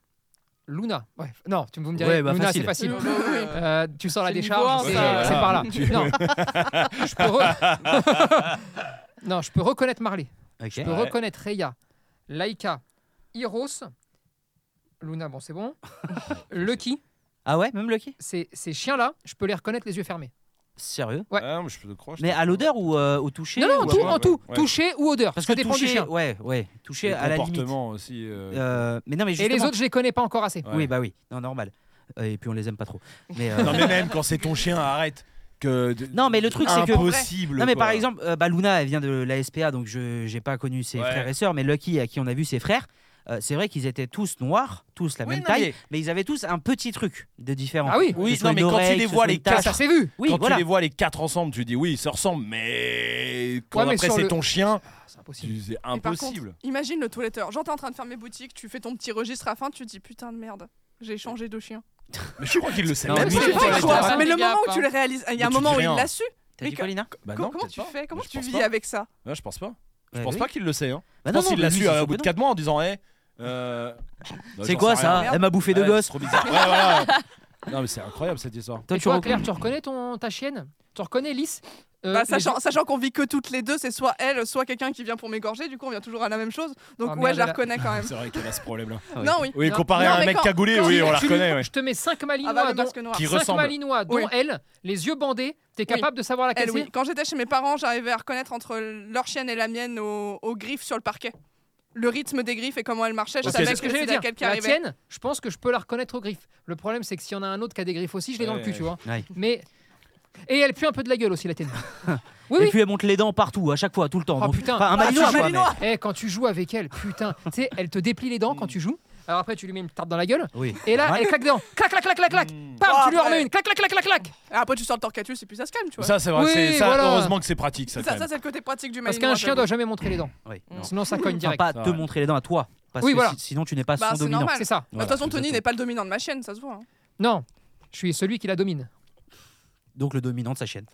C: Luna. Ouais, Non, tu vous me direz.
A: Ouais, bah,
C: Luna,
A: facile.
C: c'est facile.
H: Oui, oui, oui.
C: Euh, tu sors la
H: C'est
C: décharge,
H: niveau
C: c'est
H: un, ça.
C: c'est par là.
I: Tu-
C: Non. je peux re- non, je peux reconnaître Marley,
A: Ok.
C: je peux
I: Ouais.
C: reconnaître Reya, Laika, Iros, Luna, bon c'est bon, Lucky,
A: Ah ouais, même Lucky.
C: ces, ces chiens-là, je peux les reconnaître les yeux fermés.
A: Sérieux
C: Ouais.
I: Ah, mais je peux te croire, je
A: Mais
I: te-
A: à l'odeur ou euh, au toucher
C: Non, non, en
A: ou
C: tout,
A: à-
I: ouais,
C: en tout,
I: ouais.
C: toucher ou odeur,
A: Parce que
C: ça dépend
A: toucher,
C: du chien.
A: ouais, ouais, toucher
I: Les
A: à la limite.
I: comportements aussi. euh,
A: Euh, mais non, mais
C: Et les
A: justement-
C: autres, je les connais pas encore assez.
I: ouais.
A: Oui, bah oui, non, normal. Euh, Et puis on les aime pas trop. Mais euh,
I: Non mais même quand c'est ton chien, arrête. Que de-
A: Non, mais le truc, c'est que-
I: impossible.
A: Non mais
I: quoi.
A: par exemple, euh, bah, Luna, elle vient de la SPA, donc je j'ai pas connu ses
I: Ouais.
A: frères et sœurs, mais Lucky, à qui on a vu ses frères, euh, c'est vrai qu'ils étaient tous noirs, tous la
I: Oui,
A: même
I: non,
A: taille,
I: mais-
A: mais... ils avaient tous un petit truc de différent.
C: Ah oui,
A: Que
I: Oui,
A: ce soit
I: non,
A: une
I: mais quand tu les
A: oreille, que ce
I: vois,
A: soit
I: les
A: une
I: quatre,
C: Ça,
A: tache.
C: ça s'est vu.
A: Oui,
I: quand
A: voilà.
I: tu les vois les quatre ensemble, tu dis oui, ils se ressemblent, mais quand
C: Ouais, mais
I: après
C: sur
I: c'est
C: le-
I: ton chien,
D: Ah,
C: C'est impossible.
I: tu- c'est
D: Et par contre,
I: impossible.
D: imagine le toiletteur. Genre, t'es en train de faire mes boutiques, tu fais ton petit registre à la fin, tu te dis putain de merde, j'ai changé de chien.
I: Mais je crois qu'il le sait.
A: Non,
I: même
D: Ah,
A: mais
I: lui,
A: c'est
I: le
A: vrai,
I: toiletteur.
C: quoi.
D: mais le
H: Fais
D: moment
H: gaffe,
D: où tu le réalises, il y a un
I: Mais tu
D: moment
I: dis
D: où il
I: rien.
D: l'a su.
A: T'as dit
D: Mais
A: quoi, Lina
I: Bah non,
D: Comment- comment
I: peut-être
D: tu
I: pas.
D: fais Comment
I: Mais je
D: tu
I: pense
D: vis
I: pas.
D: avec ça
I: Non, je pense pas. Je
A: Ouais,
I: pense
A: oui.
I: pas qu'il le sait. hein. Je
A: Bah non,
I: pense qu'il
A: non,
I: l'a
A: mais lui,
I: su
A: c'est
I: euh,
A: sûr
I: au bout
A: que
I: de
A: non.
I: 4 mois en disant hé. euh, non,
A: C'est
I: j'en
A: quoi
I: sais
A: ça
I: rien.
A: Elle m'a bouffé de
I: Ouais,
A: gosse.
I: C'est trop bizarre. Ouais, voilà. Non mais c'est incroyable cette histoire.
A: Toi,
C: Et
A: tu
C: toi,
A: reconnais
C: Claire, tu reconnais ton, ta chienne Tu reconnais Lys Euh,
D: Bah,
C: les-
D: sachant, sachant qu'on vit que toutes les deux, c'est soit elle, soit quelqu'un qui vient pour m'égorger, du coup on vient toujours à la même chose. Donc ouais,
C: Oh, merde,
D: je la
C: elle a-
D: reconnais quand même.
I: C'est vrai qu'elle a ce problème-là.
A: Ah oui.
D: Non, oui.
I: Oui,
C: Non.
I: comparé
D: Non,
I: à un
D: mais
I: mec
D: quand-
I: cagoulé,
D: quand
I: oui,
D: tu-
I: on la
C: tu-
I: reconnaît. ouais.
C: Je te mets 5
D: Ah bah,
C: malinois,
D: le
C: dont,
D: masque noir.
I: Qui
C: Cinq
I: ressemble.
C: malinois, dont
D: Oui.
C: elle, les yeux bandés, t'es
D: Oui.
C: capable de savoir laquelle
D: Elle, oui.
C: c'est
D: Quand j'étais chez mes parents, j'arrivais à reconnaître entre leur chienne et la mienne aux, aux griffes sur le parquet. Le rythme des griffes et comment elles marchaient, je
I: Ok,
D: savais
C: C'est
D: que
C: ce que
D: c'était
C: j'allais dire.
D: laquelle qui
C: La
D: arrivait.
C: tienne, je pense que je peux la reconnaître aux griffes. Le problème, c'est que s'il y en a un autre qui a des griffes aussi, je l'ai dans le
I: Ouais,
C: cul,
I: ouais.
C: tu vois.
A: Ouais.
C: Mais. Et elle pue un peu de la gueule aussi, la tienne. oui,
A: Et
C: oui.
A: puis elle monte les dents partout, à chaque fois, tout le temps.
C: Oh,
A: donc-
C: putain.
A: Enfin, un
E: Bah,
C: Ah,
A: malinois,
C: c'est
A: quoi,
D: malinois.
A: mais-
C: Eh, quand tu joues avec elle, putain. tu sais, elle te déplie les dents quand tu joues. Alors après, tu lui mets une tarte dans la gueule.
A: Oui.
C: Et là,
A: Ouais.
C: elle claque dedans. Clac, clac, clac, clac, clac.
I: Mm.
C: Pam,
D: Ah,
C: tu lui remets
D: ouais.
C: une. Clac, clac, clac, clac, clac.
D: Et Après, tu sors le torcatus et puis ça se calme, tu vois.
I: Ça c'est vrai,
C: Oui,
I: c'est ça,
C: voilà.
I: heureusement que c'est pratique ça.
D: Ça,
I: quand
D: ça,
I: même.
D: c'est le côté pratique du
C: Parce
D: malinois.
C: qu'un chien
D: j'avoue.
C: doit jamais montrer les dents.
A: Oui, non.
C: Sinon, ça cogne
A: Enfin,
C: direct.
A: pas
I: Ça,
A: te
I: ouais.
A: montrer les dents à toi. Parce
C: Oui,
A: que
C: voilà.
A: si- sinon, tu n'es pas
D: Bah,
A: son
D: c'est
A: dominant.
D: normal.
C: C'est ça.
D: De toute façon, Tony
A: exactement.
D: n'est pas le dominant de ma chienne, ça se voit. hein.
C: Non, je suis celui qui la domine.
A: Donc le dominant de sa chienne.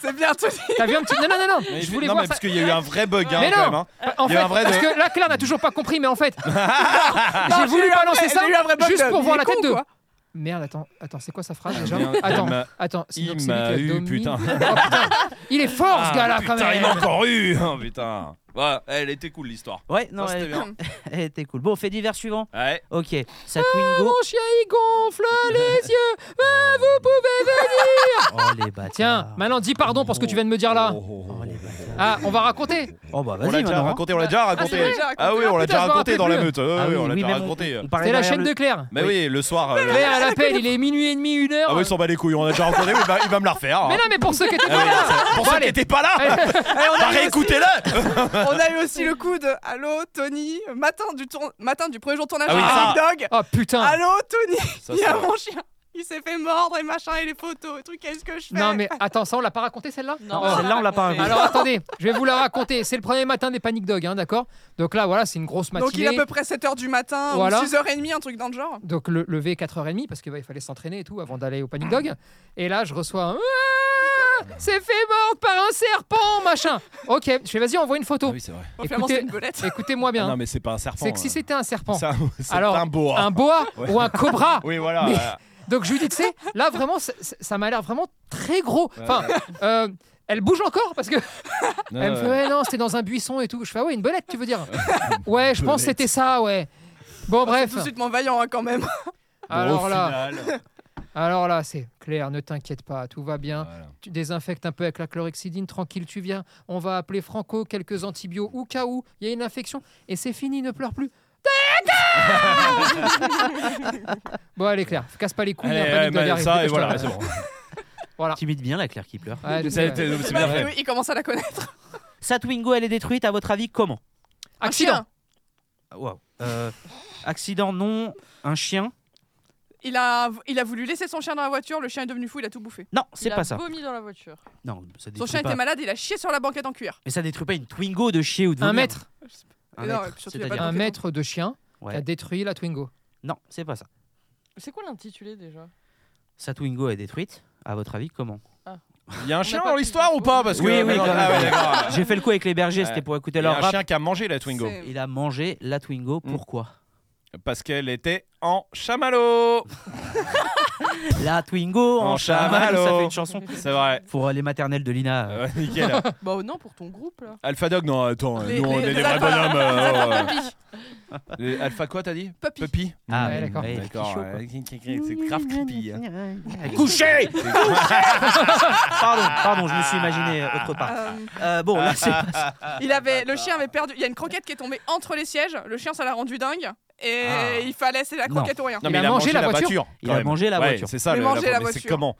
D: C'est bien, Tony.
C: T'as vu un petit. Non, non, non, non.
I: Mais
C: Je
I: il-
C: voulais
I: non,
C: voir
I: mais
C: ça.
I: parce qu'il y a eu un vrai bug hein,
C: Mais
I: quand
C: non.
I: même. hein.
C: En
I: Il y
C: fait,
I: a un vrai
C: parce
I: de-
C: que là, Claire n'a toujours pas compris, mais en fait, j'ai
D: Non,
C: voulu
D: j'ai eu un
C: balancer
D: vrai-
C: ça
D: j'ai eu un vrai bug
C: juste
D: de-
C: pour
D: il
C: voir
D: est
C: la
D: con,
C: tête de.
D: quoi.
C: Merde, attends, attends, c'est quoi sa phrase
B: Ah,
C: déjà
B: merde, il
C: Attends, Oh,
B: m'a-
C: attends, c'est
B: Il
C: donc c'est lui
B: m'a
C: qui a
B: eu,
C: dominé-
B: putain.
C: Oh, putain, Il est fort ce
B: Ah,
C: gars-là
B: putain,
C: quand même.
B: il m'a encore eu
I: hein,
B: Oh, Putain Voilà,
I: eh,
B: elle était cool l'histoire.
A: Ouais, non,
B: Ça, c'était
A: elle,
B: bien.
A: elle était cool. Bon, fait divers suivant.
B: Ouais.
A: Ok, Satwingo.
C: Mon chien il gonfle les yeux.
D: Ah,
A: Oh les bâtards.
C: Tiens, maintenant dis pardon pour ce que tu viens de me dire là.
B: Oh, oh, oh.
A: Oh les bâtards.
C: Ah, on va raconter.
A: Oh bah
J: On l'a
A: vas-y
J: déjà
A: maintenant. hein.
J: raconté, on l'a déjà raconté.
D: c'est vrai
J: Ah oui, on l'a
C: Putain, je
J: déjà
C: me
J: raconté dans la
C: rappelais
J: meute. Ah
A: Ah
J: oui, on l'a
A: oui,
J: déjà
A: mais Ah, on-
J: raconté.
A: on parlait
C: C'est la
A: derrière
C: chaîne
A: le-
C: de Claire.
J: Mais oui, le soir. euh,
C: Claire, elle appelle, il est minuit et demi, une heure.
B: bah,
J: Ah oui, il s'en bat les couilles, on a déjà raconté, mais il va- il va me la
B: hein.
J: refaire.
C: Mais non, mais pour ceux qui étaient
J: Ah
C: pas
J: oui,
C: là.
J: c'est- Pour
C: Bon,
J: ceux qui
C: allez.
J: n'étaient pas là,
C: Allez,
J: bah
B: Ah
J: réécoutez-le
D: On a eu aussi le coup de Allô Tony, matin du, tour... matin du premier jour de tournage
J: Ah oui,
D: avec
J: ça.
D: Snoop Dogg.
C: Oh putain.
D: Allô Tony,
B: Ça,
D: il y a
B: ça-
D: mon chien. Il s'est fait mordre et machin et les photos et trucs. Qu'est-ce que je fais
C: Non mais attends, ça on l'a pas raconté celle-là
H: Non,
C: Oh.
A: Celle-là, on l'a pas raconté.
C: Alors attendez, je vais vous la raconter. C'est le premier matin des Panic Dog, hein, d'accord Donc là, voilà, c'est une grosse matinée.
D: Donc il est à peu près 7h du matin
C: Voilà.
D: ou 6h30, un truc dans le genre.
C: Donc le, levé 4h30 parce qu'il fallait s'entraîner et tout avant d'aller au Panic Dog. Et là, je reçois un Ah C'est fait mort par un serpent, machin. Ok, je fais vas-y, envoie une
B: Ah
C: photo.
B: oui, c'est vrai.
D: Bon, Oh, Finalement, c'est
C: Écoutez-
D: une belette.
C: Écoutez-moi bien.
B: Ah Non, mais c'est pas un serpent.
C: c'est que si
B: euh.
C: c'était un serpent,
B: C'est un- c'est
C: Alors,
B: un boa.
C: un boa
B: Ouais.
C: ou un cobra.
B: Oui, voilà.
C: Mais-
B: voilà.
C: Donc je lui dis, tu sais, là vraiment, c'est- c'est- ça m'a l'air vraiment très gros.
B: Ouais.
C: Enfin, euh, elle bouge encore parce que
B: Non,
C: elle me fait
B: Ah ouais.
C: ouais non, c'était dans un buisson et tout. Je fais ah ouais une belette, tu veux dire Ouais, je pense que c'était ça, ouais. Bon bref.
D: Ah, Tout de suite, mon vaillant hein, quand même.
B: Bon,
C: Alors
B: au
C: là. Hein.
B: final,
C: Alors là, c'est clair, ne t'inquiète pas, tout va bien.
B: voilà.
C: Tu désinfectes un peu avec la chlorhexidine, tranquille, tu viens. On va appeler Franco, quelques antibiotiques au cas où il y a une infection et c'est fini, ne pleure plus. bon, allez, Claire, casse pas les couilles, il y a
B: Allez,
C: un panique
B: ouais,
C: de
B: bah,
C: diarrhée,
B: ça, et
C: dépêche-toi.
B: voilà, c'est bon.
A: Timide bien la Claire qui pleure.
C: Ouais, je sais,
B: C'est
C: ouais.
B: c'est bien fait.
D: Oui, il commence à la connaître.
A: Satwingo, elle est détruite, à votre avis, comment
D: Un
C: Accident.
D: chien. Ah,
A: Waouh. Euh, Accident, non. Un chien
D: Il a, il a voulu laisser son chien dans la voiture, le chien est devenu fou, il a tout bouffé.
A: Non, c'est
H: Il a
A: pas ça.
H: vomi dans la voiture.
A: Non, ça
D: Son
A: détruit
D: chien
A: pas.
D: était malade, il a chié sur la banquette en cuir.
A: Mais ça détruit pas une Twingo de chier ou de
C: Un
A: vomir.
C: maître,
A: Un
D: Et non,
A: maître,
D: surtout, y a
A: c'est-à-dire-
D: pas
C: un
D: de-
C: maître de chien qui a
A: Ouais.
C: détruit la Twingo.
A: Non, c'est pas ça.
H: C'est quoi l'intitulé déjà
A: Satwingo est détruite, à votre avis, comment
B: Il y a un chien
H: pas
B: dans
H: plus
B: l'histoire ou
H: d'infos.
B: pas Parce que.
A: Oui, oui,
B: Ah, ouais,
A: quand même.
B: d'accord.
A: J'ai fait le coup avec les bergers, c'était pour écouter
B: Il y a
A: leur
B: un
A: rap.
B: chien qui a mangé la Twingo.
D: C'est-
A: Il a mangé la Twingo, pourquoi
B: Parce qu'elle était en chamallow.
A: La Twingo en
B: En
A: chamallow.
B: chamallow.
A: Ça fait une chanson
B: C'est vrai.
A: pour euh, les maternelles de Lina. euh.
B: Ah Ouais, nickel.
H: Bah non, pour ton groupe là.
B: Alpha Dog, non, attends,
D: Les-
B: nous on
D: les-
B: est des
D: les
B: vrais
D: alphas-
B: bonhommes. euh, ouais, ouais.
D: Puppy.
B: Les Alpha quoi, t'as dit
D: Puppy.
B: Puppy
A: Ah,
C: Ouais,
A: oui,
C: d'accord.
A: oui.
B: D'accord,
A: Chaud,
B: ouais, c'est grave creepy. hein.
A: Couché Pardon, pardon, je me suis imaginé euh, autre part.
D: Euh,
A: Euh, bon, là, c'est-
D: il avait, le chien avait perdu. Il y a une croquette qui est tombée entre les sièges. Le chien, ça l'a rendu dingue. Et
A: Ah.
D: il fallait laisser la
A: Non.
D: croquette ou rien.
B: Non,
C: Il
B: mais
C: a mangé la voiture.
B: quand
A: Il a
B: même.
A: mangé la
B: Ouais,
A: voiture.
B: C'est ça,
D: Mais
B: le-
D: manger la
B: mais c'est
D: voiture.
B: comment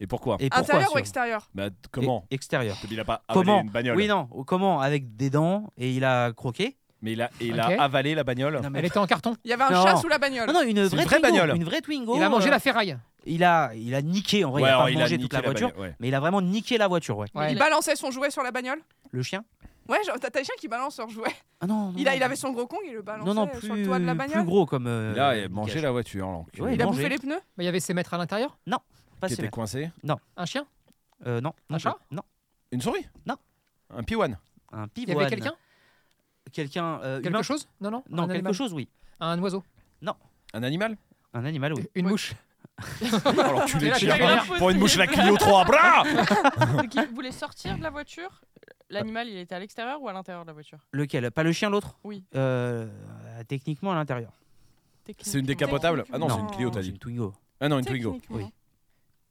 B: Et pourquoi
A: Et pourquoi
D: Intérieur ou
A: sur-
D: extérieur
B: Bah, comment
A: Et- Extérieur.
B: Il a pas avalé
A: Comment
B: une bagnole.
A: Oui, non. oh, Comment Avec des dents et il a croqué.
B: Mais il a, il
C: Ok.
B: a avalé la bagnole.
A: Non, mais-
C: Elle était en carton.
D: Il y avait un
A: Non.
D: chat sous la bagnole.
A: Non, non, une
B: une
A: vraie,
B: vraie
A: Twingo,
B: bagnole.
A: Une vraie Twingo.
C: Il
D: Oh.
C: a mangé
A: euh,
C: la ferraille.
A: Il a, il a niqué, en vrai,
B: Ouais,
A: il a
B: alors,
A: pas
B: il a
A: mangé
B: niqué
A: toute la voiture,
B: bagnole, ouais.
A: mais il a vraiment niqué la voiture, ouais.
C: Ouais.
D: Il balançait son jouet sur la bagnole.
A: Le chien
D: Ouais, genre, t'as t'as le chien qui balance son jouet.
A: Ah non, non,
D: Il, a,
A: non.
D: il avait son gros con, il le balançait
A: Non, non,
D: euh,
A: plus,
D: sur le toit de la
A: plus
D: bagnole.
A: gros comme. euh,
B: Il a mangé
A: Mickey.
B: la voiture, l'enculé,
A: Ouais,
D: Il a
A: Manger.
D: bouffé les pneus.
C: Bah, Il y avait ses maîtres à l'intérieur.
A: Pas
B: qui
A: sévère.
B: était coincé.
C: Un chien.
A: Euh, non, non,
C: Un chat
A: non.
B: Une souris
A: Non.
B: Un piwan
A: Un
C: Il y
A: pivoine.
C: avait quelqu'un.
A: Quelqu'un euh,
C: Quelque
A: humain
C: chose Non, non.
A: Non,
C: un
A: quelque
C: animal.
A: chose, oui.
C: Un oiseau.
B: Un animal Oh,
A: Un animal, oui.
C: Une mouche.
B: Alors tu
C: Mais là,
B: l'es
C: tu l'as
H: bien
B: pour
H: foutu.
B: une mouche la Clio 3, bras
H: Donc il voulait sortir de la voiture. L'animal, il était à l'extérieur ou à l'intérieur de la voiture
A: Lequel Pas le chien, l'autre
H: Oui.
A: Euh, euh, techniquement, à l'intérieur.
B: C'est une décapotable Ah non, c'est une Clio, t'as
A: C'est une
B: dit.
A: Twingo.
B: Ah non, une Twingo.
A: Oui.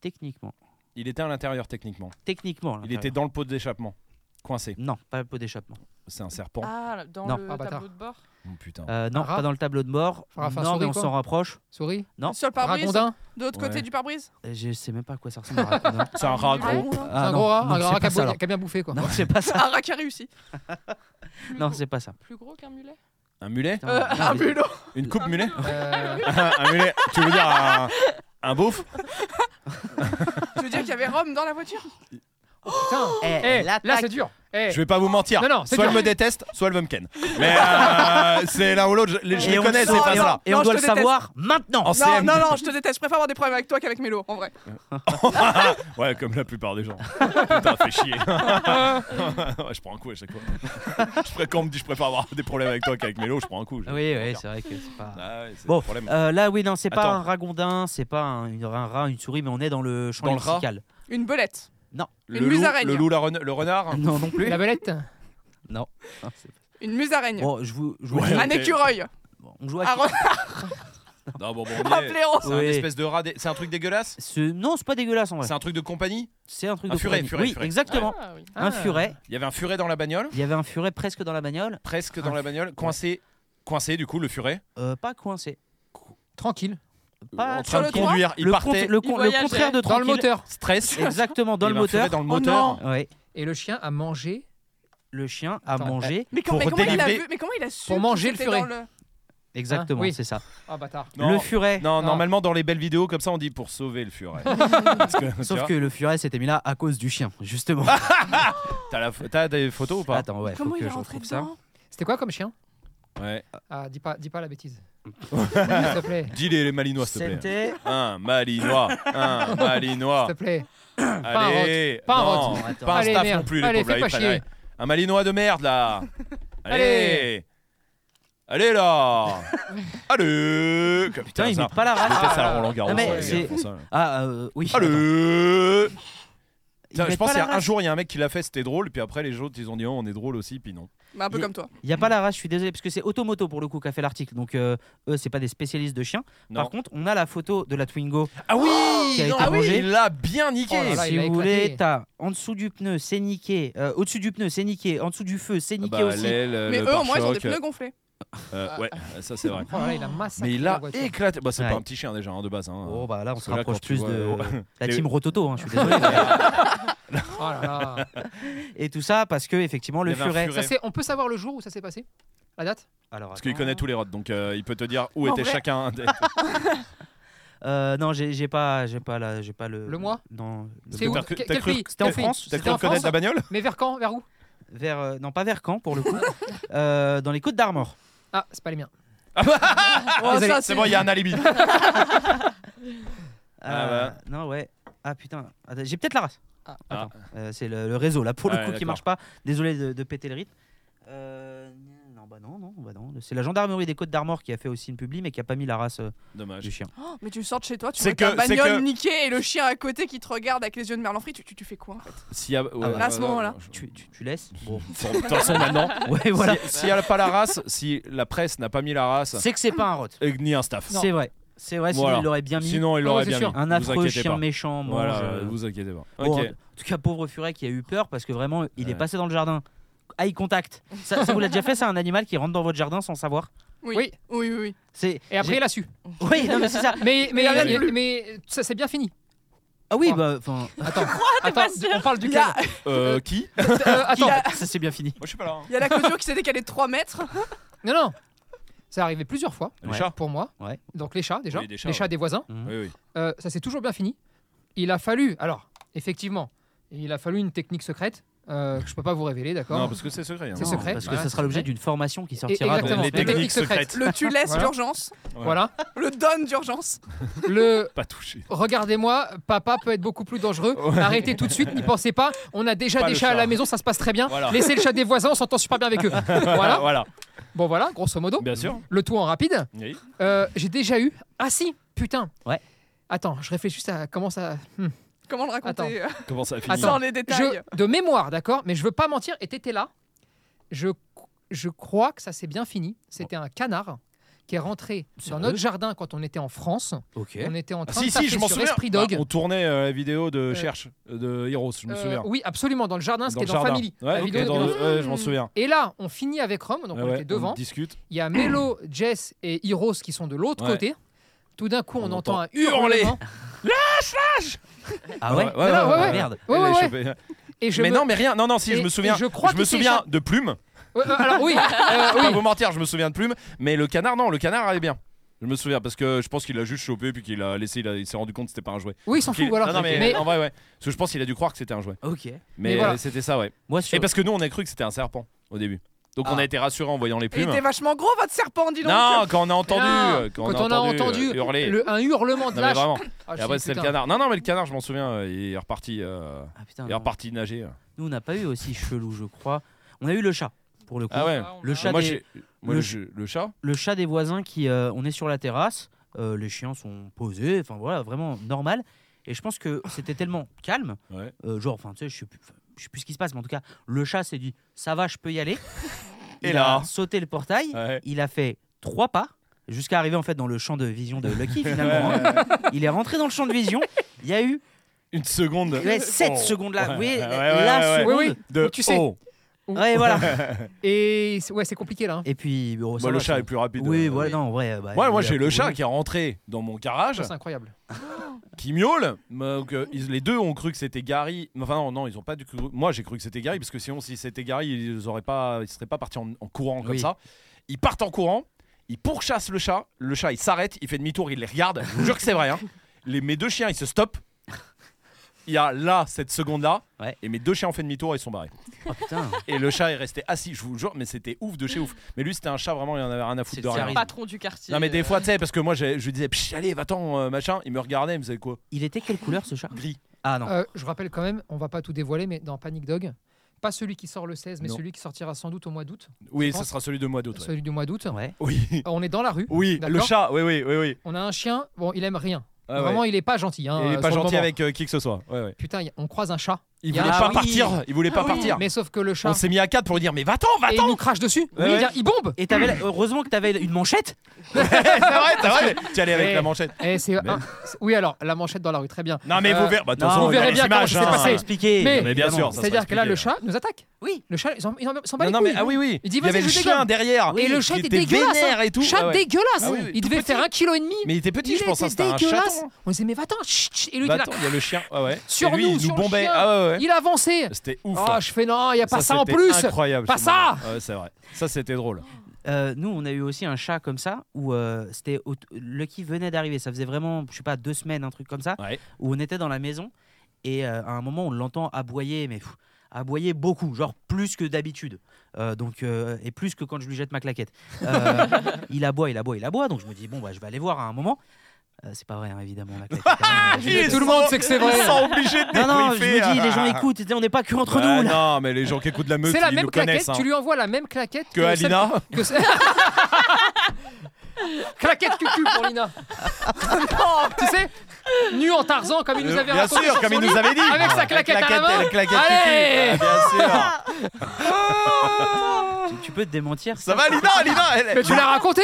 A: Techniquement.
B: Il était à l'intérieur techniquement.
A: Techniquement. à
B: Il était
A: l'intérieur.
B: dans le pot d'échappement. Coincé.
A: Non, pas le pot d'échappement.
B: C'est un serpent.
H: Ah, là, dans
A: Non.
H: le
C: Ah, bâtard.
H: tableau de bord.
B: Oh, putain.
A: Euh, non,
C: rat
A: pas dans le tableau de bord.
C: Enfin, enfin,
A: non, mais
C: souris,
A: on
C: quoi.
A: s'en rapproche.
C: Souris.
A: Non.
D: Sur le pare-brise,
C: Ragondin.
D: de l'autre côté
B: Ouais.
D: du pare-brise.
A: Euh, Je sais même pas à quoi ça ressemble. un raccoon.
B: C'est un rat gros.
D: Ragondin.
A: Ah,
C: un
A: non,
C: gros rat.
A: non,
C: un gros
A: c'est
C: rat qui a
A: pas ça,
C: bou-
A: alors.
C: qui a bien bouffé, quoi.
A: Non, c'est pas ça.
D: Un rat qui a réussi.
H: Plus
A: Non,
H: gros-
A: c'est pas ça.
H: Plus gros qu'un mulet
B: Un mulet
A: Putain, non,
D: Un
A: mais-
D: mulot.
B: Une coupe mulet
C: Euh,
B: Un mulet Tu veux dire un, un beauf
D: Je veux dire qu'il y avait Rome dans la voiture.
C: Putain.
A: Eh,
C: Eh, là,
A: l'attaque.
C: c'est dur. Eh,
B: Je vais pas vous mentir.
C: Non, non, c'est
B: soit
C: dur.
B: elle me déteste, soit elle veut me ken. Mais euh, c'est l'un ou l'autre. Je, les- je
A: Et
B: les
A: on
B: connais,
A: sent-
B: c'est pas
A: et on-
B: ça.
A: Et on
D: Non, je
A: doit
D: te
A: le
D: déteste.
A: savoir maintenant.
B: En
D: Non,
B: CM.
D: non, non, je te déteste. Je préfère avoir des problèmes avec toi qu'avec Mélo, en vrai.
B: Ouais, comme la plupart des gens. Putain, fait chier. Ouais, je prends un coup à chaque fois. je pré- quand on me dit je préfère avoir des problèmes avec toi qu'avec Mélo, je prends un coup. Je-
A: Ah Oui, oui, c'est vrai que c'est pas.
B: Ah ouais, c'est
A: Bon,
B: le problème.
A: Euh, là, oui, non, c'est pas
B: Attends.
A: un ragondin, c'est pas un, une- un rat, une souris, mais on est dans le champ
B: Dans le rat
A: lexical.
D: Une belette.
B: le,
D: une
B: loup,
D: musaraigne.
B: le loup, la rena- le renard.
A: Non, non plus.
C: La belette.
A: Hein, c'est-
D: Une musaraigne.
A: Bon, je vous, je vous
B: Ouais.
A: dis,
D: Un
B: ok.
D: écureuil.
A: bon, on joue à
D: Un renard.
B: Non, bon, bon,
D: Un
B: on y est.
D: blaireau.
B: C'est un
A: Oui.
B: espèce de rat. dé- C'est un truc dégueulasse
A: Ce... Non, c'est pas dégueulasse en vrai.
B: C'est un truc de compagnie
A: C'est un truc
B: un
A: de
B: furet,
A: compagnie.
B: furet,
A: Oui,
B: furet.
A: exactement.
H: Ah oui.
A: Un
C: Ah.
A: furet.
B: Il y avait un furet dans la bagnole,
A: Il y avait un furet presque dans la bagnole,
B: presque
A: Un
B: dans la bagnole, coincé. Coincé, du coup, le furet.
A: euh, pas coincé.
C: Tranquille.
A: Pas
B: en train de
D: sur le
B: conduire. Il
A: le,
B: partait.
A: cont- le
H: il
A: con- le
H: voyageait.
A: contraire de
C: Dans le
A: tranquille.
C: moteur.
B: Stress.
A: Exactement, dans
B: Il
A: le
B: y avait un furet
A: moteur.
B: dans le
A: Oh
B: moteur.
A: non Ouais.
C: Et le chien a mangé.
A: Le chien a
C: Attends,
A: mangé.
D: Mais, quand-
B: Pour
D: mais comment il a
B: délivrer-
D: vu Mais comment il a su
C: Pour manger
D: qu'il
C: le furet.
D: était dans
A: Exactement,
C: oui.
A: c'est ça.
C: Ah, bâtard.
B: Non.
A: Le furet.
B: Non,
C: Non.
B: normalement, dans les belles vidéos comme ça, on dit pour sauver le furet. Parce que, tu
A: Sauf
B: vois, Ah.
A: que le furet s'était mis là à cause du chien, justement.
B: T'as, la pho- t'as des photos ou pas
A: Attends, ouais, Bah, faut
D: Comment
A: que
D: il est
A: je
D: rentré
A: retrouve ça.
D: dedans
C: C'était quoi comme chien
B: Ouais.
C: Ah, dis pas, dis pas la bêtise. S'il te plaît.
B: Dis les, les malinois, s'il te plaît.
A: C'était.
B: Un malinois. Un malinois.
C: S'il te plaît. un
B: Allez.
C: Pas un
B: non,
A: rotte.
B: Pas un
C: Allez,
B: staff
C: merde.
B: non plus, les
C: Allez,
B: pauvres,
C: fais
B: là,
C: pas
B: ils prennent-
C: chier.
B: ouais. Un malinois de merde, là. Allez.
C: Allez.
B: Allez, là. Allez. Putain,
A: Putain, il
B: ça.
A: met pas la
B: Peut-être
A: race.
B: ça à Roland Garros.
A: Non, mais
B: ouais, les
A: c'est-
B: gars font ça, ouais.
A: Ah, euh, oui. attends.
B: Allez.
A: Ils
B: Tiens, je
A: mettent
B: pense
A: pas
B: qu'il y
A: la
B: a un
A: race.
B: jour, il y a un mec qui l'a fait, c'était drôle, puis après les autres, ils ont dit oh, on est drôle aussi, puis non.
D: Bah, un peu
A: Il-
D: comme toi.
A: Il n'y a pas la race, je suis désolé, parce que c'est Automoto pour le coup qui a fait l'article. Donc, euh, eux, c'est pas des spécialistes de chiens.
B: Non.
A: Par contre, on a la photo de la Twingo.
B: Ah oui,
A: Qui a
B: non,
A: été
B: ah oui,
A: mangé.
B: il l'a bien niqué.
C: Oh là là,
A: si
C: il a
A: vous
C: éclaté.
A: voulez, t'as en dessous du pneu, c'est niqué. euh, Au-dessus du pneu, c'est niqué. En dessous du feu, c'est niqué
B: Bah,
A: aussi.
B: l'aile,
D: Mais
B: le
D: eux, au moins, ils ont des
B: pare-choc,
D: pneus gonflés.
B: euh, ouais, ça c'est vrai.
C: Oh là là, il a massacré.
B: Mais il a
C: la voiture.
B: éclaté. Bah, c'est
A: Ouais.
B: pas un petit chien déjà hein, de base. Hein.
A: Oh, bah là, on
B: Parce
A: se
B: que là,
A: rapproche
B: quand tu
A: plus
B: vois,
A: de
B: euh,
A: la
B: les-
A: team Rototo, hein, je suis désolé. mais-
C: Oh là là.
A: Et tout ça parce que, effectivement,
B: Il y
A: le
B: avait un
A: furet.
B: furet.
C: Ça, c'est- on peut savoir le jour où ça s'est passé La date
A: Alors,
B: Parce qu'il
A: attends.
B: connaît tous les rods, donc euh, il peut te dire où
D: En
B: était
D: vrai-
B: chacun. des-
A: Euh, non, j'ai j'ai pas, j'ai pas, la- j'ai pas le.
C: Le mois
A: Non. le-
C: C'est où
B: T'as cru-
C: Que-
B: t'as
C: Quel
B: cru-
C: pays
A: C'était en
C: Quel pays
A: France,
B: T'as
C: C'était
B: cru
C: en
B: connaître
C: France
B: la bagnole
C: Mais vers quand Vers où
A: Vers, euh, non, pas vers Caen pour le coup. Euh, dans les Côtes d'Armor.
C: Ah, c'est pas les miens.
D: Oh,
C: Désolé,
D: ça,
B: Ah, C'est bon, il y a un alibi. Ah,
A: Euh, Non, ouais. Ah putain, Attends, j'ai peut-être la race.
C: Ah.
A: Attends, euh, c'est le, le réseau là pour
B: Ah,
A: le coup qui
B: d'accord.
A: marche pas. Désolé de, de péter le rythme. Euh, non, bah non, non, bah non. C'est la gendarmerie des Côtes d'Armor qui a fait aussi une publi mais qui a pas mis la race euh,
B: Dommage.
A: du chien.
D: Oh, mais tu sors de chez toi, tu
B: C'est
D: vois ta
B: que- c'est
D: bagnole
B: que-
D: niquée et le chien à côté qui te regarde avec les yeux de merlan frit. Tu, tu, tu fais quoi en fait
B: S'il y a- ouais,
D: À ce
B: ouais,
D: moment-là.
B: ouais,
A: Tu, tu, tu laisses Bon.
B: je- De toute façon, Bah, maintenant,
A: ouais, voilà.
B: si- s'il n'y a pas la race, si la presse n'a pas mis la race,
A: C'est que c'est pas un rot.
B: et Euh, ni un staff.
A: C'est vrai. C'est vrai, sinon
B: Voilà.
A: il l'aurait bien mis.
B: Sinon, il
C: Non,
B: l'aurait
C: c'est
B: bien
C: sûr.
B: mis.
A: Un
B: vous
A: affreux
B: inquiétez
A: chien
B: pas.
A: méchant. mange,
B: Voilà,
A: euh,
B: vous inquiétez pas.
A: Bon,
B: Ok.
A: En tout cas, pauvre furet qui a eu peur parce que vraiment, il est
B: Ouais.
A: passé dans le jardin. Eye contact. Ça, ça vous l'a déjà fait, c'est un animal qui rentre dans votre jardin sans savoir.
C: Oui.
D: Oui, oui, oui.
A: C'est.
C: Et après,
A: j'ai-
C: il a su.
A: Oui, non, mais c'est ça.
C: Mais, mais,
D: y a rien
C: mais,
D: de plus.
C: mais ça, c'est bien fini.
A: Ah oui,
C: Oh.
A: bah, enfin.
C: Attends, attends on parle
D: Il
C: duquel
D: y a,
B: Euh, qui Moi,
C: Euh, Attends,
A: Ah, Ça c'est bien fini.
B: je suis pas là. hein.
D: il y a la clôture qui s'est décalée de 3 mètres.
C: non, non. Ça est arrivé plusieurs fois
B: Les
A: Ouais.
B: chats
C: pour moi.
A: Ouais.
C: Donc les chats, déjà.
B: Oui, des chats,
C: les chats
B: ouais.
C: des voisins.
B: Oui, oui.
C: Euh, ça s'est toujours bien fini. Il a fallu, alors, effectivement, il a fallu une technique secrète euh, que je peux pas vous révéler,
B: Non,
C: d'accord
B: parce que c'est secret. hein.
C: C'est secret.
A: Parce que
C: Ouais,
A: ça
C: c'est
A: sera l'objet
C: vrai.
A: d'une formation qui sortira.
C: exactement.
A: dans-
B: Les
C: Les
B: techniques
C: techniques
B: secrètes.
D: Le tu laisses
C: Voilà.
D: d'urgence.
B: Ouais.
C: Voilà.
D: Le donne d'urgence.
C: Le
B: Pas touché.
C: regardez-moi, papa peut être beaucoup plus dangereux.
B: Ouais.
C: Arrêtez tout de suite, n'y pensez pas. On a déjà
B: Pas
C: des
B: le
C: chats à
B: chat.
C: la maison, ça se passe très bien.
B: Voilà.
C: Laissez le chat des voisins, on s'entend super bien avec eux.
B: Voilà.
C: voilà. Oh. Bon voilà, grosso modo.
B: Bien sûr.
C: Le tout en rapide.
B: Oui.
C: Euh, J'ai déjà eu. Ah si, putain.
A: Ouais.
C: Attends, je réfléchis juste à comment ça. hmm.
D: Comment le raconter euh,
B: Comment ça a fini
C: Attends.
D: sans les détails
C: Je- de mémoire, d'accord, mais je veux pas mentir. Et t'étais là. Je, je crois que ça s'est bien fini. C'était un canard qui est rentré dans
A: Sérieux
C: notre jardin quand on était en France.
A: Ok.
C: On était en
B: Ah,
C: train
B: si,
C: de
B: si,
C: taper
B: je m'en
C: sur
B: souviens.
C: Esprit Dog.
B: Bah, on tournait euh, la vidéo de Cherche, euh, de Heroes, je me
C: Euh,
B: souviens.
C: oui, absolument, dans le jardin,
B: dans le
C: c'était dans
B: jardin.
C: Family.
B: Ouais,
C: la
B: ok,
C: vidéo de
B: dans
C: Mélo.
B: le- ouais, je m'en souviens.
C: Et là, on finit avec Rome, donc
B: Ouais,
C: on
B: ouais,
C: était devant.
B: discute.
C: Il y a Melo, Jess et Heroes qui sont de l'autre
B: Ouais.
C: côté. Tout d'un coup, on,
B: On
C: entend,
B: entend
C: un hurlement.
A: Ah ouais.
B: Ouais, ouais,
A: Ah,
C: Non, non,
B: ouais, ouais.
A: Merde.
C: Ouais,
B: Elle
C: ouais,
B: l'a
C: ouais.
B: chopé.
C: Et je
B: mais
C: me-
B: non, mais rien. Non, non, si,
C: Et-
B: je me
C: et
B: souviens.
C: je crois
B: je
C: qu'il
B: me souviens
C: s'échappe.
B: de Plume.
C: Ouais, euh, alors oui, euh,
B: Pas
C: oui.
B: vous mentir, je me souviens de Plume. Mais le canard, non, le canard allait bien. Je me souviens parce que je pense qu'il a juste chopé puis qu'il a laissé, il, a- il s'est rendu compte que c'était pas un jouet.
C: Oui, ils s'en
B: Qu'il-
C: foutent. ou alors-
B: non, non, mais,
C: mais-
B: en vrai, ouais. Parce que je pense qu'il a dû croire que c'était un jouet.
A: Ok.
B: Mais,
C: Mais voilà.
B: euh, c'était ça, ouais.
A: Moi, sur...
B: Et parce que nous, on a cru que c'était un serpent au début. Donc on
A: Ah.
B: a été rassurés en voyant les
D: Il
B: plumes.
D: était vachement gros votre serpent, dis donc.
B: Non, quand on a entendu,
C: Non,
B: euh, quand,
C: Ah, quand on a entendu
B: euh, hurler.
C: le- un hurlement de
B: Non, mais
C: lâche.
B: vraiment.
C: Ah,
B: Et
C: je
B: après,
C: sais,
B: c'était le
C: putain.
B: canard. Non, non, mais le canard, je m'en souviens, euh, il est reparti, euh,
A: Ah, putain,
B: il est
A: non.
B: reparti nager.
A: Nous, on n'a pas eu aussi chelou, je crois. On a eu le chat, pour le coup.
B: Ah ouais.
H: Ah, on
A: Le
H: a-
A: chat
B: moi,
A: des-
B: j'ai- moi,
A: le
B: le, le chat.
A: le chat des voisins qui euh, on est sur la terrasse euh, les chiens sont posés enfin voilà vraiment normal et je pense que c'était tellement calme
B: Ouais.
A: euh, genre enfin tu sais je sais plus enfin, je sais plus ce qui se passe mais en tout cas le chat s'est dit ça va je peux y aller il
B: Et là
A: a sauté le portail
B: Ouais.
A: il a fait trois pas jusqu'à arriver en fait dans le champ de vision de Lucky finalement hein. il est rentré dans le champ de vision il y a eu
B: Une seconde.
A: 7
B: Oh.
A: secondes là vous voyez
B: Ouais,
A: la-
B: ouais,
A: la
B: ouais,
A: seconde
C: Oui, oui.
B: De
C: Oh,
B: oh.
C: Tu sais.
B: haut.
A: Ouais, voilà
C: Et c'est- ouais, c'est compliqué là. hein.
A: et puis bon, ça
B: Moi, Bah, le
A: va,
B: chat
A: ça-
B: est plus rapide.
A: oui
B: Euh,
A: voilà non en vrai euh, bah,
B: Ouais, moi
A: il a
B: j'ai le
A: prouvé.
B: chat qui est rentré dans mon garage,
C: Ça, C'est incroyable.
B: qui miaule. Donc, euh, ils- les deux ont cru que c'était Gary. Enfin non, non, ils ont pas du cru. Moi j'ai cru que c'était Gary parce que sinon si c'était Gary, ils auraient pas, ils seraient pas partis en, en courant comme
A: Oui.
B: ça. Ils partent en courant, ils pourchassent le chat. Le chat il s'arrête, il fait demi-tour, il les regarde. Je vous jure que c'est vrai. Hein. Les, mes deux chiens ils se stoppent. Il y a là cette seconde là,
A: Ouais.
B: et mes deux chiens ont fait demi-tour, ils sont barrés.
A: Oh, putain
B: Et le chat est resté assis, je vous jure, mais c'était ouf de chez ouf. Mais lui c'était un chat vraiment, il en avait rien à
A: C'est
B: foutre de
A: le
B: rien.
A: charisme.
H: patron du quartier.
B: Non mais
H: euh,
B: des fois tu sais parce que moi j'ai- je lui disais Psh, allez va-t'en euh, machin il me regardait il me faisait quoi
A: il était quelle couleur ce chat
B: gris
A: ah non
C: Euh, je rappelle quand même, on va pas tout dévoiler, mais dans Panic Dog, pas celui qui sort le 16, mais
B: Non.
C: celui qui sortira sans doute au mois d'août,
B: oui
C: Je
B: ça
C: pense-
B: sera celui de moi d'autre ouais.
C: celui du mois d'août.
A: ouais
B: oui
C: Euh, On est dans la rue,
B: oui le
C: D'accord.
B: chat oui oui oui oui
C: on a un chien, bon, il aime rien.
B: Ah, ouais.
C: Vraiment, il est pas gentil. hein,
B: il est
C: euh,
B: pas
C: sur le
B: gentil
C: moment.
B: avec euh, qui que ce soit ouais, ouais.
C: Putain, y- on croise un chat.
B: il
C: y a-
B: voulait
C: Ah
B: pas
C: oui.
B: partir il voulait pas
H: Ah oui.
B: partir
C: Mais sauf que le chat,
B: on s'est mis à quatre pour lui dire mais va-t'en
C: et il
B: va-t'en
C: nous crache dessus.
B: Ouais,
C: Lui, il
B: ouais.
C: vient- il bombe.
A: Et t'avais la- heureusement que t'avais une manchette.
B: c'est vrai c'est vrai tu allais avec
C: Eh.
B: la manchette
C: Et c'est
B: Mais-
C: un- c'est- Oui, alors la manchette dans la rue, très bien.
B: non mais
C: Euh,
B: vous verrez bah, de toute
A: non,
B: façon,
A: vous
B: il y a
C: verrez
B: les
C: bien comment
B: images,
C: ça s'est
B: hein.
C: passé.
A: Expliquer.
C: Mais-
B: mais bien
A: évidemment.
B: sûr, ça
C: C'est-à-dire
B: sera
C: que là, le
B: expliqué,
C: chat nous attaque.
A: Oui.
C: Le chat, ils s'en ils s'en- ils s'en bat
B: non,
C: les
B: non mais
C: couilles.
B: ah oui oui
C: Il dit,
B: y avait
C: vas-y,
B: le
C: je
B: chien
C: dégaine.
B: derrière
C: Et le chat
B: qui
C: était
B: était
C: dégueulasse.
B: vénère et tout
C: Chat
B: Ah ouais.
C: dégueulasse.
B: Ah oui, oui,
C: Il
B: tout
C: devait
B: petit.
C: faire un kilo et demi.
B: mais il était petit
C: Il
B: je pense hein,
C: était
B: c'était un
C: dégueulasse.
B: chaton
C: On disait mais va-t'en. chut, chut. Et lui, il était là.
B: va-t'en il y a le chien ouais ouais
C: Sur
B: Et lui,
C: nous,
B: il
C: sur
B: nous
C: le
B: bombait
C: chien.
B: ah ouais ouais
C: Il avançait.
B: c'était ouf hein.
C: Ah, je fais non, il n'y a pas ça, en
B: c'était
C: plus.
B: Incroyable.
C: Pas
B: c'est
C: ça
B: marrant. Ouais, c'est vrai. Ça, c'était drôle.
A: Euh, nous, on a eu aussi un chat comme ça où euh, c'était au- Lucky venait d'arriver. Ça faisait vraiment, je sais pas, deux semaines, un truc comme ça,
B: Ouais.
A: où on était dans la maison et euh, à un moment, on l'entend aboyer, mais pff, aboyer beaucoup, genre plus que d'habitude. Euh, donc euh, et plus que quand je lui jette ma claquette. Euh, il aboie, il aboie, il aboie. Donc je me dis bon, bah, je vais aller voir à un moment. Euh, c'est pas vrai, hein, évidemment. La claquette, hein, je-
C: Tout le monde sait que c'est vrai.
B: Ah, Ils sont obligés de Bah
A: Non, non, je
B: débriefer. hein.
A: me dis, les gens écoutent. On n'est pas que entre
B: Ouais,
A: nous là.
B: Non, mais les gens qui écoutent la meute,
C: C'est la
B: ils
C: même
B: nous
C: claquette,
B: connaissent. hein.
C: tu lui envoies la même claquette
B: Que
C: celle-
B: Alina.
C: que celle- claquette cucu pour Lina. tu sais, nu en Tarzan comme il nous avait
B: Euh, Bien
C: raconté.
B: sûr,
C: sur
B: comme
C: son
B: il
C: lit.
B: nous avait dit.
C: Avec sa claquette à la main.
B: La claquette
C: Allez
B: cucu. Ah, Bien sûr.
A: Tu, tu peux te démentir.
B: Ça va, Lina Lina elle-
C: Mais tu l'as raconté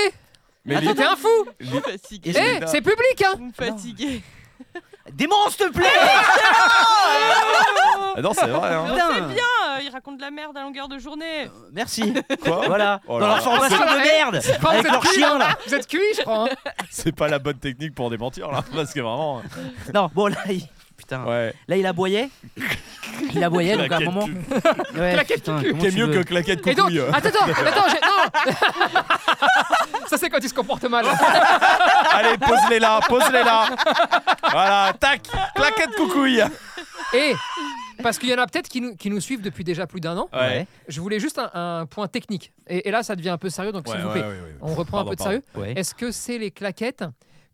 B: Mais
C: Attends,
B: Lina-
C: t'es un fou
H: Vous me fatiguez.
A: Et je-
C: Eh,
B: Lina-
C: c'est public hein
H: Vous me fatiguez.
A: Dément, s'il te plaît.
B: Ah Non, c'est vrai. hein.
H: Mais on
A: Putain.
H: sait bien, euh, il raconte de la merde à longueur de journée.
B: Euh,
A: Merci.
B: Quoi
A: Voilà.
B: Oh là
A: Dans
B: là.
A: leur formation
C: C'est-
A: de merde.
C: Enfin,
A: Avec
C: vous êtes
A: leur
C: cuit,
A: chien
C: hein.
A: là.
C: Vous êtes cuit, je crois. hein.
B: C'est pas la bonne technique pour démentir, là. Parce que vraiment.
A: Non, bon là, il... putain.
B: Ouais.
A: Là, il aboyait. Il aboyait donc à un
B: Claquette
A: moment.
B: cucu.
A: Ouais,
C: Claquette
A: putain, comment
B: T'es
A: tu
B: mieux
A: veux
B: que claquette
C: Et donc,
B: coucouille.
C: attends, attends, attends, j'ai- non Ça, c'est quand il se comporte mal.
B: Allez, pose-les là, pose-les là. Voilà, tac, claquette coucouille.
C: Et parce qu'il y en a peut-être qui nous, qui nous suivent depuis déjà plus d'un an.
A: Ouais.
C: Je voulais juste un, un point technique. Et, et là, ça devient un peu sérieux, donc
B: Ouais,
C: s'il vous
B: ouais,
C: plaît,
B: ouais, ouais.
C: on reprend
B: Pardon,
C: un peu de
B: pardon.
C: sérieux.
A: Ouais.
C: Est-ce que c'est les claquettes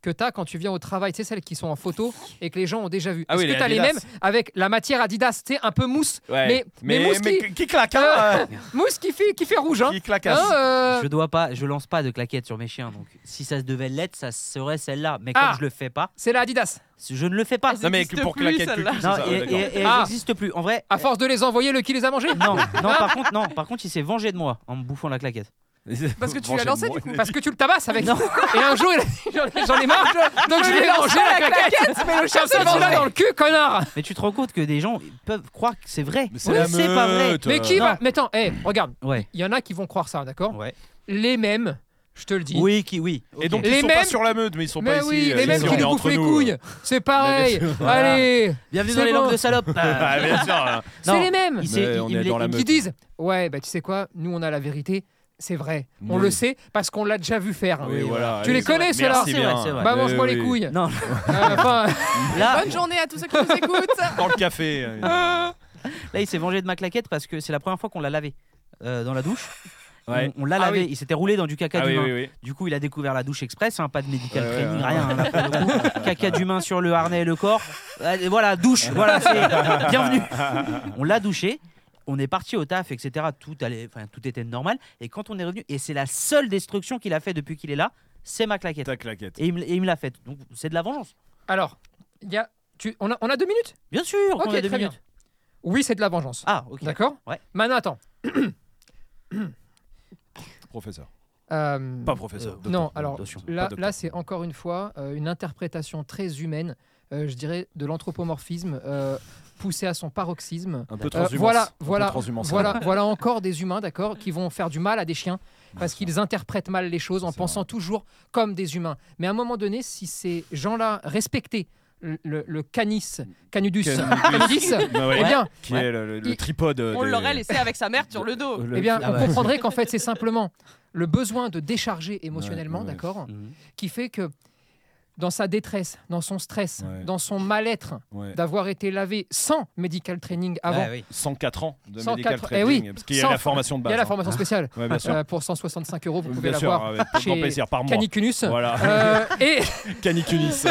C: que t'as quand tu viens au travail, tu sais, celles qui sont en photo et que les gens ont déjà vu
B: Ah
C: Est-ce
B: oui,
C: que
B: les
C: t'as les mêmes
B: Adidas.
C: avec la matière Adidas, tu sais, un peu mousse
B: Ouais.
C: Mais- mais mousse qui-
B: qui... claque, hein,
C: Mousse qui fait, qui fait rouge, hein,
B: qui claque.
C: Hein,
B: hein.
C: euh,
A: Je dois pas, je lance pas de claquettes sur mes chiens. Donc, si ça se devait l'être, ça serait celle-là. Mais comme
C: Ah.
A: je le fais pas,
C: C'est la Adidas.
A: je ne le fais pas.
H: Elles
B: Non mais
H: n'existent
B: pour
H: plus,
B: claquette
H: celles-là.
B: cucu, c'est
A: Non,
B: ça,
A: et,
B: ouais, d'accord.
A: et- et
C: Ah.
A: elles n'existent plus. En vrai,
C: À force de les envoyer, le qui les a mangés
A: non, non. Par contre, non. Par contre, il s'est vengé de moi en me bouffant la claquette.
D: Parce que tu l'as lancé, du coup.
C: Parce que tu le tabasses avec.
A: Non.
C: Et un jour, il a- j'en ai- j'en ai marre. Donc je vais manger la claquette. Mais le chat, tu l'as dans le cul, connard.
A: Mais tu te rends compte que des gens ils peuvent croire que c'est vrai.
B: Mais
A: Oui, c'est pas vrai.
B: meute.
C: Mais qui
A: Non.
C: va Mais attends, hé, regarde.
A: Ouais.
C: Il y en a qui vont croire ça, d'accord
A: Ouais.
C: Les mêmes, je te le dis.
A: Oui, qui, oui.
B: Et donc
C: Les
B: ils sont pas
C: mêmes-
B: sur la meute, mais ils sont
C: Mais
B: pas
C: oui,
B: ici.
C: les
B: euh,
C: mêmes
B: ici,
C: qui
B: on est
C: nous
B: entre
C: bouffent les
B: nous, euh.
C: couilles. C'est pareil. Allez.
A: Bienvenue
C: C'est
A: dans les
C: bon.
A: langues de Euh, salope.
B: Ah, bien sûr. hein.
C: C'est les mêmes.
A: Il s'est-
B: Mais
A: il-
B: on
A: il
B: est
A: me
B: dans
A: l'a-
B: la
A: il-
B: meute.
C: Qui disent Ouais, bah tu sais quoi Nous, on a la vérité. C'est vrai. On
B: Oui.
C: le sait parce qu'on l'a déjà vu faire.
B: Oui, voilà.
C: Tu
B: Oui,
C: les
B: c'est vrai.
C: connais, ceux-là
B: Merci
A: C'est vrai,
B: bien.
A: c'est vrai.
C: Bah, mange-moi
B: Oui,
C: les
B: oui.
C: couilles.
A: Non,
C: Euh, enfin,
A: là,
D: Bonne journée à tous ceux qui nous écoutent.
B: Dans le café. euh,
A: là, il s'est vengé de ma claquette parce que c'est la première fois qu'on l'a lavé euh, dans la douche.
B: Ouais.
A: On, on l'a
C: Ah
A: lavé,
C: oui.
A: il s'était roulé dans du caca
B: Ah oui,
A: d'humain.
B: oui, oui.
A: Du coup, il a découvert la douche express, hein, pas de medical
B: Ouais,
A: training,
B: ouais, ouais.
A: rien. hein, là, pour le coup. Caca d'humain sur le harnais et le corps. Allez, voilà, douche, voilà, c'est bienvenue. On l'a douché, on est parti au taf, etc. Tout, allait, enfin, tout était normal. Et quand on est revenu, et c'est la seule destruction qu'il a fait depuis qu'il est là, c'est ma claquette.
B: Ta claquette.
A: Et il me, et il me l'a faite. Donc, c'est de la vengeance.
C: alors, il y a- tu- on, a, on a deux minutes
A: Bien sûr,
C: Ok,
A: qu'on a deux
C: très bien.
A: minutes.
C: Oui, c'est de la vengeance.
A: Ah, ok.
C: D'accord
A: Ouais.
C: Maintenant, attends.
B: Professeur.
C: Euh,
B: Pas professeur.
A: Euh,
C: non,
A: Docteur,
C: alors
A: docteur.
B: Pas
C: là,
B: docteur.
C: là c'est encore une fois euh, une interprétation très humaine, euh, je dirais, de l'anthropomorphisme euh, poussé à son paroxysme.
B: Un peu
C: Euh,
B: transhumance. Un
C: voilà,
B: peu
C: voilà,
B: transhumance.
C: voilà, voilà encore des humains, d'accord, qui vont faire du mal à des chiens parce qu'ils interprètent mal les choses en
B: C'est
C: pensant toujours comme des humains. Mais à un moment donné, si ces gens-là respectaient le, le- le canis, canudus,
B: Mm. Canudus.
C: canudis,
B: Bah ouais.
C: eh bien,
B: Qui est le, le- le
C: Il-
B: tripode.
H: On
B: des-
H: l'aurait laissé avec sa merde sur le dos.
B: le-
C: eh bien,
A: Ah
C: on
A: ouais.
C: comprendrait qu'en fait, c'est simplement le besoin de décharger émotionnellement,
B: ouais, ouais.
C: d'accord,
A: Mhm.
C: qui fait que dans sa détresse, dans son stress,
B: Ouais.
C: dans son mal-être
B: Ouais.
C: d'avoir été lavé sans medical training
B: Ah
C: avant,
B: Bah
A: Ouais, oui.
B: 104 ans de
C: 104
B: medical
C: eh
B: training.
C: oui,
B: Parce qu'il y a
C: 100
B: la formation de
C: il
B: base.
C: y a la
B: hein.
C: formation spéciale
B: Ouais, bien sûr.
C: euh, pour 165 euros, vous pouvez
B: bien
C: la
B: sûr, hein,
C: voir.
B: avec grand
C: chez
B: plaisir par mois.
C: Canicunus.
B: Voilà,
C: Euh, et
B: caniculis.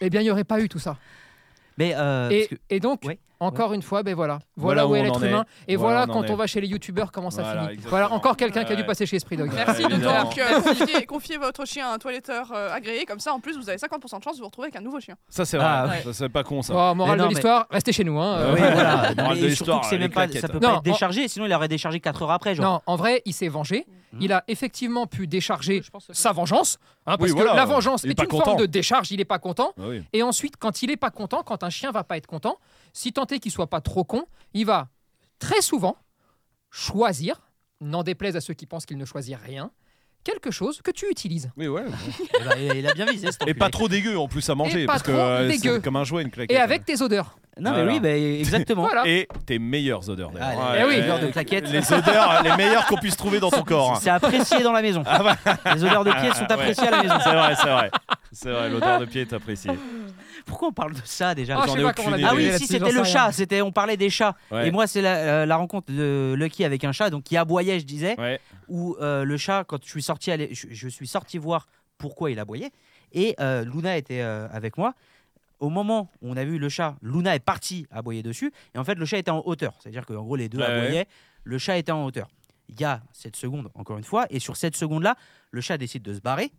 C: eh bien, il n'y aurait pas eu tout ça.
A: Mais euh,
C: et,
A: parce que-
C: et donc,
A: ouais,
C: encore une fois, ben voilà, voilà,
B: Voilà
C: où
B: où
C: est
B: on
C: l'être
B: en est.
C: humain. Et
B: Voilà
C: voilà,
B: où on en
C: quand on
B: est.
C: va chez les youtubeurs, comment ça
B: Voilà,
C: finit.
B: exactement.
C: Voilà, encore quelqu'un qui a dû
B: Ouais.
C: passer chez Esprit Dog.
H: Merci
B: Ouais,
H: de
B: évidemment.
H: ton
D: Donc, euh, confiez, confiez votre chien à un toiletteur euh, agréé, comme ça en plus vous avez 50% de chance de vous retrouver avec un nouveau chien.
B: Ça, c'est vrai.
A: Ah,
H: ouais.
B: Ça, c'est pas con, ça.
C: Oh,
A: Mais
C: morale
A: non,
C: de l'histoire, restez chez nous. hein.
B: Euh,
C: Euh,
A: oui, voilà.
B: Morale de
A: Mais surtout
B: l'histoire,
A: que c'est
B: les
A: même pas, ça
B: claquettes.
A: peut pas
C: Non,
A: être déchargé, sinon il aurait déchargé 4 heures après. Genre.
C: Non, en vrai, il s'est vengé.
B: Mmh.
C: Il a effectivement pu décharger
H: Je pense que-
C: sa vengeance, hein, parce
B: Oui, voilà,
C: que la
B: euh,
C: vengeance
B: il est
C: est
B: pas
C: une forme
B: content.
C: de décharge. Il est pas content.
B: Ah oui.
C: Et ensuite, quand il est pas content, quand un chien va pas être content, si tant est qu'il soit pas trop con, il va très souvent choisir, n'en déplaise à ceux qui pensent qu'il ne choisit rien, quelque chose que tu utilises.
B: Oui, ouais.
A: Eh ben, il a- il a bien visé. cet
B: Et
A: enculé.
B: pas trop dégueu en plus à manger.
C: Et pas
B: parce que
C: trop
B: euh,
C: dégueu.
B: c'est comme un jouet, une claquette.
C: Et avec tes odeurs.
A: Non, mais
B: Voilà.
A: oui, bah, exactement.
C: Voilà.
B: Et tes meilleures odeurs d'ailleurs.
A: Ah,
C: les- Eh oui.
A: odeurs de claquettes.
B: Les odeurs les meilleures qu'on puisse trouver dans ton corps. hein. Ah, bah.
A: C'est apprécié dans la maison. Les odeurs de pieds sont appréciées à la maison.
B: hein. C'est vrai, c'est vrai. C'est vrai, l'odeur de pied est appréciée.
A: Pourquoi on parle de ça déjà
C: Ah,
B: j'en
C: je sais
B: ai
C: pas
B: aucune
C: comment on a
B: idée.
A: Ah
C: dérivé
A: oui,
C: là-dessus,
A: si c'était
C: j'en
A: le
C: sais
A: chat,
C: rien.
A: c'était on parlait des chats.
B: Ouais.
A: Et moi c'est la, euh, la rencontre de Lucky avec un chat, donc qui aboyait, je disais,
B: Ouais.
A: où euh, le chat quand je suis sorti aller, je, je suis sorti voir pourquoi il aboyait et euh, Luna était euh, avec moi. Au moment où on a vu le chat, Luna est partie aboyer dessus et en fait le chat était en hauteur, c'est-à-dire qu'en gros les deux
B: Ouais, ouais.
A: aboyaient, le chat était en hauteur. Il y a cette seconde encore une fois et sur cette seconde là, le chat décide de se barrer,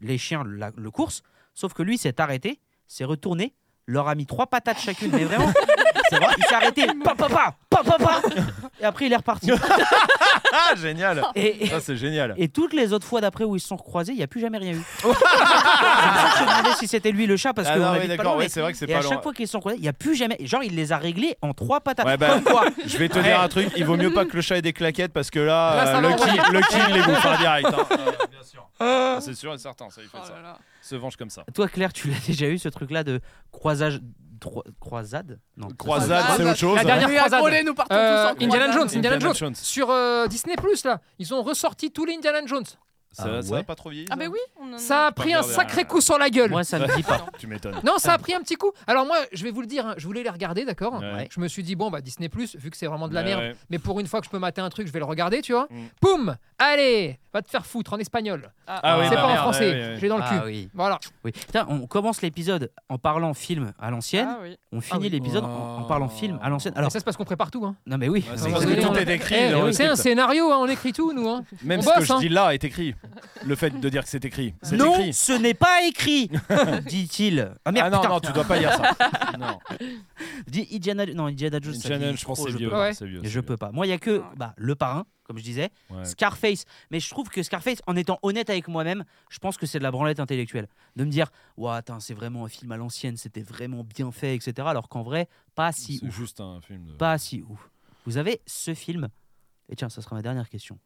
A: les chiens la- le course, sauf que lui s'est arrêté, s'est retourné, leur a mis trois patates chacune, mais vraiment. C'est vrai, il s'est arrêté, pa pa pa, pa pa pa, et après il est reparti.
B: Ah, génial
A: Et, et-
B: Ça, c'est génial.
A: et toutes les autres fois d'après où ils se sont recroisés, il n'y a plus jamais rien eu. C'est pour ça que je me demandais si c'était lui le chat parce
B: Ah
A: que
B: non,
A: on
B: oui,
A: habite pas
B: d'accord,
A: loin,
B: oui,
A: mais-
B: c'est vrai que c'est
A: Et à
B: pas
A: chaque
B: loin.
A: fois qu'ils se sont croisés, il n'y a plus jamais. Genre, il les a réglés en trois patates.
B: Ouais, bah,
A: Comme quoi.
B: Je vais te dire un truc, il vaut mieux pas que le chat ait des claquettes parce que là,
C: Là, ça
B: euh,
C: va,
B: Lucky,
C: ouais.
B: Lucky, il les bouffe en direct. hein. Euh, bien sûr. Ah, c'est sûr et certain, ça, il fait
D: Oh là
B: ça.
D: là.
B: Se venge comme ça.
A: Toi, Claire, tu l'as déjà eu ce truc-là de croisage. tro- Croisade Non.
B: Croisade, c'est autre chose. hein.
C: La dernière
D: Oui,
C: croisade.
D: accolés, nous partons
C: Euh,
D: tous en
C: Indiana
D: croisade.
C: Jones, Indiana,
B: Indiana Jones.
C: Jones. Sur euh, Disney Plus là, ils ont ressorti tous les Indiana Jones.
B: Ça,
A: Ah
B: ça
A: ouais.
B: va pas trop vieillir
H: Ah, bah oui. on en a-
C: Ça a
B: Mmh. pas
C: pris un
B: regardé,
C: sacré
B: hein.
C: coup sur la gueule.
A: Moi, ça me dit pas.
B: Tu m'étonnes.
C: Non, ça a pris un petit coup. Alors moi, je vais vous le dire, hein, je voulais les regarder, d'accord
B: Ouais.
C: Je me suis dit bon bah Disney Plus, vu que c'est vraiment de la
B: Ouais,
C: merde.
B: ouais.
C: Mais pour une fois que je peux mater un truc, je vais le regarder, tu vois.
B: Mm.
C: Poum Allez, va te faire foutre en espagnol.
B: Ah oui,
C: c'est
B: bah
C: pas
B: merde,
C: en français,
B: ouais, ouais, ouais.
C: je l'ai dans le cul.
A: Ah oui.
C: Voilà.
A: oui. Putain, on commence l'épisode en parlant film à l'ancienne.
H: Ah oui.
A: On finit
C: oui.
A: l'épisode en, en parlant film à l'ancienne.
C: Alors,
A: Alors,
C: ça se passe qu'on prépare tout. Hein.
A: non mais oui.
B: Ah,
C: À un
B: Oh. c'est
C: moment
B: parce que
C: donné,
B: tout
C: on-
B: est écrit
C: Eh,
B: dans le
C: c'est un
B: script.
C: scénario, hein, on écrit tout, nous. hein.
B: Même
C: on
B: ce que
C: bosse, hein.
B: je dis là est écrit. Le fait de dire que c'est écrit. C'est
A: non,
B: écrit.
A: ce n'est pas écrit, dit-il. Ah merde,
B: ah non,
A: putain.
B: non, tu dois pas dire ça. non.
A: Dis Indiana, non, Indiana Jones. ça
B: Indiana,
A: dit
B: je pense
A: trop,
B: que c'est
A: peux
B: vieux.
A: pas.
C: Ouais.
B: c'est vieux,
A: Et
B: c'est
A: Je
B: vieux.
A: peux pas. Moi, il y a que bah, le parrain, comme je disais,
B: Ouais.
A: Scarface. Mais je trouve que Scarface, en étant honnête avec moi-même, je pense que c'est de la branlette intellectuelle. De me dire, ouah, attends, c'est vraiment un film à l'ancienne, c'était vraiment bien fait, etc. Alors qu'en vrai, pas si
B: C'est
A: ouf.
B: juste un film de.
A: Pas si ouf. Vous avez ce film. Et tiens, ça sera ma dernière question.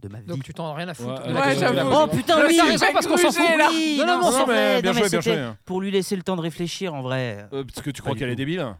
A: de ma vie.
C: Donc tu t'en as rien à foutre.
B: Ouais,
C: de la
D: ouais,
C: question que tu
D: j'avoue.
C: l'as
A: Oh
C: posée.
A: putain,
C: Mais
A: oui,
C: t'as raison, parce qu'on s'en fout.
D: Brûlé, là.
A: Oui,
C: Non,
A: non,
C: non,
A: on s'en
B: non, mais
A: fait.
B: Ah, bien
A: Non, mais
B: joué, bien
A: c'était
B: joué.
A: pour lui laisser le temps de réfléchir en vrai.
B: Euh, parce que tu
A: Pas
B: crois
A: du
B: qu'elle
A: tout.
B: est débile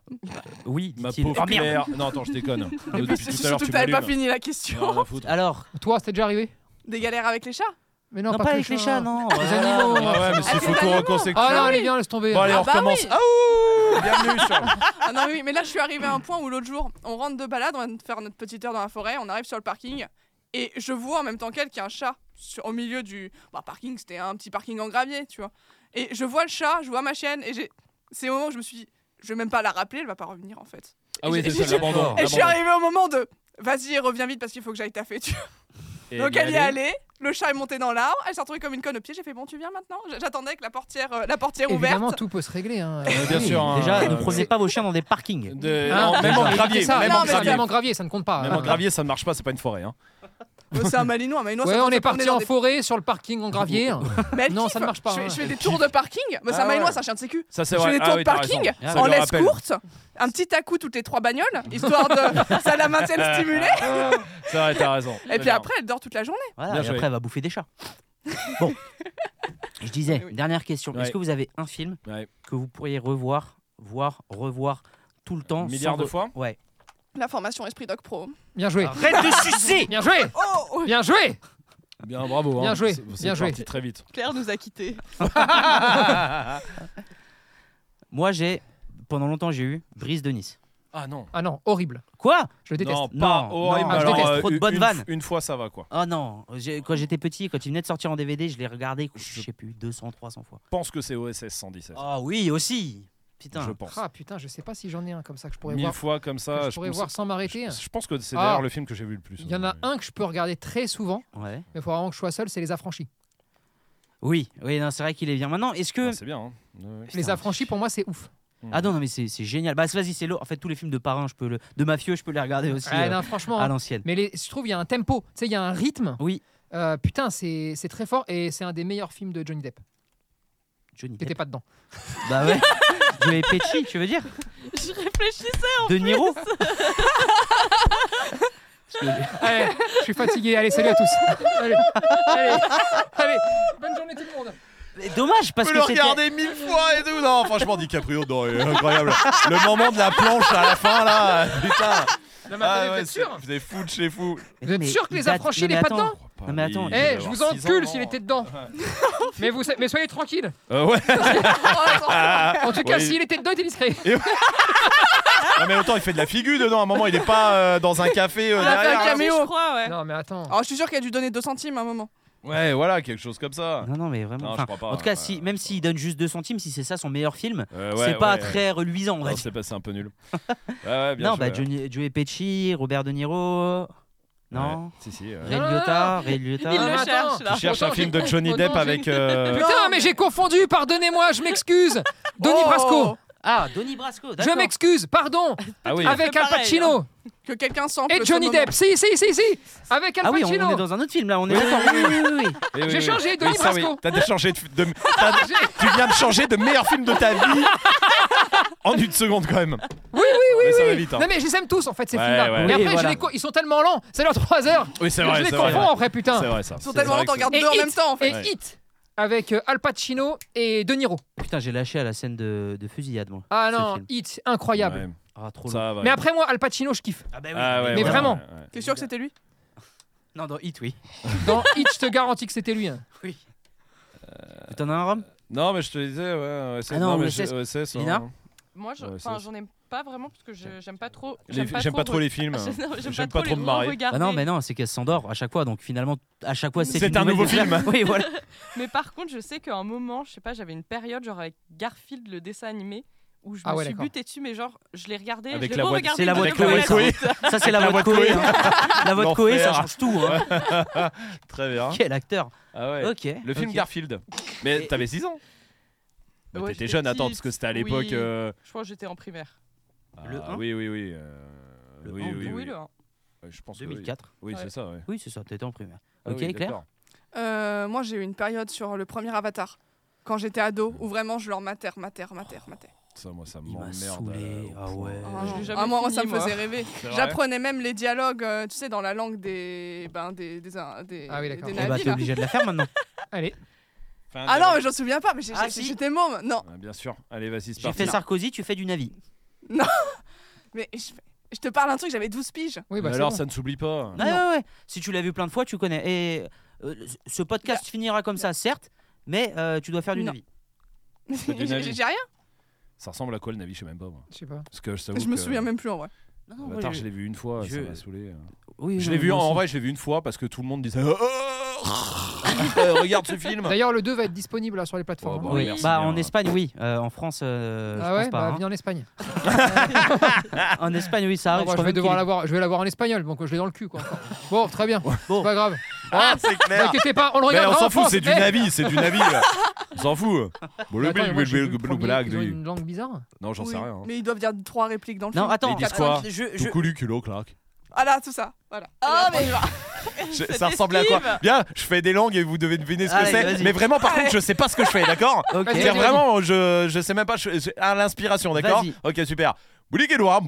A: Oui,
B: Ma
A: dit-il.
B: pauvre
A: Oh, merde.
B: Claire. Non, attends, je déconne.
D: Et puis,
B: Depuis
D: c'est
B: tout à l'heure,
D: surtout
B: tu
D: que t'avais pas
B: m'allumes.
D: fini la
B: Non,
D: question.
B: rien à foutre.
A: Alors,
C: Toi, c'était déjà arrivé
D: Des galères avec les chats
C: Mais
A: non, pas avec les chats, non.
C: Les
A: voilà.
C: animaux.
B: Ah ouais, mais s'il
D: Ah,
B: faut
D: c'est
B: qu'on
D: pas
B: recommence avec
C: Ah
B: ça.
C: non, allez, viens, laisse tomber.
B: Bon, allez, on
D: Ah bah
B: recommence.
D: oui.
B: Ah ouh Bienvenue sur.
D: Ah non, oui, mais là, je suis arrivée à un point où l'autre jour, on rentre de balade, on va faire notre petite heure dans la forêt, on arrive sur le parking, et je vois en même temps qu'elle qu'il y a un chat sur- au milieu du bah, parking, c'était un petit parking en gravier, tu vois. Et je vois le chat, je vois ma chienne, et j'ai. C'est au moment où je me suis dit, je vais même pas la rappeler, elle va pas revenir en fait.
B: Ah oui,
D: Et
B: c'est
D: j'ai-
B: ça, l'abandon.
D: Et je suis arrivée au moment de. Vas-y, reviens vite parce qu'il faut que j'aille taffer, tu vois.
B: Eh
D: Donc
B: ben,
D: elle y est allée, le chat est monté dans l'arbre, elle s'est retrouvée comme une conne au pied, j'ai fait bon, tu viens maintenant J'attendais avec la portière, euh, la portière
C: Évidemment,
D: ouverte.
C: tout peut se régler. hein.
B: Euh, bien
C: Oui.
B: sûr, hein.
A: Déjà,
B: Euh,
A: ne prenez pas vos chiens dans des parkings.
B: De-
C: Hein,
B: non, même
C: déjà.
B: en gravier,
C: Évitez ça.
B: même
D: Non,
B: en
D: mais
C: C'est
B: gravier.
C: Même en gravier, ça ne compte pas.
B: Même
C: hein.
B: en gravier, ça ne marche pas, c'est pas une forêt. Hein.
D: Euh, C'est un malinois, un malinois. ça
C: Ouais,
D: peut
C: on
D: se promener
C: est parti
D: dans
C: en
D: des-
C: forêt, sur le parking en gravier.
D: Mais elle
C: Non,
D: kiffe.
C: ça ne marche pas,
D: Je, fais-
C: hein.
D: je fais des tours de parking. Moi, c'est
B: Ah
D: un
B: ouais.
D: malinois, c'est un chien de sécu.
B: Ça, c'est
D: Je fais
B: vrai. Ah
D: des tours de
B: t'as
D: parking
B: raison. Ça
D: en
B: lui
D: laisse
B: rappelle.
D: courte, un petit à coup toutes les trois bagnoles, histoire de. ça la maintient le stimulé.
B: Ah, C'est vrai, t'as raison.
D: Et puis
B: Bien.
D: après, elle dort toute la journée.
A: Voilà,
B: Bien
A: et
B: joué.
A: après, elle va bouffer des chats. Bon, je disais, dernière question.
B: Ouais.
A: Est-ce que vous avez un film
B: Ouais.
A: que vous pourriez revoir, voir, revoir tout le temps
B: Milliards
A: sans
B: de
A: re-
B: fois
A: Ouais.
D: La formation Esprit Doc Pro.
C: Bien joué. Eh,
A: Arrête de sucer
C: Bien joué.
D: Ah. Oh
C: Bien joué.
B: Bien, bravo. hein.
C: Bien joué,
B: C'est- c'est
C: bien joué.
B: parti très vite.
H: Claire nous a quittés.
A: Moi, j'ai, pendant longtemps, j'ai eu Brise de Nice.
B: Ah non.
C: Ah non, horrible.
A: Quoi
C: Je le déteste.
B: Non,
A: Non,
B: pas
A: non,
B: horrible.
A: je
B: alors,
A: déteste.
B: euh,
A: Trop de
B: une-
A: bonnes
B: une-
A: vannes.
B: Une fois, ça va quoi.
A: Oh non, j'ai- quand j'étais petit, quand il venait de sortir en DVD, je l'ai regardé, je sais plus, 200, 300 fois.
B: Je pense que c'est OSS 117.
A: Ah oui, aussi Putain.
B: Je pense.
C: Ah putain, je sais pas si j'en ai un comme ça que je pourrais
B: Mille
C: voir.
B: fois comme
C: que
B: ça.
C: je pourrais
B: pense-
C: voir sans m'arrêter.
B: Je pense que c'est
C: Ah.
B: d'ailleurs le film que j'ai vu le plus. hein.
C: Il y en a un que je peux regarder très souvent,
A: Ouais.
C: mais il faut vraiment que je sois seul, c'est Les Affranchis.
A: Oui, oui, non, c'est vrai qu'il est bien. Maintenant, est-ce que.
B: Ah, c'est bien. hein. Ouais, ouais.
A: Putain,
C: Les Affranchis, pour moi, c'est ouf.
A: Ah non, non, mais c'est c'est génial. Bah, c'est- vas-y, c'est l'eau. En fait, tous les films de parrain, je peux le... de mafieux, je peux les regarder aussi
C: Ah,
A: euh,
C: non, franchement.
A: à
C: hein.
A: l'ancienne.
C: Mais les- je trouve, il y a un tempo, tu sais, il y a un rythme.
A: Oui.
C: Euh, putain, c'est c'est très fort et c'est un des meilleurs films de Johnny Depp.
A: Johnny
C: T'étais
A: Depp.
C: pas dedans.
A: Bah ouais. Joey Pesci, tu veux dire
H: Je réfléchissais.
A: De Niro
C: Allez, Eh, je suis fatigué. Allez, salut à tous. Allez, allez, allez. Bonne journée tout le monde.
A: Mais Dommage parce
K: peux
A: que
K: le
A: c'était.
K: regarder mille fois et tout. Non, franchement, DiCaprio, non, il est incroyable. Le moment de la planche à la fin, là, putain.
C: Non, mais attendez,
K: Ah,
C: vous
K: ouais,
C: êtes sûr
K: c'est- vous êtes fou de chez fou.
C: Vous êtes
A: Mais
C: sûr que
A: il
C: les
A: date-
C: affranchis,
A: Non,
C: il
A: mais
C: est pas
A: attends.
C: dedans
A: Non, mais attends.
B: Il
C: Eh,
B: devait
C: je
B: avoir
C: vous
B: six
C: encule
B: ans.
C: s'il était dedans. mais, vous, sa- mais soyez tranquille.
B: Euh, ouais.
D: Oh, attends.
C: En tout
B: Ah,
C: cas,
B: Oui.
C: s'il était dedans, il était discret.
B: Ah, mais autant il fait de la figure dedans. À un moment, il est pas euh, dans un café euh,
D: Ah,
B: derrière.
D: un caméo.
H: Je crois, ouais.
C: Non, mais attends.
A: Oh,
D: Alors, Oh, je suis sûr qu'elle a dû donner 2 centimes à un moment.
B: Ouais, voilà, quelque chose comme ça.
A: Non, non, mais vraiment.
B: Non, je
A: enfin,
B: crois pas,
A: en tout cas,
B: ouais.
A: si, même s'il donne juste 2 centimes, si c'est ça son meilleur film,
B: Euh,
A: c'est
B: ouais,
A: pas
B: ouais.
A: très reluisant, on va
B: Non,
A: dire.
B: c'est pas- c'est un peu nul. Ouais, ouais, bien
A: Non,
B: joué,
A: bah
B: ouais.
A: Johnny, Joey Pesci, Robert De Niro. Non.
B: Ouais, Si, si. ouais.
A: Ray
C: Non, non,
A: Liotta,
C: non.
A: Ray
H: Il
A: Liotta.
C: Ah,
H: le
C: attends.
H: cherche là.
B: Tu cherches
C: Autant
B: un film
C: j'ai-
B: de Johnny
C: autant
B: Depp
C: j'ai-
B: avec. euh,
C: Putain, mais j'ai confondu. Pardonnez-moi, je m'excuse. Denis
D: Oh.
C: Brasco,
A: Ah, Donnie Brasco.
C: je
A: d'accord. hein.
C: m'excuse. Pardon.
B: Ah oui.
C: Avec
H: fais
C: Al
H: pareil,
C: Pacino
D: Que quelqu'un semble.
C: et Johnny Depp. Si, si, si, si. Avec Al
A: Ah oui, on,
C: Pacino.
A: on est dans un autre film là, on est
B: Oui,
A: d'accord.
B: oui,
A: Oui, oui, oui, oui.
B: Oui, oui,
C: J'ai
B: oui.
C: changé, Denis
B: Oui, ça, oui.
C: Brasco.
B: T'as dé- changé de- de- t'as- Tu viens de changer de meilleur film de ta vie en une seconde quand même.
C: Oui, oui, oui.
B: Mais ça
C: oui.
B: va vite, hein.
C: Non, mais je les aime tous en fait ces
B: Ouais,
C: films-là.
B: ouais.
C: Mais
A: Oui,
C: après, je
A: voilà.
C: les co- ils sont tellement lents, c'est leur 3 heures.
B: Oui, c'est
C: que
B: vrai.
C: je les
B: c'est vrai.
C: confonds hein. après,
B: C'est
C: putain.
B: vrai ça.
D: Ils sont
B: C'est
D: tellement
B: vrai
D: lents,
B: que
D: t'en
B: c'est-
D: regardes
C: Et
D: deux en
C: Hit.
D: même temps en fait.
C: Et Hit avec euh, Al Pacino et De Niro.
A: Putain, j'ai lâché à la scène de, de fusillade, moi.
C: Ah
A: ce
C: non,
A: film.
C: Hit, incroyable.
B: Ouais,
A: Ah, trop long.
B: Ça va.
C: Mais après, moi, Al Pacino, je kiffe.
A: Ah, bah oui.
B: Ah ouais,
C: Mais
B: ouais, Ah.
C: vraiment.
B: ouais, ouais.
D: T'es sûr que c'était lui
A: Non, dans Hit, oui.
C: Dans Hit, je te garantis que c'était lui. hein.
A: T'en as un, Rome
B: Non, mais je te disais, ouais, OSS.
A: Ah non,
B: mais
A: OSS.
B: je- OSS,
A: Lina
B: hein.
H: Moi, je-
B: Ouais,
H: enfin,
B: ça-
H: j'en aime pas vraiment parce que je- j'aime pas trop.
B: Les- J'aime pas trop les films. hein.
H: Non,
B: J'aime pas trop
H: les
B: me marrer.
A: Bah
H: re-regarder.
A: non, mais non, c'est qu'elle s'endort à chaque fois, donc finalement, à chaque fois, c'est
B: C'est
A: une
B: un
A: nouvelle
B: nouveau
A: découverte.
B: film.
A: Oui, voilà.
H: Mais par contre, je sais qu'à un moment, je sais pas, j'avais une période genre avec Garfield, le dessin animé, où je
C: Ah
H: me
C: ouais,
H: suis
C: d'accord.
H: buté dessus, mais genre, je l'ai regardé,
B: Avec
H: je
B: la
H: l'ai
B: voix de-
H: regardé.
A: c'est la voix de Chloé, Ça, c'est la,
B: la
A: voix de
B: voix de
A: Coé. hein. La voix de Coé, ça
B: L'enfer.
A: change tout. hein.
B: Très bien.
A: Quel acteur.
B: Ah ouais.
A: Ok.
B: Le film
A: ok.
B: Garfield. Mais
A: Et-
B: t'avais 6 ans. Mais
H: Ouais,
B: t'étais
H: j'étais
B: jeune, attends,
H: petite,
B: parce que c'était à l'époque.
H: oui.
B: euh,
H: Je crois que j'étais en primaire.
A: Le
B: ah,
A: un
B: Oui, oui, oui. euh,
A: Le
B: oui,
A: un,
B: oui,
H: Oui,
B: oui.
H: le un.
B: Ouais, Je pense que oui.
A: 2004.
B: Oui,
H: Ouais.
B: c'est ça, ouais.
A: Oui, c'est ça, t'étais en primaire.
B: Ah
A: Ok,
B: oui,
A: Claire
B: d'accord.
D: Euh, Moi, j'ai eu une période sur le premier Avatar. Quand j'étais ado, où vraiment je leur mater, mater, mater, mater.
B: Ça, moi, ça
A: Il m'a
B: m'emmerde.
A: saoulé.
B: euh,
A: Ah ouais.
H: Ah, je l'ai jamais
D: Ah, moi,
H: fini,
D: ça me
H: moi.
D: faisait rêver.
B: c'est vrai.
D: J'apprenais même les dialogues, euh, tu sais, dans la langue des, ben, des, des, des,
C: Ah oui,
D: des
C: d'accord.
A: Eh bah,
D: navis,
A: t'es
D: là.
A: obligé de la faire maintenant.
C: Allez,
B: Fin
D: Ah
B: de-
D: non, mais j'en souviens pas, mais j'ai-
A: Ah,
D: j'ai-
A: si.
D: j'étais môme. Non,
B: Ah, Bien sûr. Allez, vas-y, c'est
A: J'ai
B: parti.
A: fait Sarkozy, tu fais du Navi.
D: mais je, je te parle un truc, j'avais 12 piges.
C: oui,
B: Mais
C: bah, c'est
B: alors,
C: bon.
B: ça ne s'oublie pas.
A: Ouais, ouais, ouais. Si tu l'as vu plein de fois, tu connais. Et euh, ce podcast finira comme ça, certes, mais euh, tu dois faire du
D: Non.
A: Navi.
D: J'ai
B: du navi.
D: j'ai rien,
B: Ça ressemble à quoi le Navi Je sais même pas. Moi.
C: Je sais pas.
B: Parce que je
D: je me souviens même plus en vrai.
A: Non, non, moi,
B: Avatar,
A: je-
B: Bah, je l'ai vu une fois,
A: je-
B: ça m'a saoulé. hein.
A: oui,
B: Je
A: non,
B: l'ai vu
A: moi
B: en
A: aussi.
B: vrai, je l'ai vu une fois parce que tout le monde disait Euh, euh, regarde ce film.
C: D'ailleurs, le 2 va être disponible là, sur les plateformes.
B: Oh,
C: hein.
B: bon,
A: Oui.
B: merci
A: Bah,
B: bien.
A: en Espagne, oui. Euh, en France, euh,
C: ah
A: je
C: ouais,
A: pense pas.
C: bah,
A: hein.
C: viens en Espagne.
A: En Espagne, oui, ça
C: Ah,
A: arrive.
C: bah,
A: je crois
C: je vais
A: même
C: devoir
A: qu'il-
C: l'avoir, je vais l'avoir en espagnol, donc je l'ai dans le cul quoi. bon, très bien,
A: Bon.
C: c'est pas grave.
F: Ah, c'est
C: Ne
F: clair.
C: inquiétez pas, on le
B: Mais
C: regardera
B: on
C: en
B: s'en fout,
C: France,
B: c'est du
C: eh.
B: Navi, c'est du Navi. là. On s'en fout. Bon,
C: Mais
B: le bleu,
C: attends, moi,
B: bleu,
C: j'ai vu
B: bleu,
C: le
B: bleu,
C: premier,
B: blague
C: ils ont
B: de-
C: une langue bizarre.
B: Non, j'en sais
D: Oui,
B: rien. hein.
D: Mais ils doivent dire trois répliques dans le
A: Non,
D: film.
A: attends.
B: Ils disent quoi
A: je- je-
B: Tout coulu, culot, claque.
D: Ah là, tout ça. Voilà.
H: Ah,
D: Et
H: mais-
D: on y va.
B: Je-
H: Cette
B: Ça ressemble à quoi
H: esquive.
B: Bien, je fais des langues et vous devez deviner ce que
A: Allez,
B: c'est.
A: vas-y.
B: Mais vraiment, par contre, je sais pas ce que je fais, d'accord
A: Ok.
C: Vas-y,
B: C'est
C: vas-y,
B: vraiment, je, je sais même pas, je- je- à l'inspiration, d'accord
A: Vas-y.
B: Ok, super. Ça
A: Ça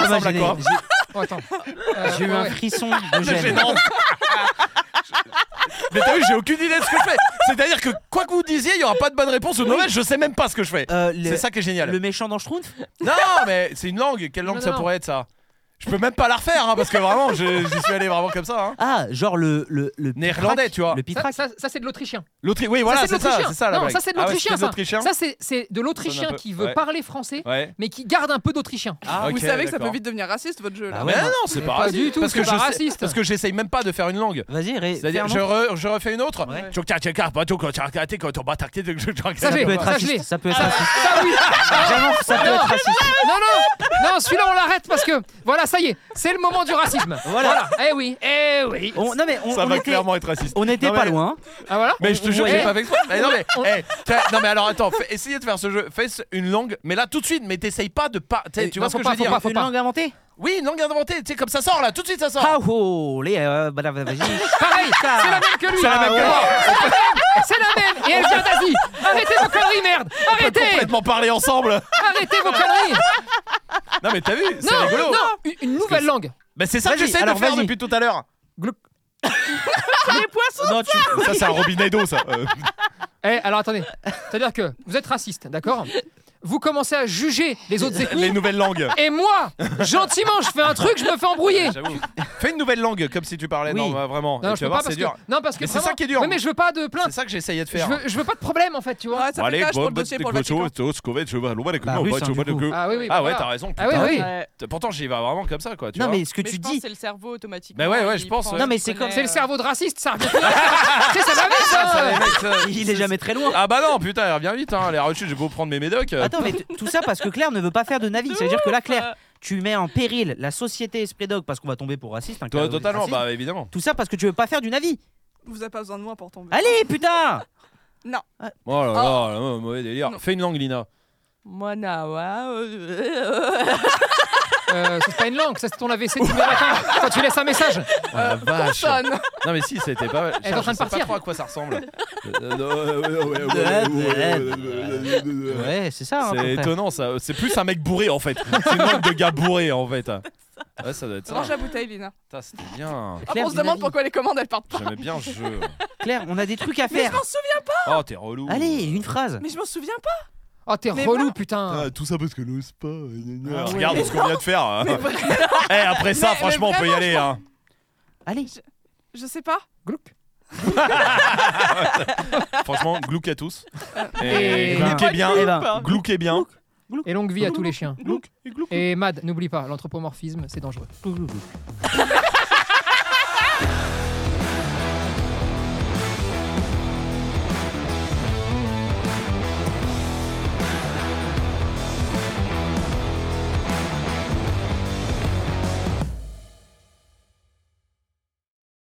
A: m'a
B: ressemble à
A: gêné.
B: quoi
A: J'ai-
C: Oh, attends.
A: J'ai eu un
C: ouais.
A: frisson de
B: C'est
A: gêne.
B: gênant. Mais t'as vu, j'ai aucune idée de ce que je fais. C'est-à-dire que quoi que vous disiez, il y aura pas de bonne réponse ou de mauvaise, je sais même pas ce que je fais.
A: Euh, le-
B: C'est ça qui est génial.
A: Le méchant dans Schtroumpf
B: Non, mais c'est une langue. Quelle langue
C: Non,
B: ça
C: non,
B: pourrait être ça Je peux même pas la refaire hein, parce que vraiment, je- j'y suis allé vraiment comme ça. Hein.
A: Ah, genre le. le, le
B: Néerlandais,
A: pitrac.
B: tu vois.
A: Le
C: Ça,
A: pitrac.
C: ça- ça, c'est de l'autrichien.
B: L'autre, oui, voilà,
C: c'est
B: c'est
C: de
B: ça,
C: l'Autrichien.
B: c'est ça la
C: Non,
B: blague.
C: ça, c'est de
B: Ah ouais,
C: l'Autrichien,
B: c'était de l'Autrichien.
C: Ça, c'est c'est de l'autrichien
B: peu-
C: qui veut
B: ouais.
C: parler français,
B: Ouais.
C: mais qui garde un peu d'autrichien.
A: Ah,
B: ok,
D: Vous savez que ça peut
B: d'accord. Bah
D: vite devenir raciste votre jeu.
A: Ah
D: Là.
A: ouais,
B: mais
A: non.
B: non, c'est
C: Mais
B: pas,
C: pas
B: raciste,
C: du tout,
B: parce
C: c'est
B: que
C: pas
B: je sais-
C: raciste.
B: parce que j'essaye même pas de faire une langue.
A: Vas-y, ré- fais
B: C'est-à-dire,
A: un
B: je,
A: nom.
B: re- je refais une autre.
A: Ouais.
C: Ça,
A: Ça
C: j'ai-
A: peut être
C: je l'ai.
A: raciste. Ça peut
B: Ah,
A: être raciste.
C: Ça, oui.
A: J'avoue, ça peut
C: Non.
A: être raciste.
C: Non, non, non, celui-là, on l'arrête parce que voilà, ça y est, c'est le moment du racisme.
A: Voilà.
C: Eh oui, eh oui.
A: On- Non, mais on
B: Ça
A: on
B: va
A: était-
B: clairement être raciste.
A: on n'était
B: Non,
A: pas
B: mais-
A: loin.
C: Ah voilà.
B: Mais je te jure,
C: Ouais.
B: j'ai pas fait exprès. Mais non, mais,
C: On-
B: eh, t'as- non, mais alors attends, fais- essayez de faire ce jeu. Fais une langue, mais là tout de suite, mais t'essayes pas de pas. t'sais,
C: Eh,
B: Tu
C: non,
B: vois ce
C: faut
B: que
C: pas,
B: je veux
C: faut
B: dire
C: pas, faut
A: Une langue inventée
B: Oui, une langue inventée, tu sais, comme ça sort là, tout de suite ça sort.
A: Ah, oh, les. euh, bah, bah, vas-y.
C: Pareil, c'est la même que lui. Ah,
B: C'est la même que moi.
C: C'est la même. Et elle vient d'Asie. Arrêtez vos conneries, merde. Arrêtez,
B: Complètement parler ensemble.
C: arrêtez vos conneries.
B: Non, mais t'as vu, c'est
C: Non,
B: rigolo.
C: non, une- une nouvelle langue.
B: Bah, c'est ça que
A: Vas-y,
B: j'essaie de
A: alors,
B: faire
A: vas-y.
B: depuis tout à l'heure.
A: Les poissons Non, tu.
B: Ça, c'est un robinet d'eau, ça. Euh,
C: Eh, alors attendez. C'est-à-dire que vous êtes raciste, d'accord Vous commencez à juger les autres
B: Les
C: ethnies.
B: nouvelles langues.
C: Et moi, gentiment, je fais un truc, je me fais embrouiller.
B: J'avoue. Fais une nouvelle langue comme si tu parlais.
A: Oui.
B: Non, bah, vraiment.
C: Non,
B: Et
C: je
B: tu vas
C: peux
B: voir,
C: pas
B: c'est
C: parce
B: dur.
C: que... Non, parce que
B: Mais c'est
C: vraiment-
B: ça qui est dur.
C: Oui, mais je veux pas de
B: C'est
C: plainte.
B: ça que j'essayais de
C: Je
B: faire.
C: veux, je veux pas de problème en fait, tu vois.
D: Ouais, ça fait
B: Allez,
D: cage pour
B: bon,
D: le
B: bah,
D: dossier pour le
B: t'es
D: Vatican.
B: chaud, t'es chaud, Scovette, je vais à l'ouest,
A: Bah,
B: non,
A: russe,
B: bah,
A: hein,
B: tu vois,
A: du
B: le
A: coup.
B: gueux.
C: Ah oui, oui.
B: Ah ouais,
C: voilà.
B: t'as raison.
C: Ah oui,
B: putain.
C: oui.
H: Ouais.
B: Pourtant, j'y vais vraiment comme ça, quoi. Tu
A: Non,
B: vois.
A: mais ce que
H: Mais
A: tu
H: je pense
A: dis.
H: c'est le cerveau automatique.
B: Bah ouais, ouais, je pense, ouais.
A: Non, mais c'est comme-
C: C'est
H: euh,
C: le cerveau de raciste, ça revient. Tu sais, ça va vite, ça.
B: Les mecs, ça-
A: Il est jamais très loin.
B: Ah bah non, putain, elle revient vite, hein. Les rechutes, je vais vous prendre mes médocs. euh.
A: Attends, mais t- tout ça parce que Claire ne veut pas faire de navi. C'est-à-dire que là, Claire, tu mets en péril la société Esprit Dog parce qu'on va tomber pour raciste. hein,
B: Toi,
A: Claire,
B: totalement,
A: raciste.
B: bah évidemment.
A: Tout ça parce que tu veux pas faire du navi.
D: Vous avez pas besoin de moi pour tomber.
A: Allez, putain
B: Oh là là, là, mauvais délire.
D: Non.
B: Fais une langue, Lina.
H: Moi, na, wa,
C: Euh, c'est pas une langue, ça c'est ton AVC du matin quand tu laisses un message.
B: Ah, vache.
D: Personne.
B: Non mais si, c'était pas mal.
C: Elle est en
B: Je
C: train de
B: sais
C: partir.
B: Pas trop à quoi ça ressemble. Euh,
A: Ouais, c'est ça. hein, ton
B: Euh, C'est
A: frère.
B: étonnant ça. C'est plus un mec bourré en fait. C'est une langue de gars bourré en fait. Ouais, ça doit être ça.
D: Range la bouteille, Lina.
B: Putain, c'était bien.
D: Après,
A: Claire,
D: on se
A: du
D: demande
A: navi.
D: pourquoi les commandes elles partent pas.
B: J'aimais bien ce jeu.
A: Claire, on a des trucs à
D: Mais je
A: faire.
D: m'en souviens,
B: Oh, t'es relou.
A: Allez, une phrase.
D: mais je m'en souviens pas.
C: Oh, t'es
D: Mais
C: relou, putain.
B: tout ça parce que le spa.
A: Ah ouais.
B: Euh, Regarde ce qu'on vient de faire. Eh, après ça,
D: Mais- mais
B: franchement, on peut y
D: vraiment,
B: aller. Hein.
A: Allez.
D: Je sais pas.
C: Glouc.
B: Franchement, glouc à tous.
C: Et-
B: Et glouquez bien.
A: Eh ben,
B: Glouquez bien.
C: Et longue vie à tous les chiens.
B: Glouc et glouc.
C: Et Mad, n'oublie pas, l'anthropomorphisme, c'est dangereux.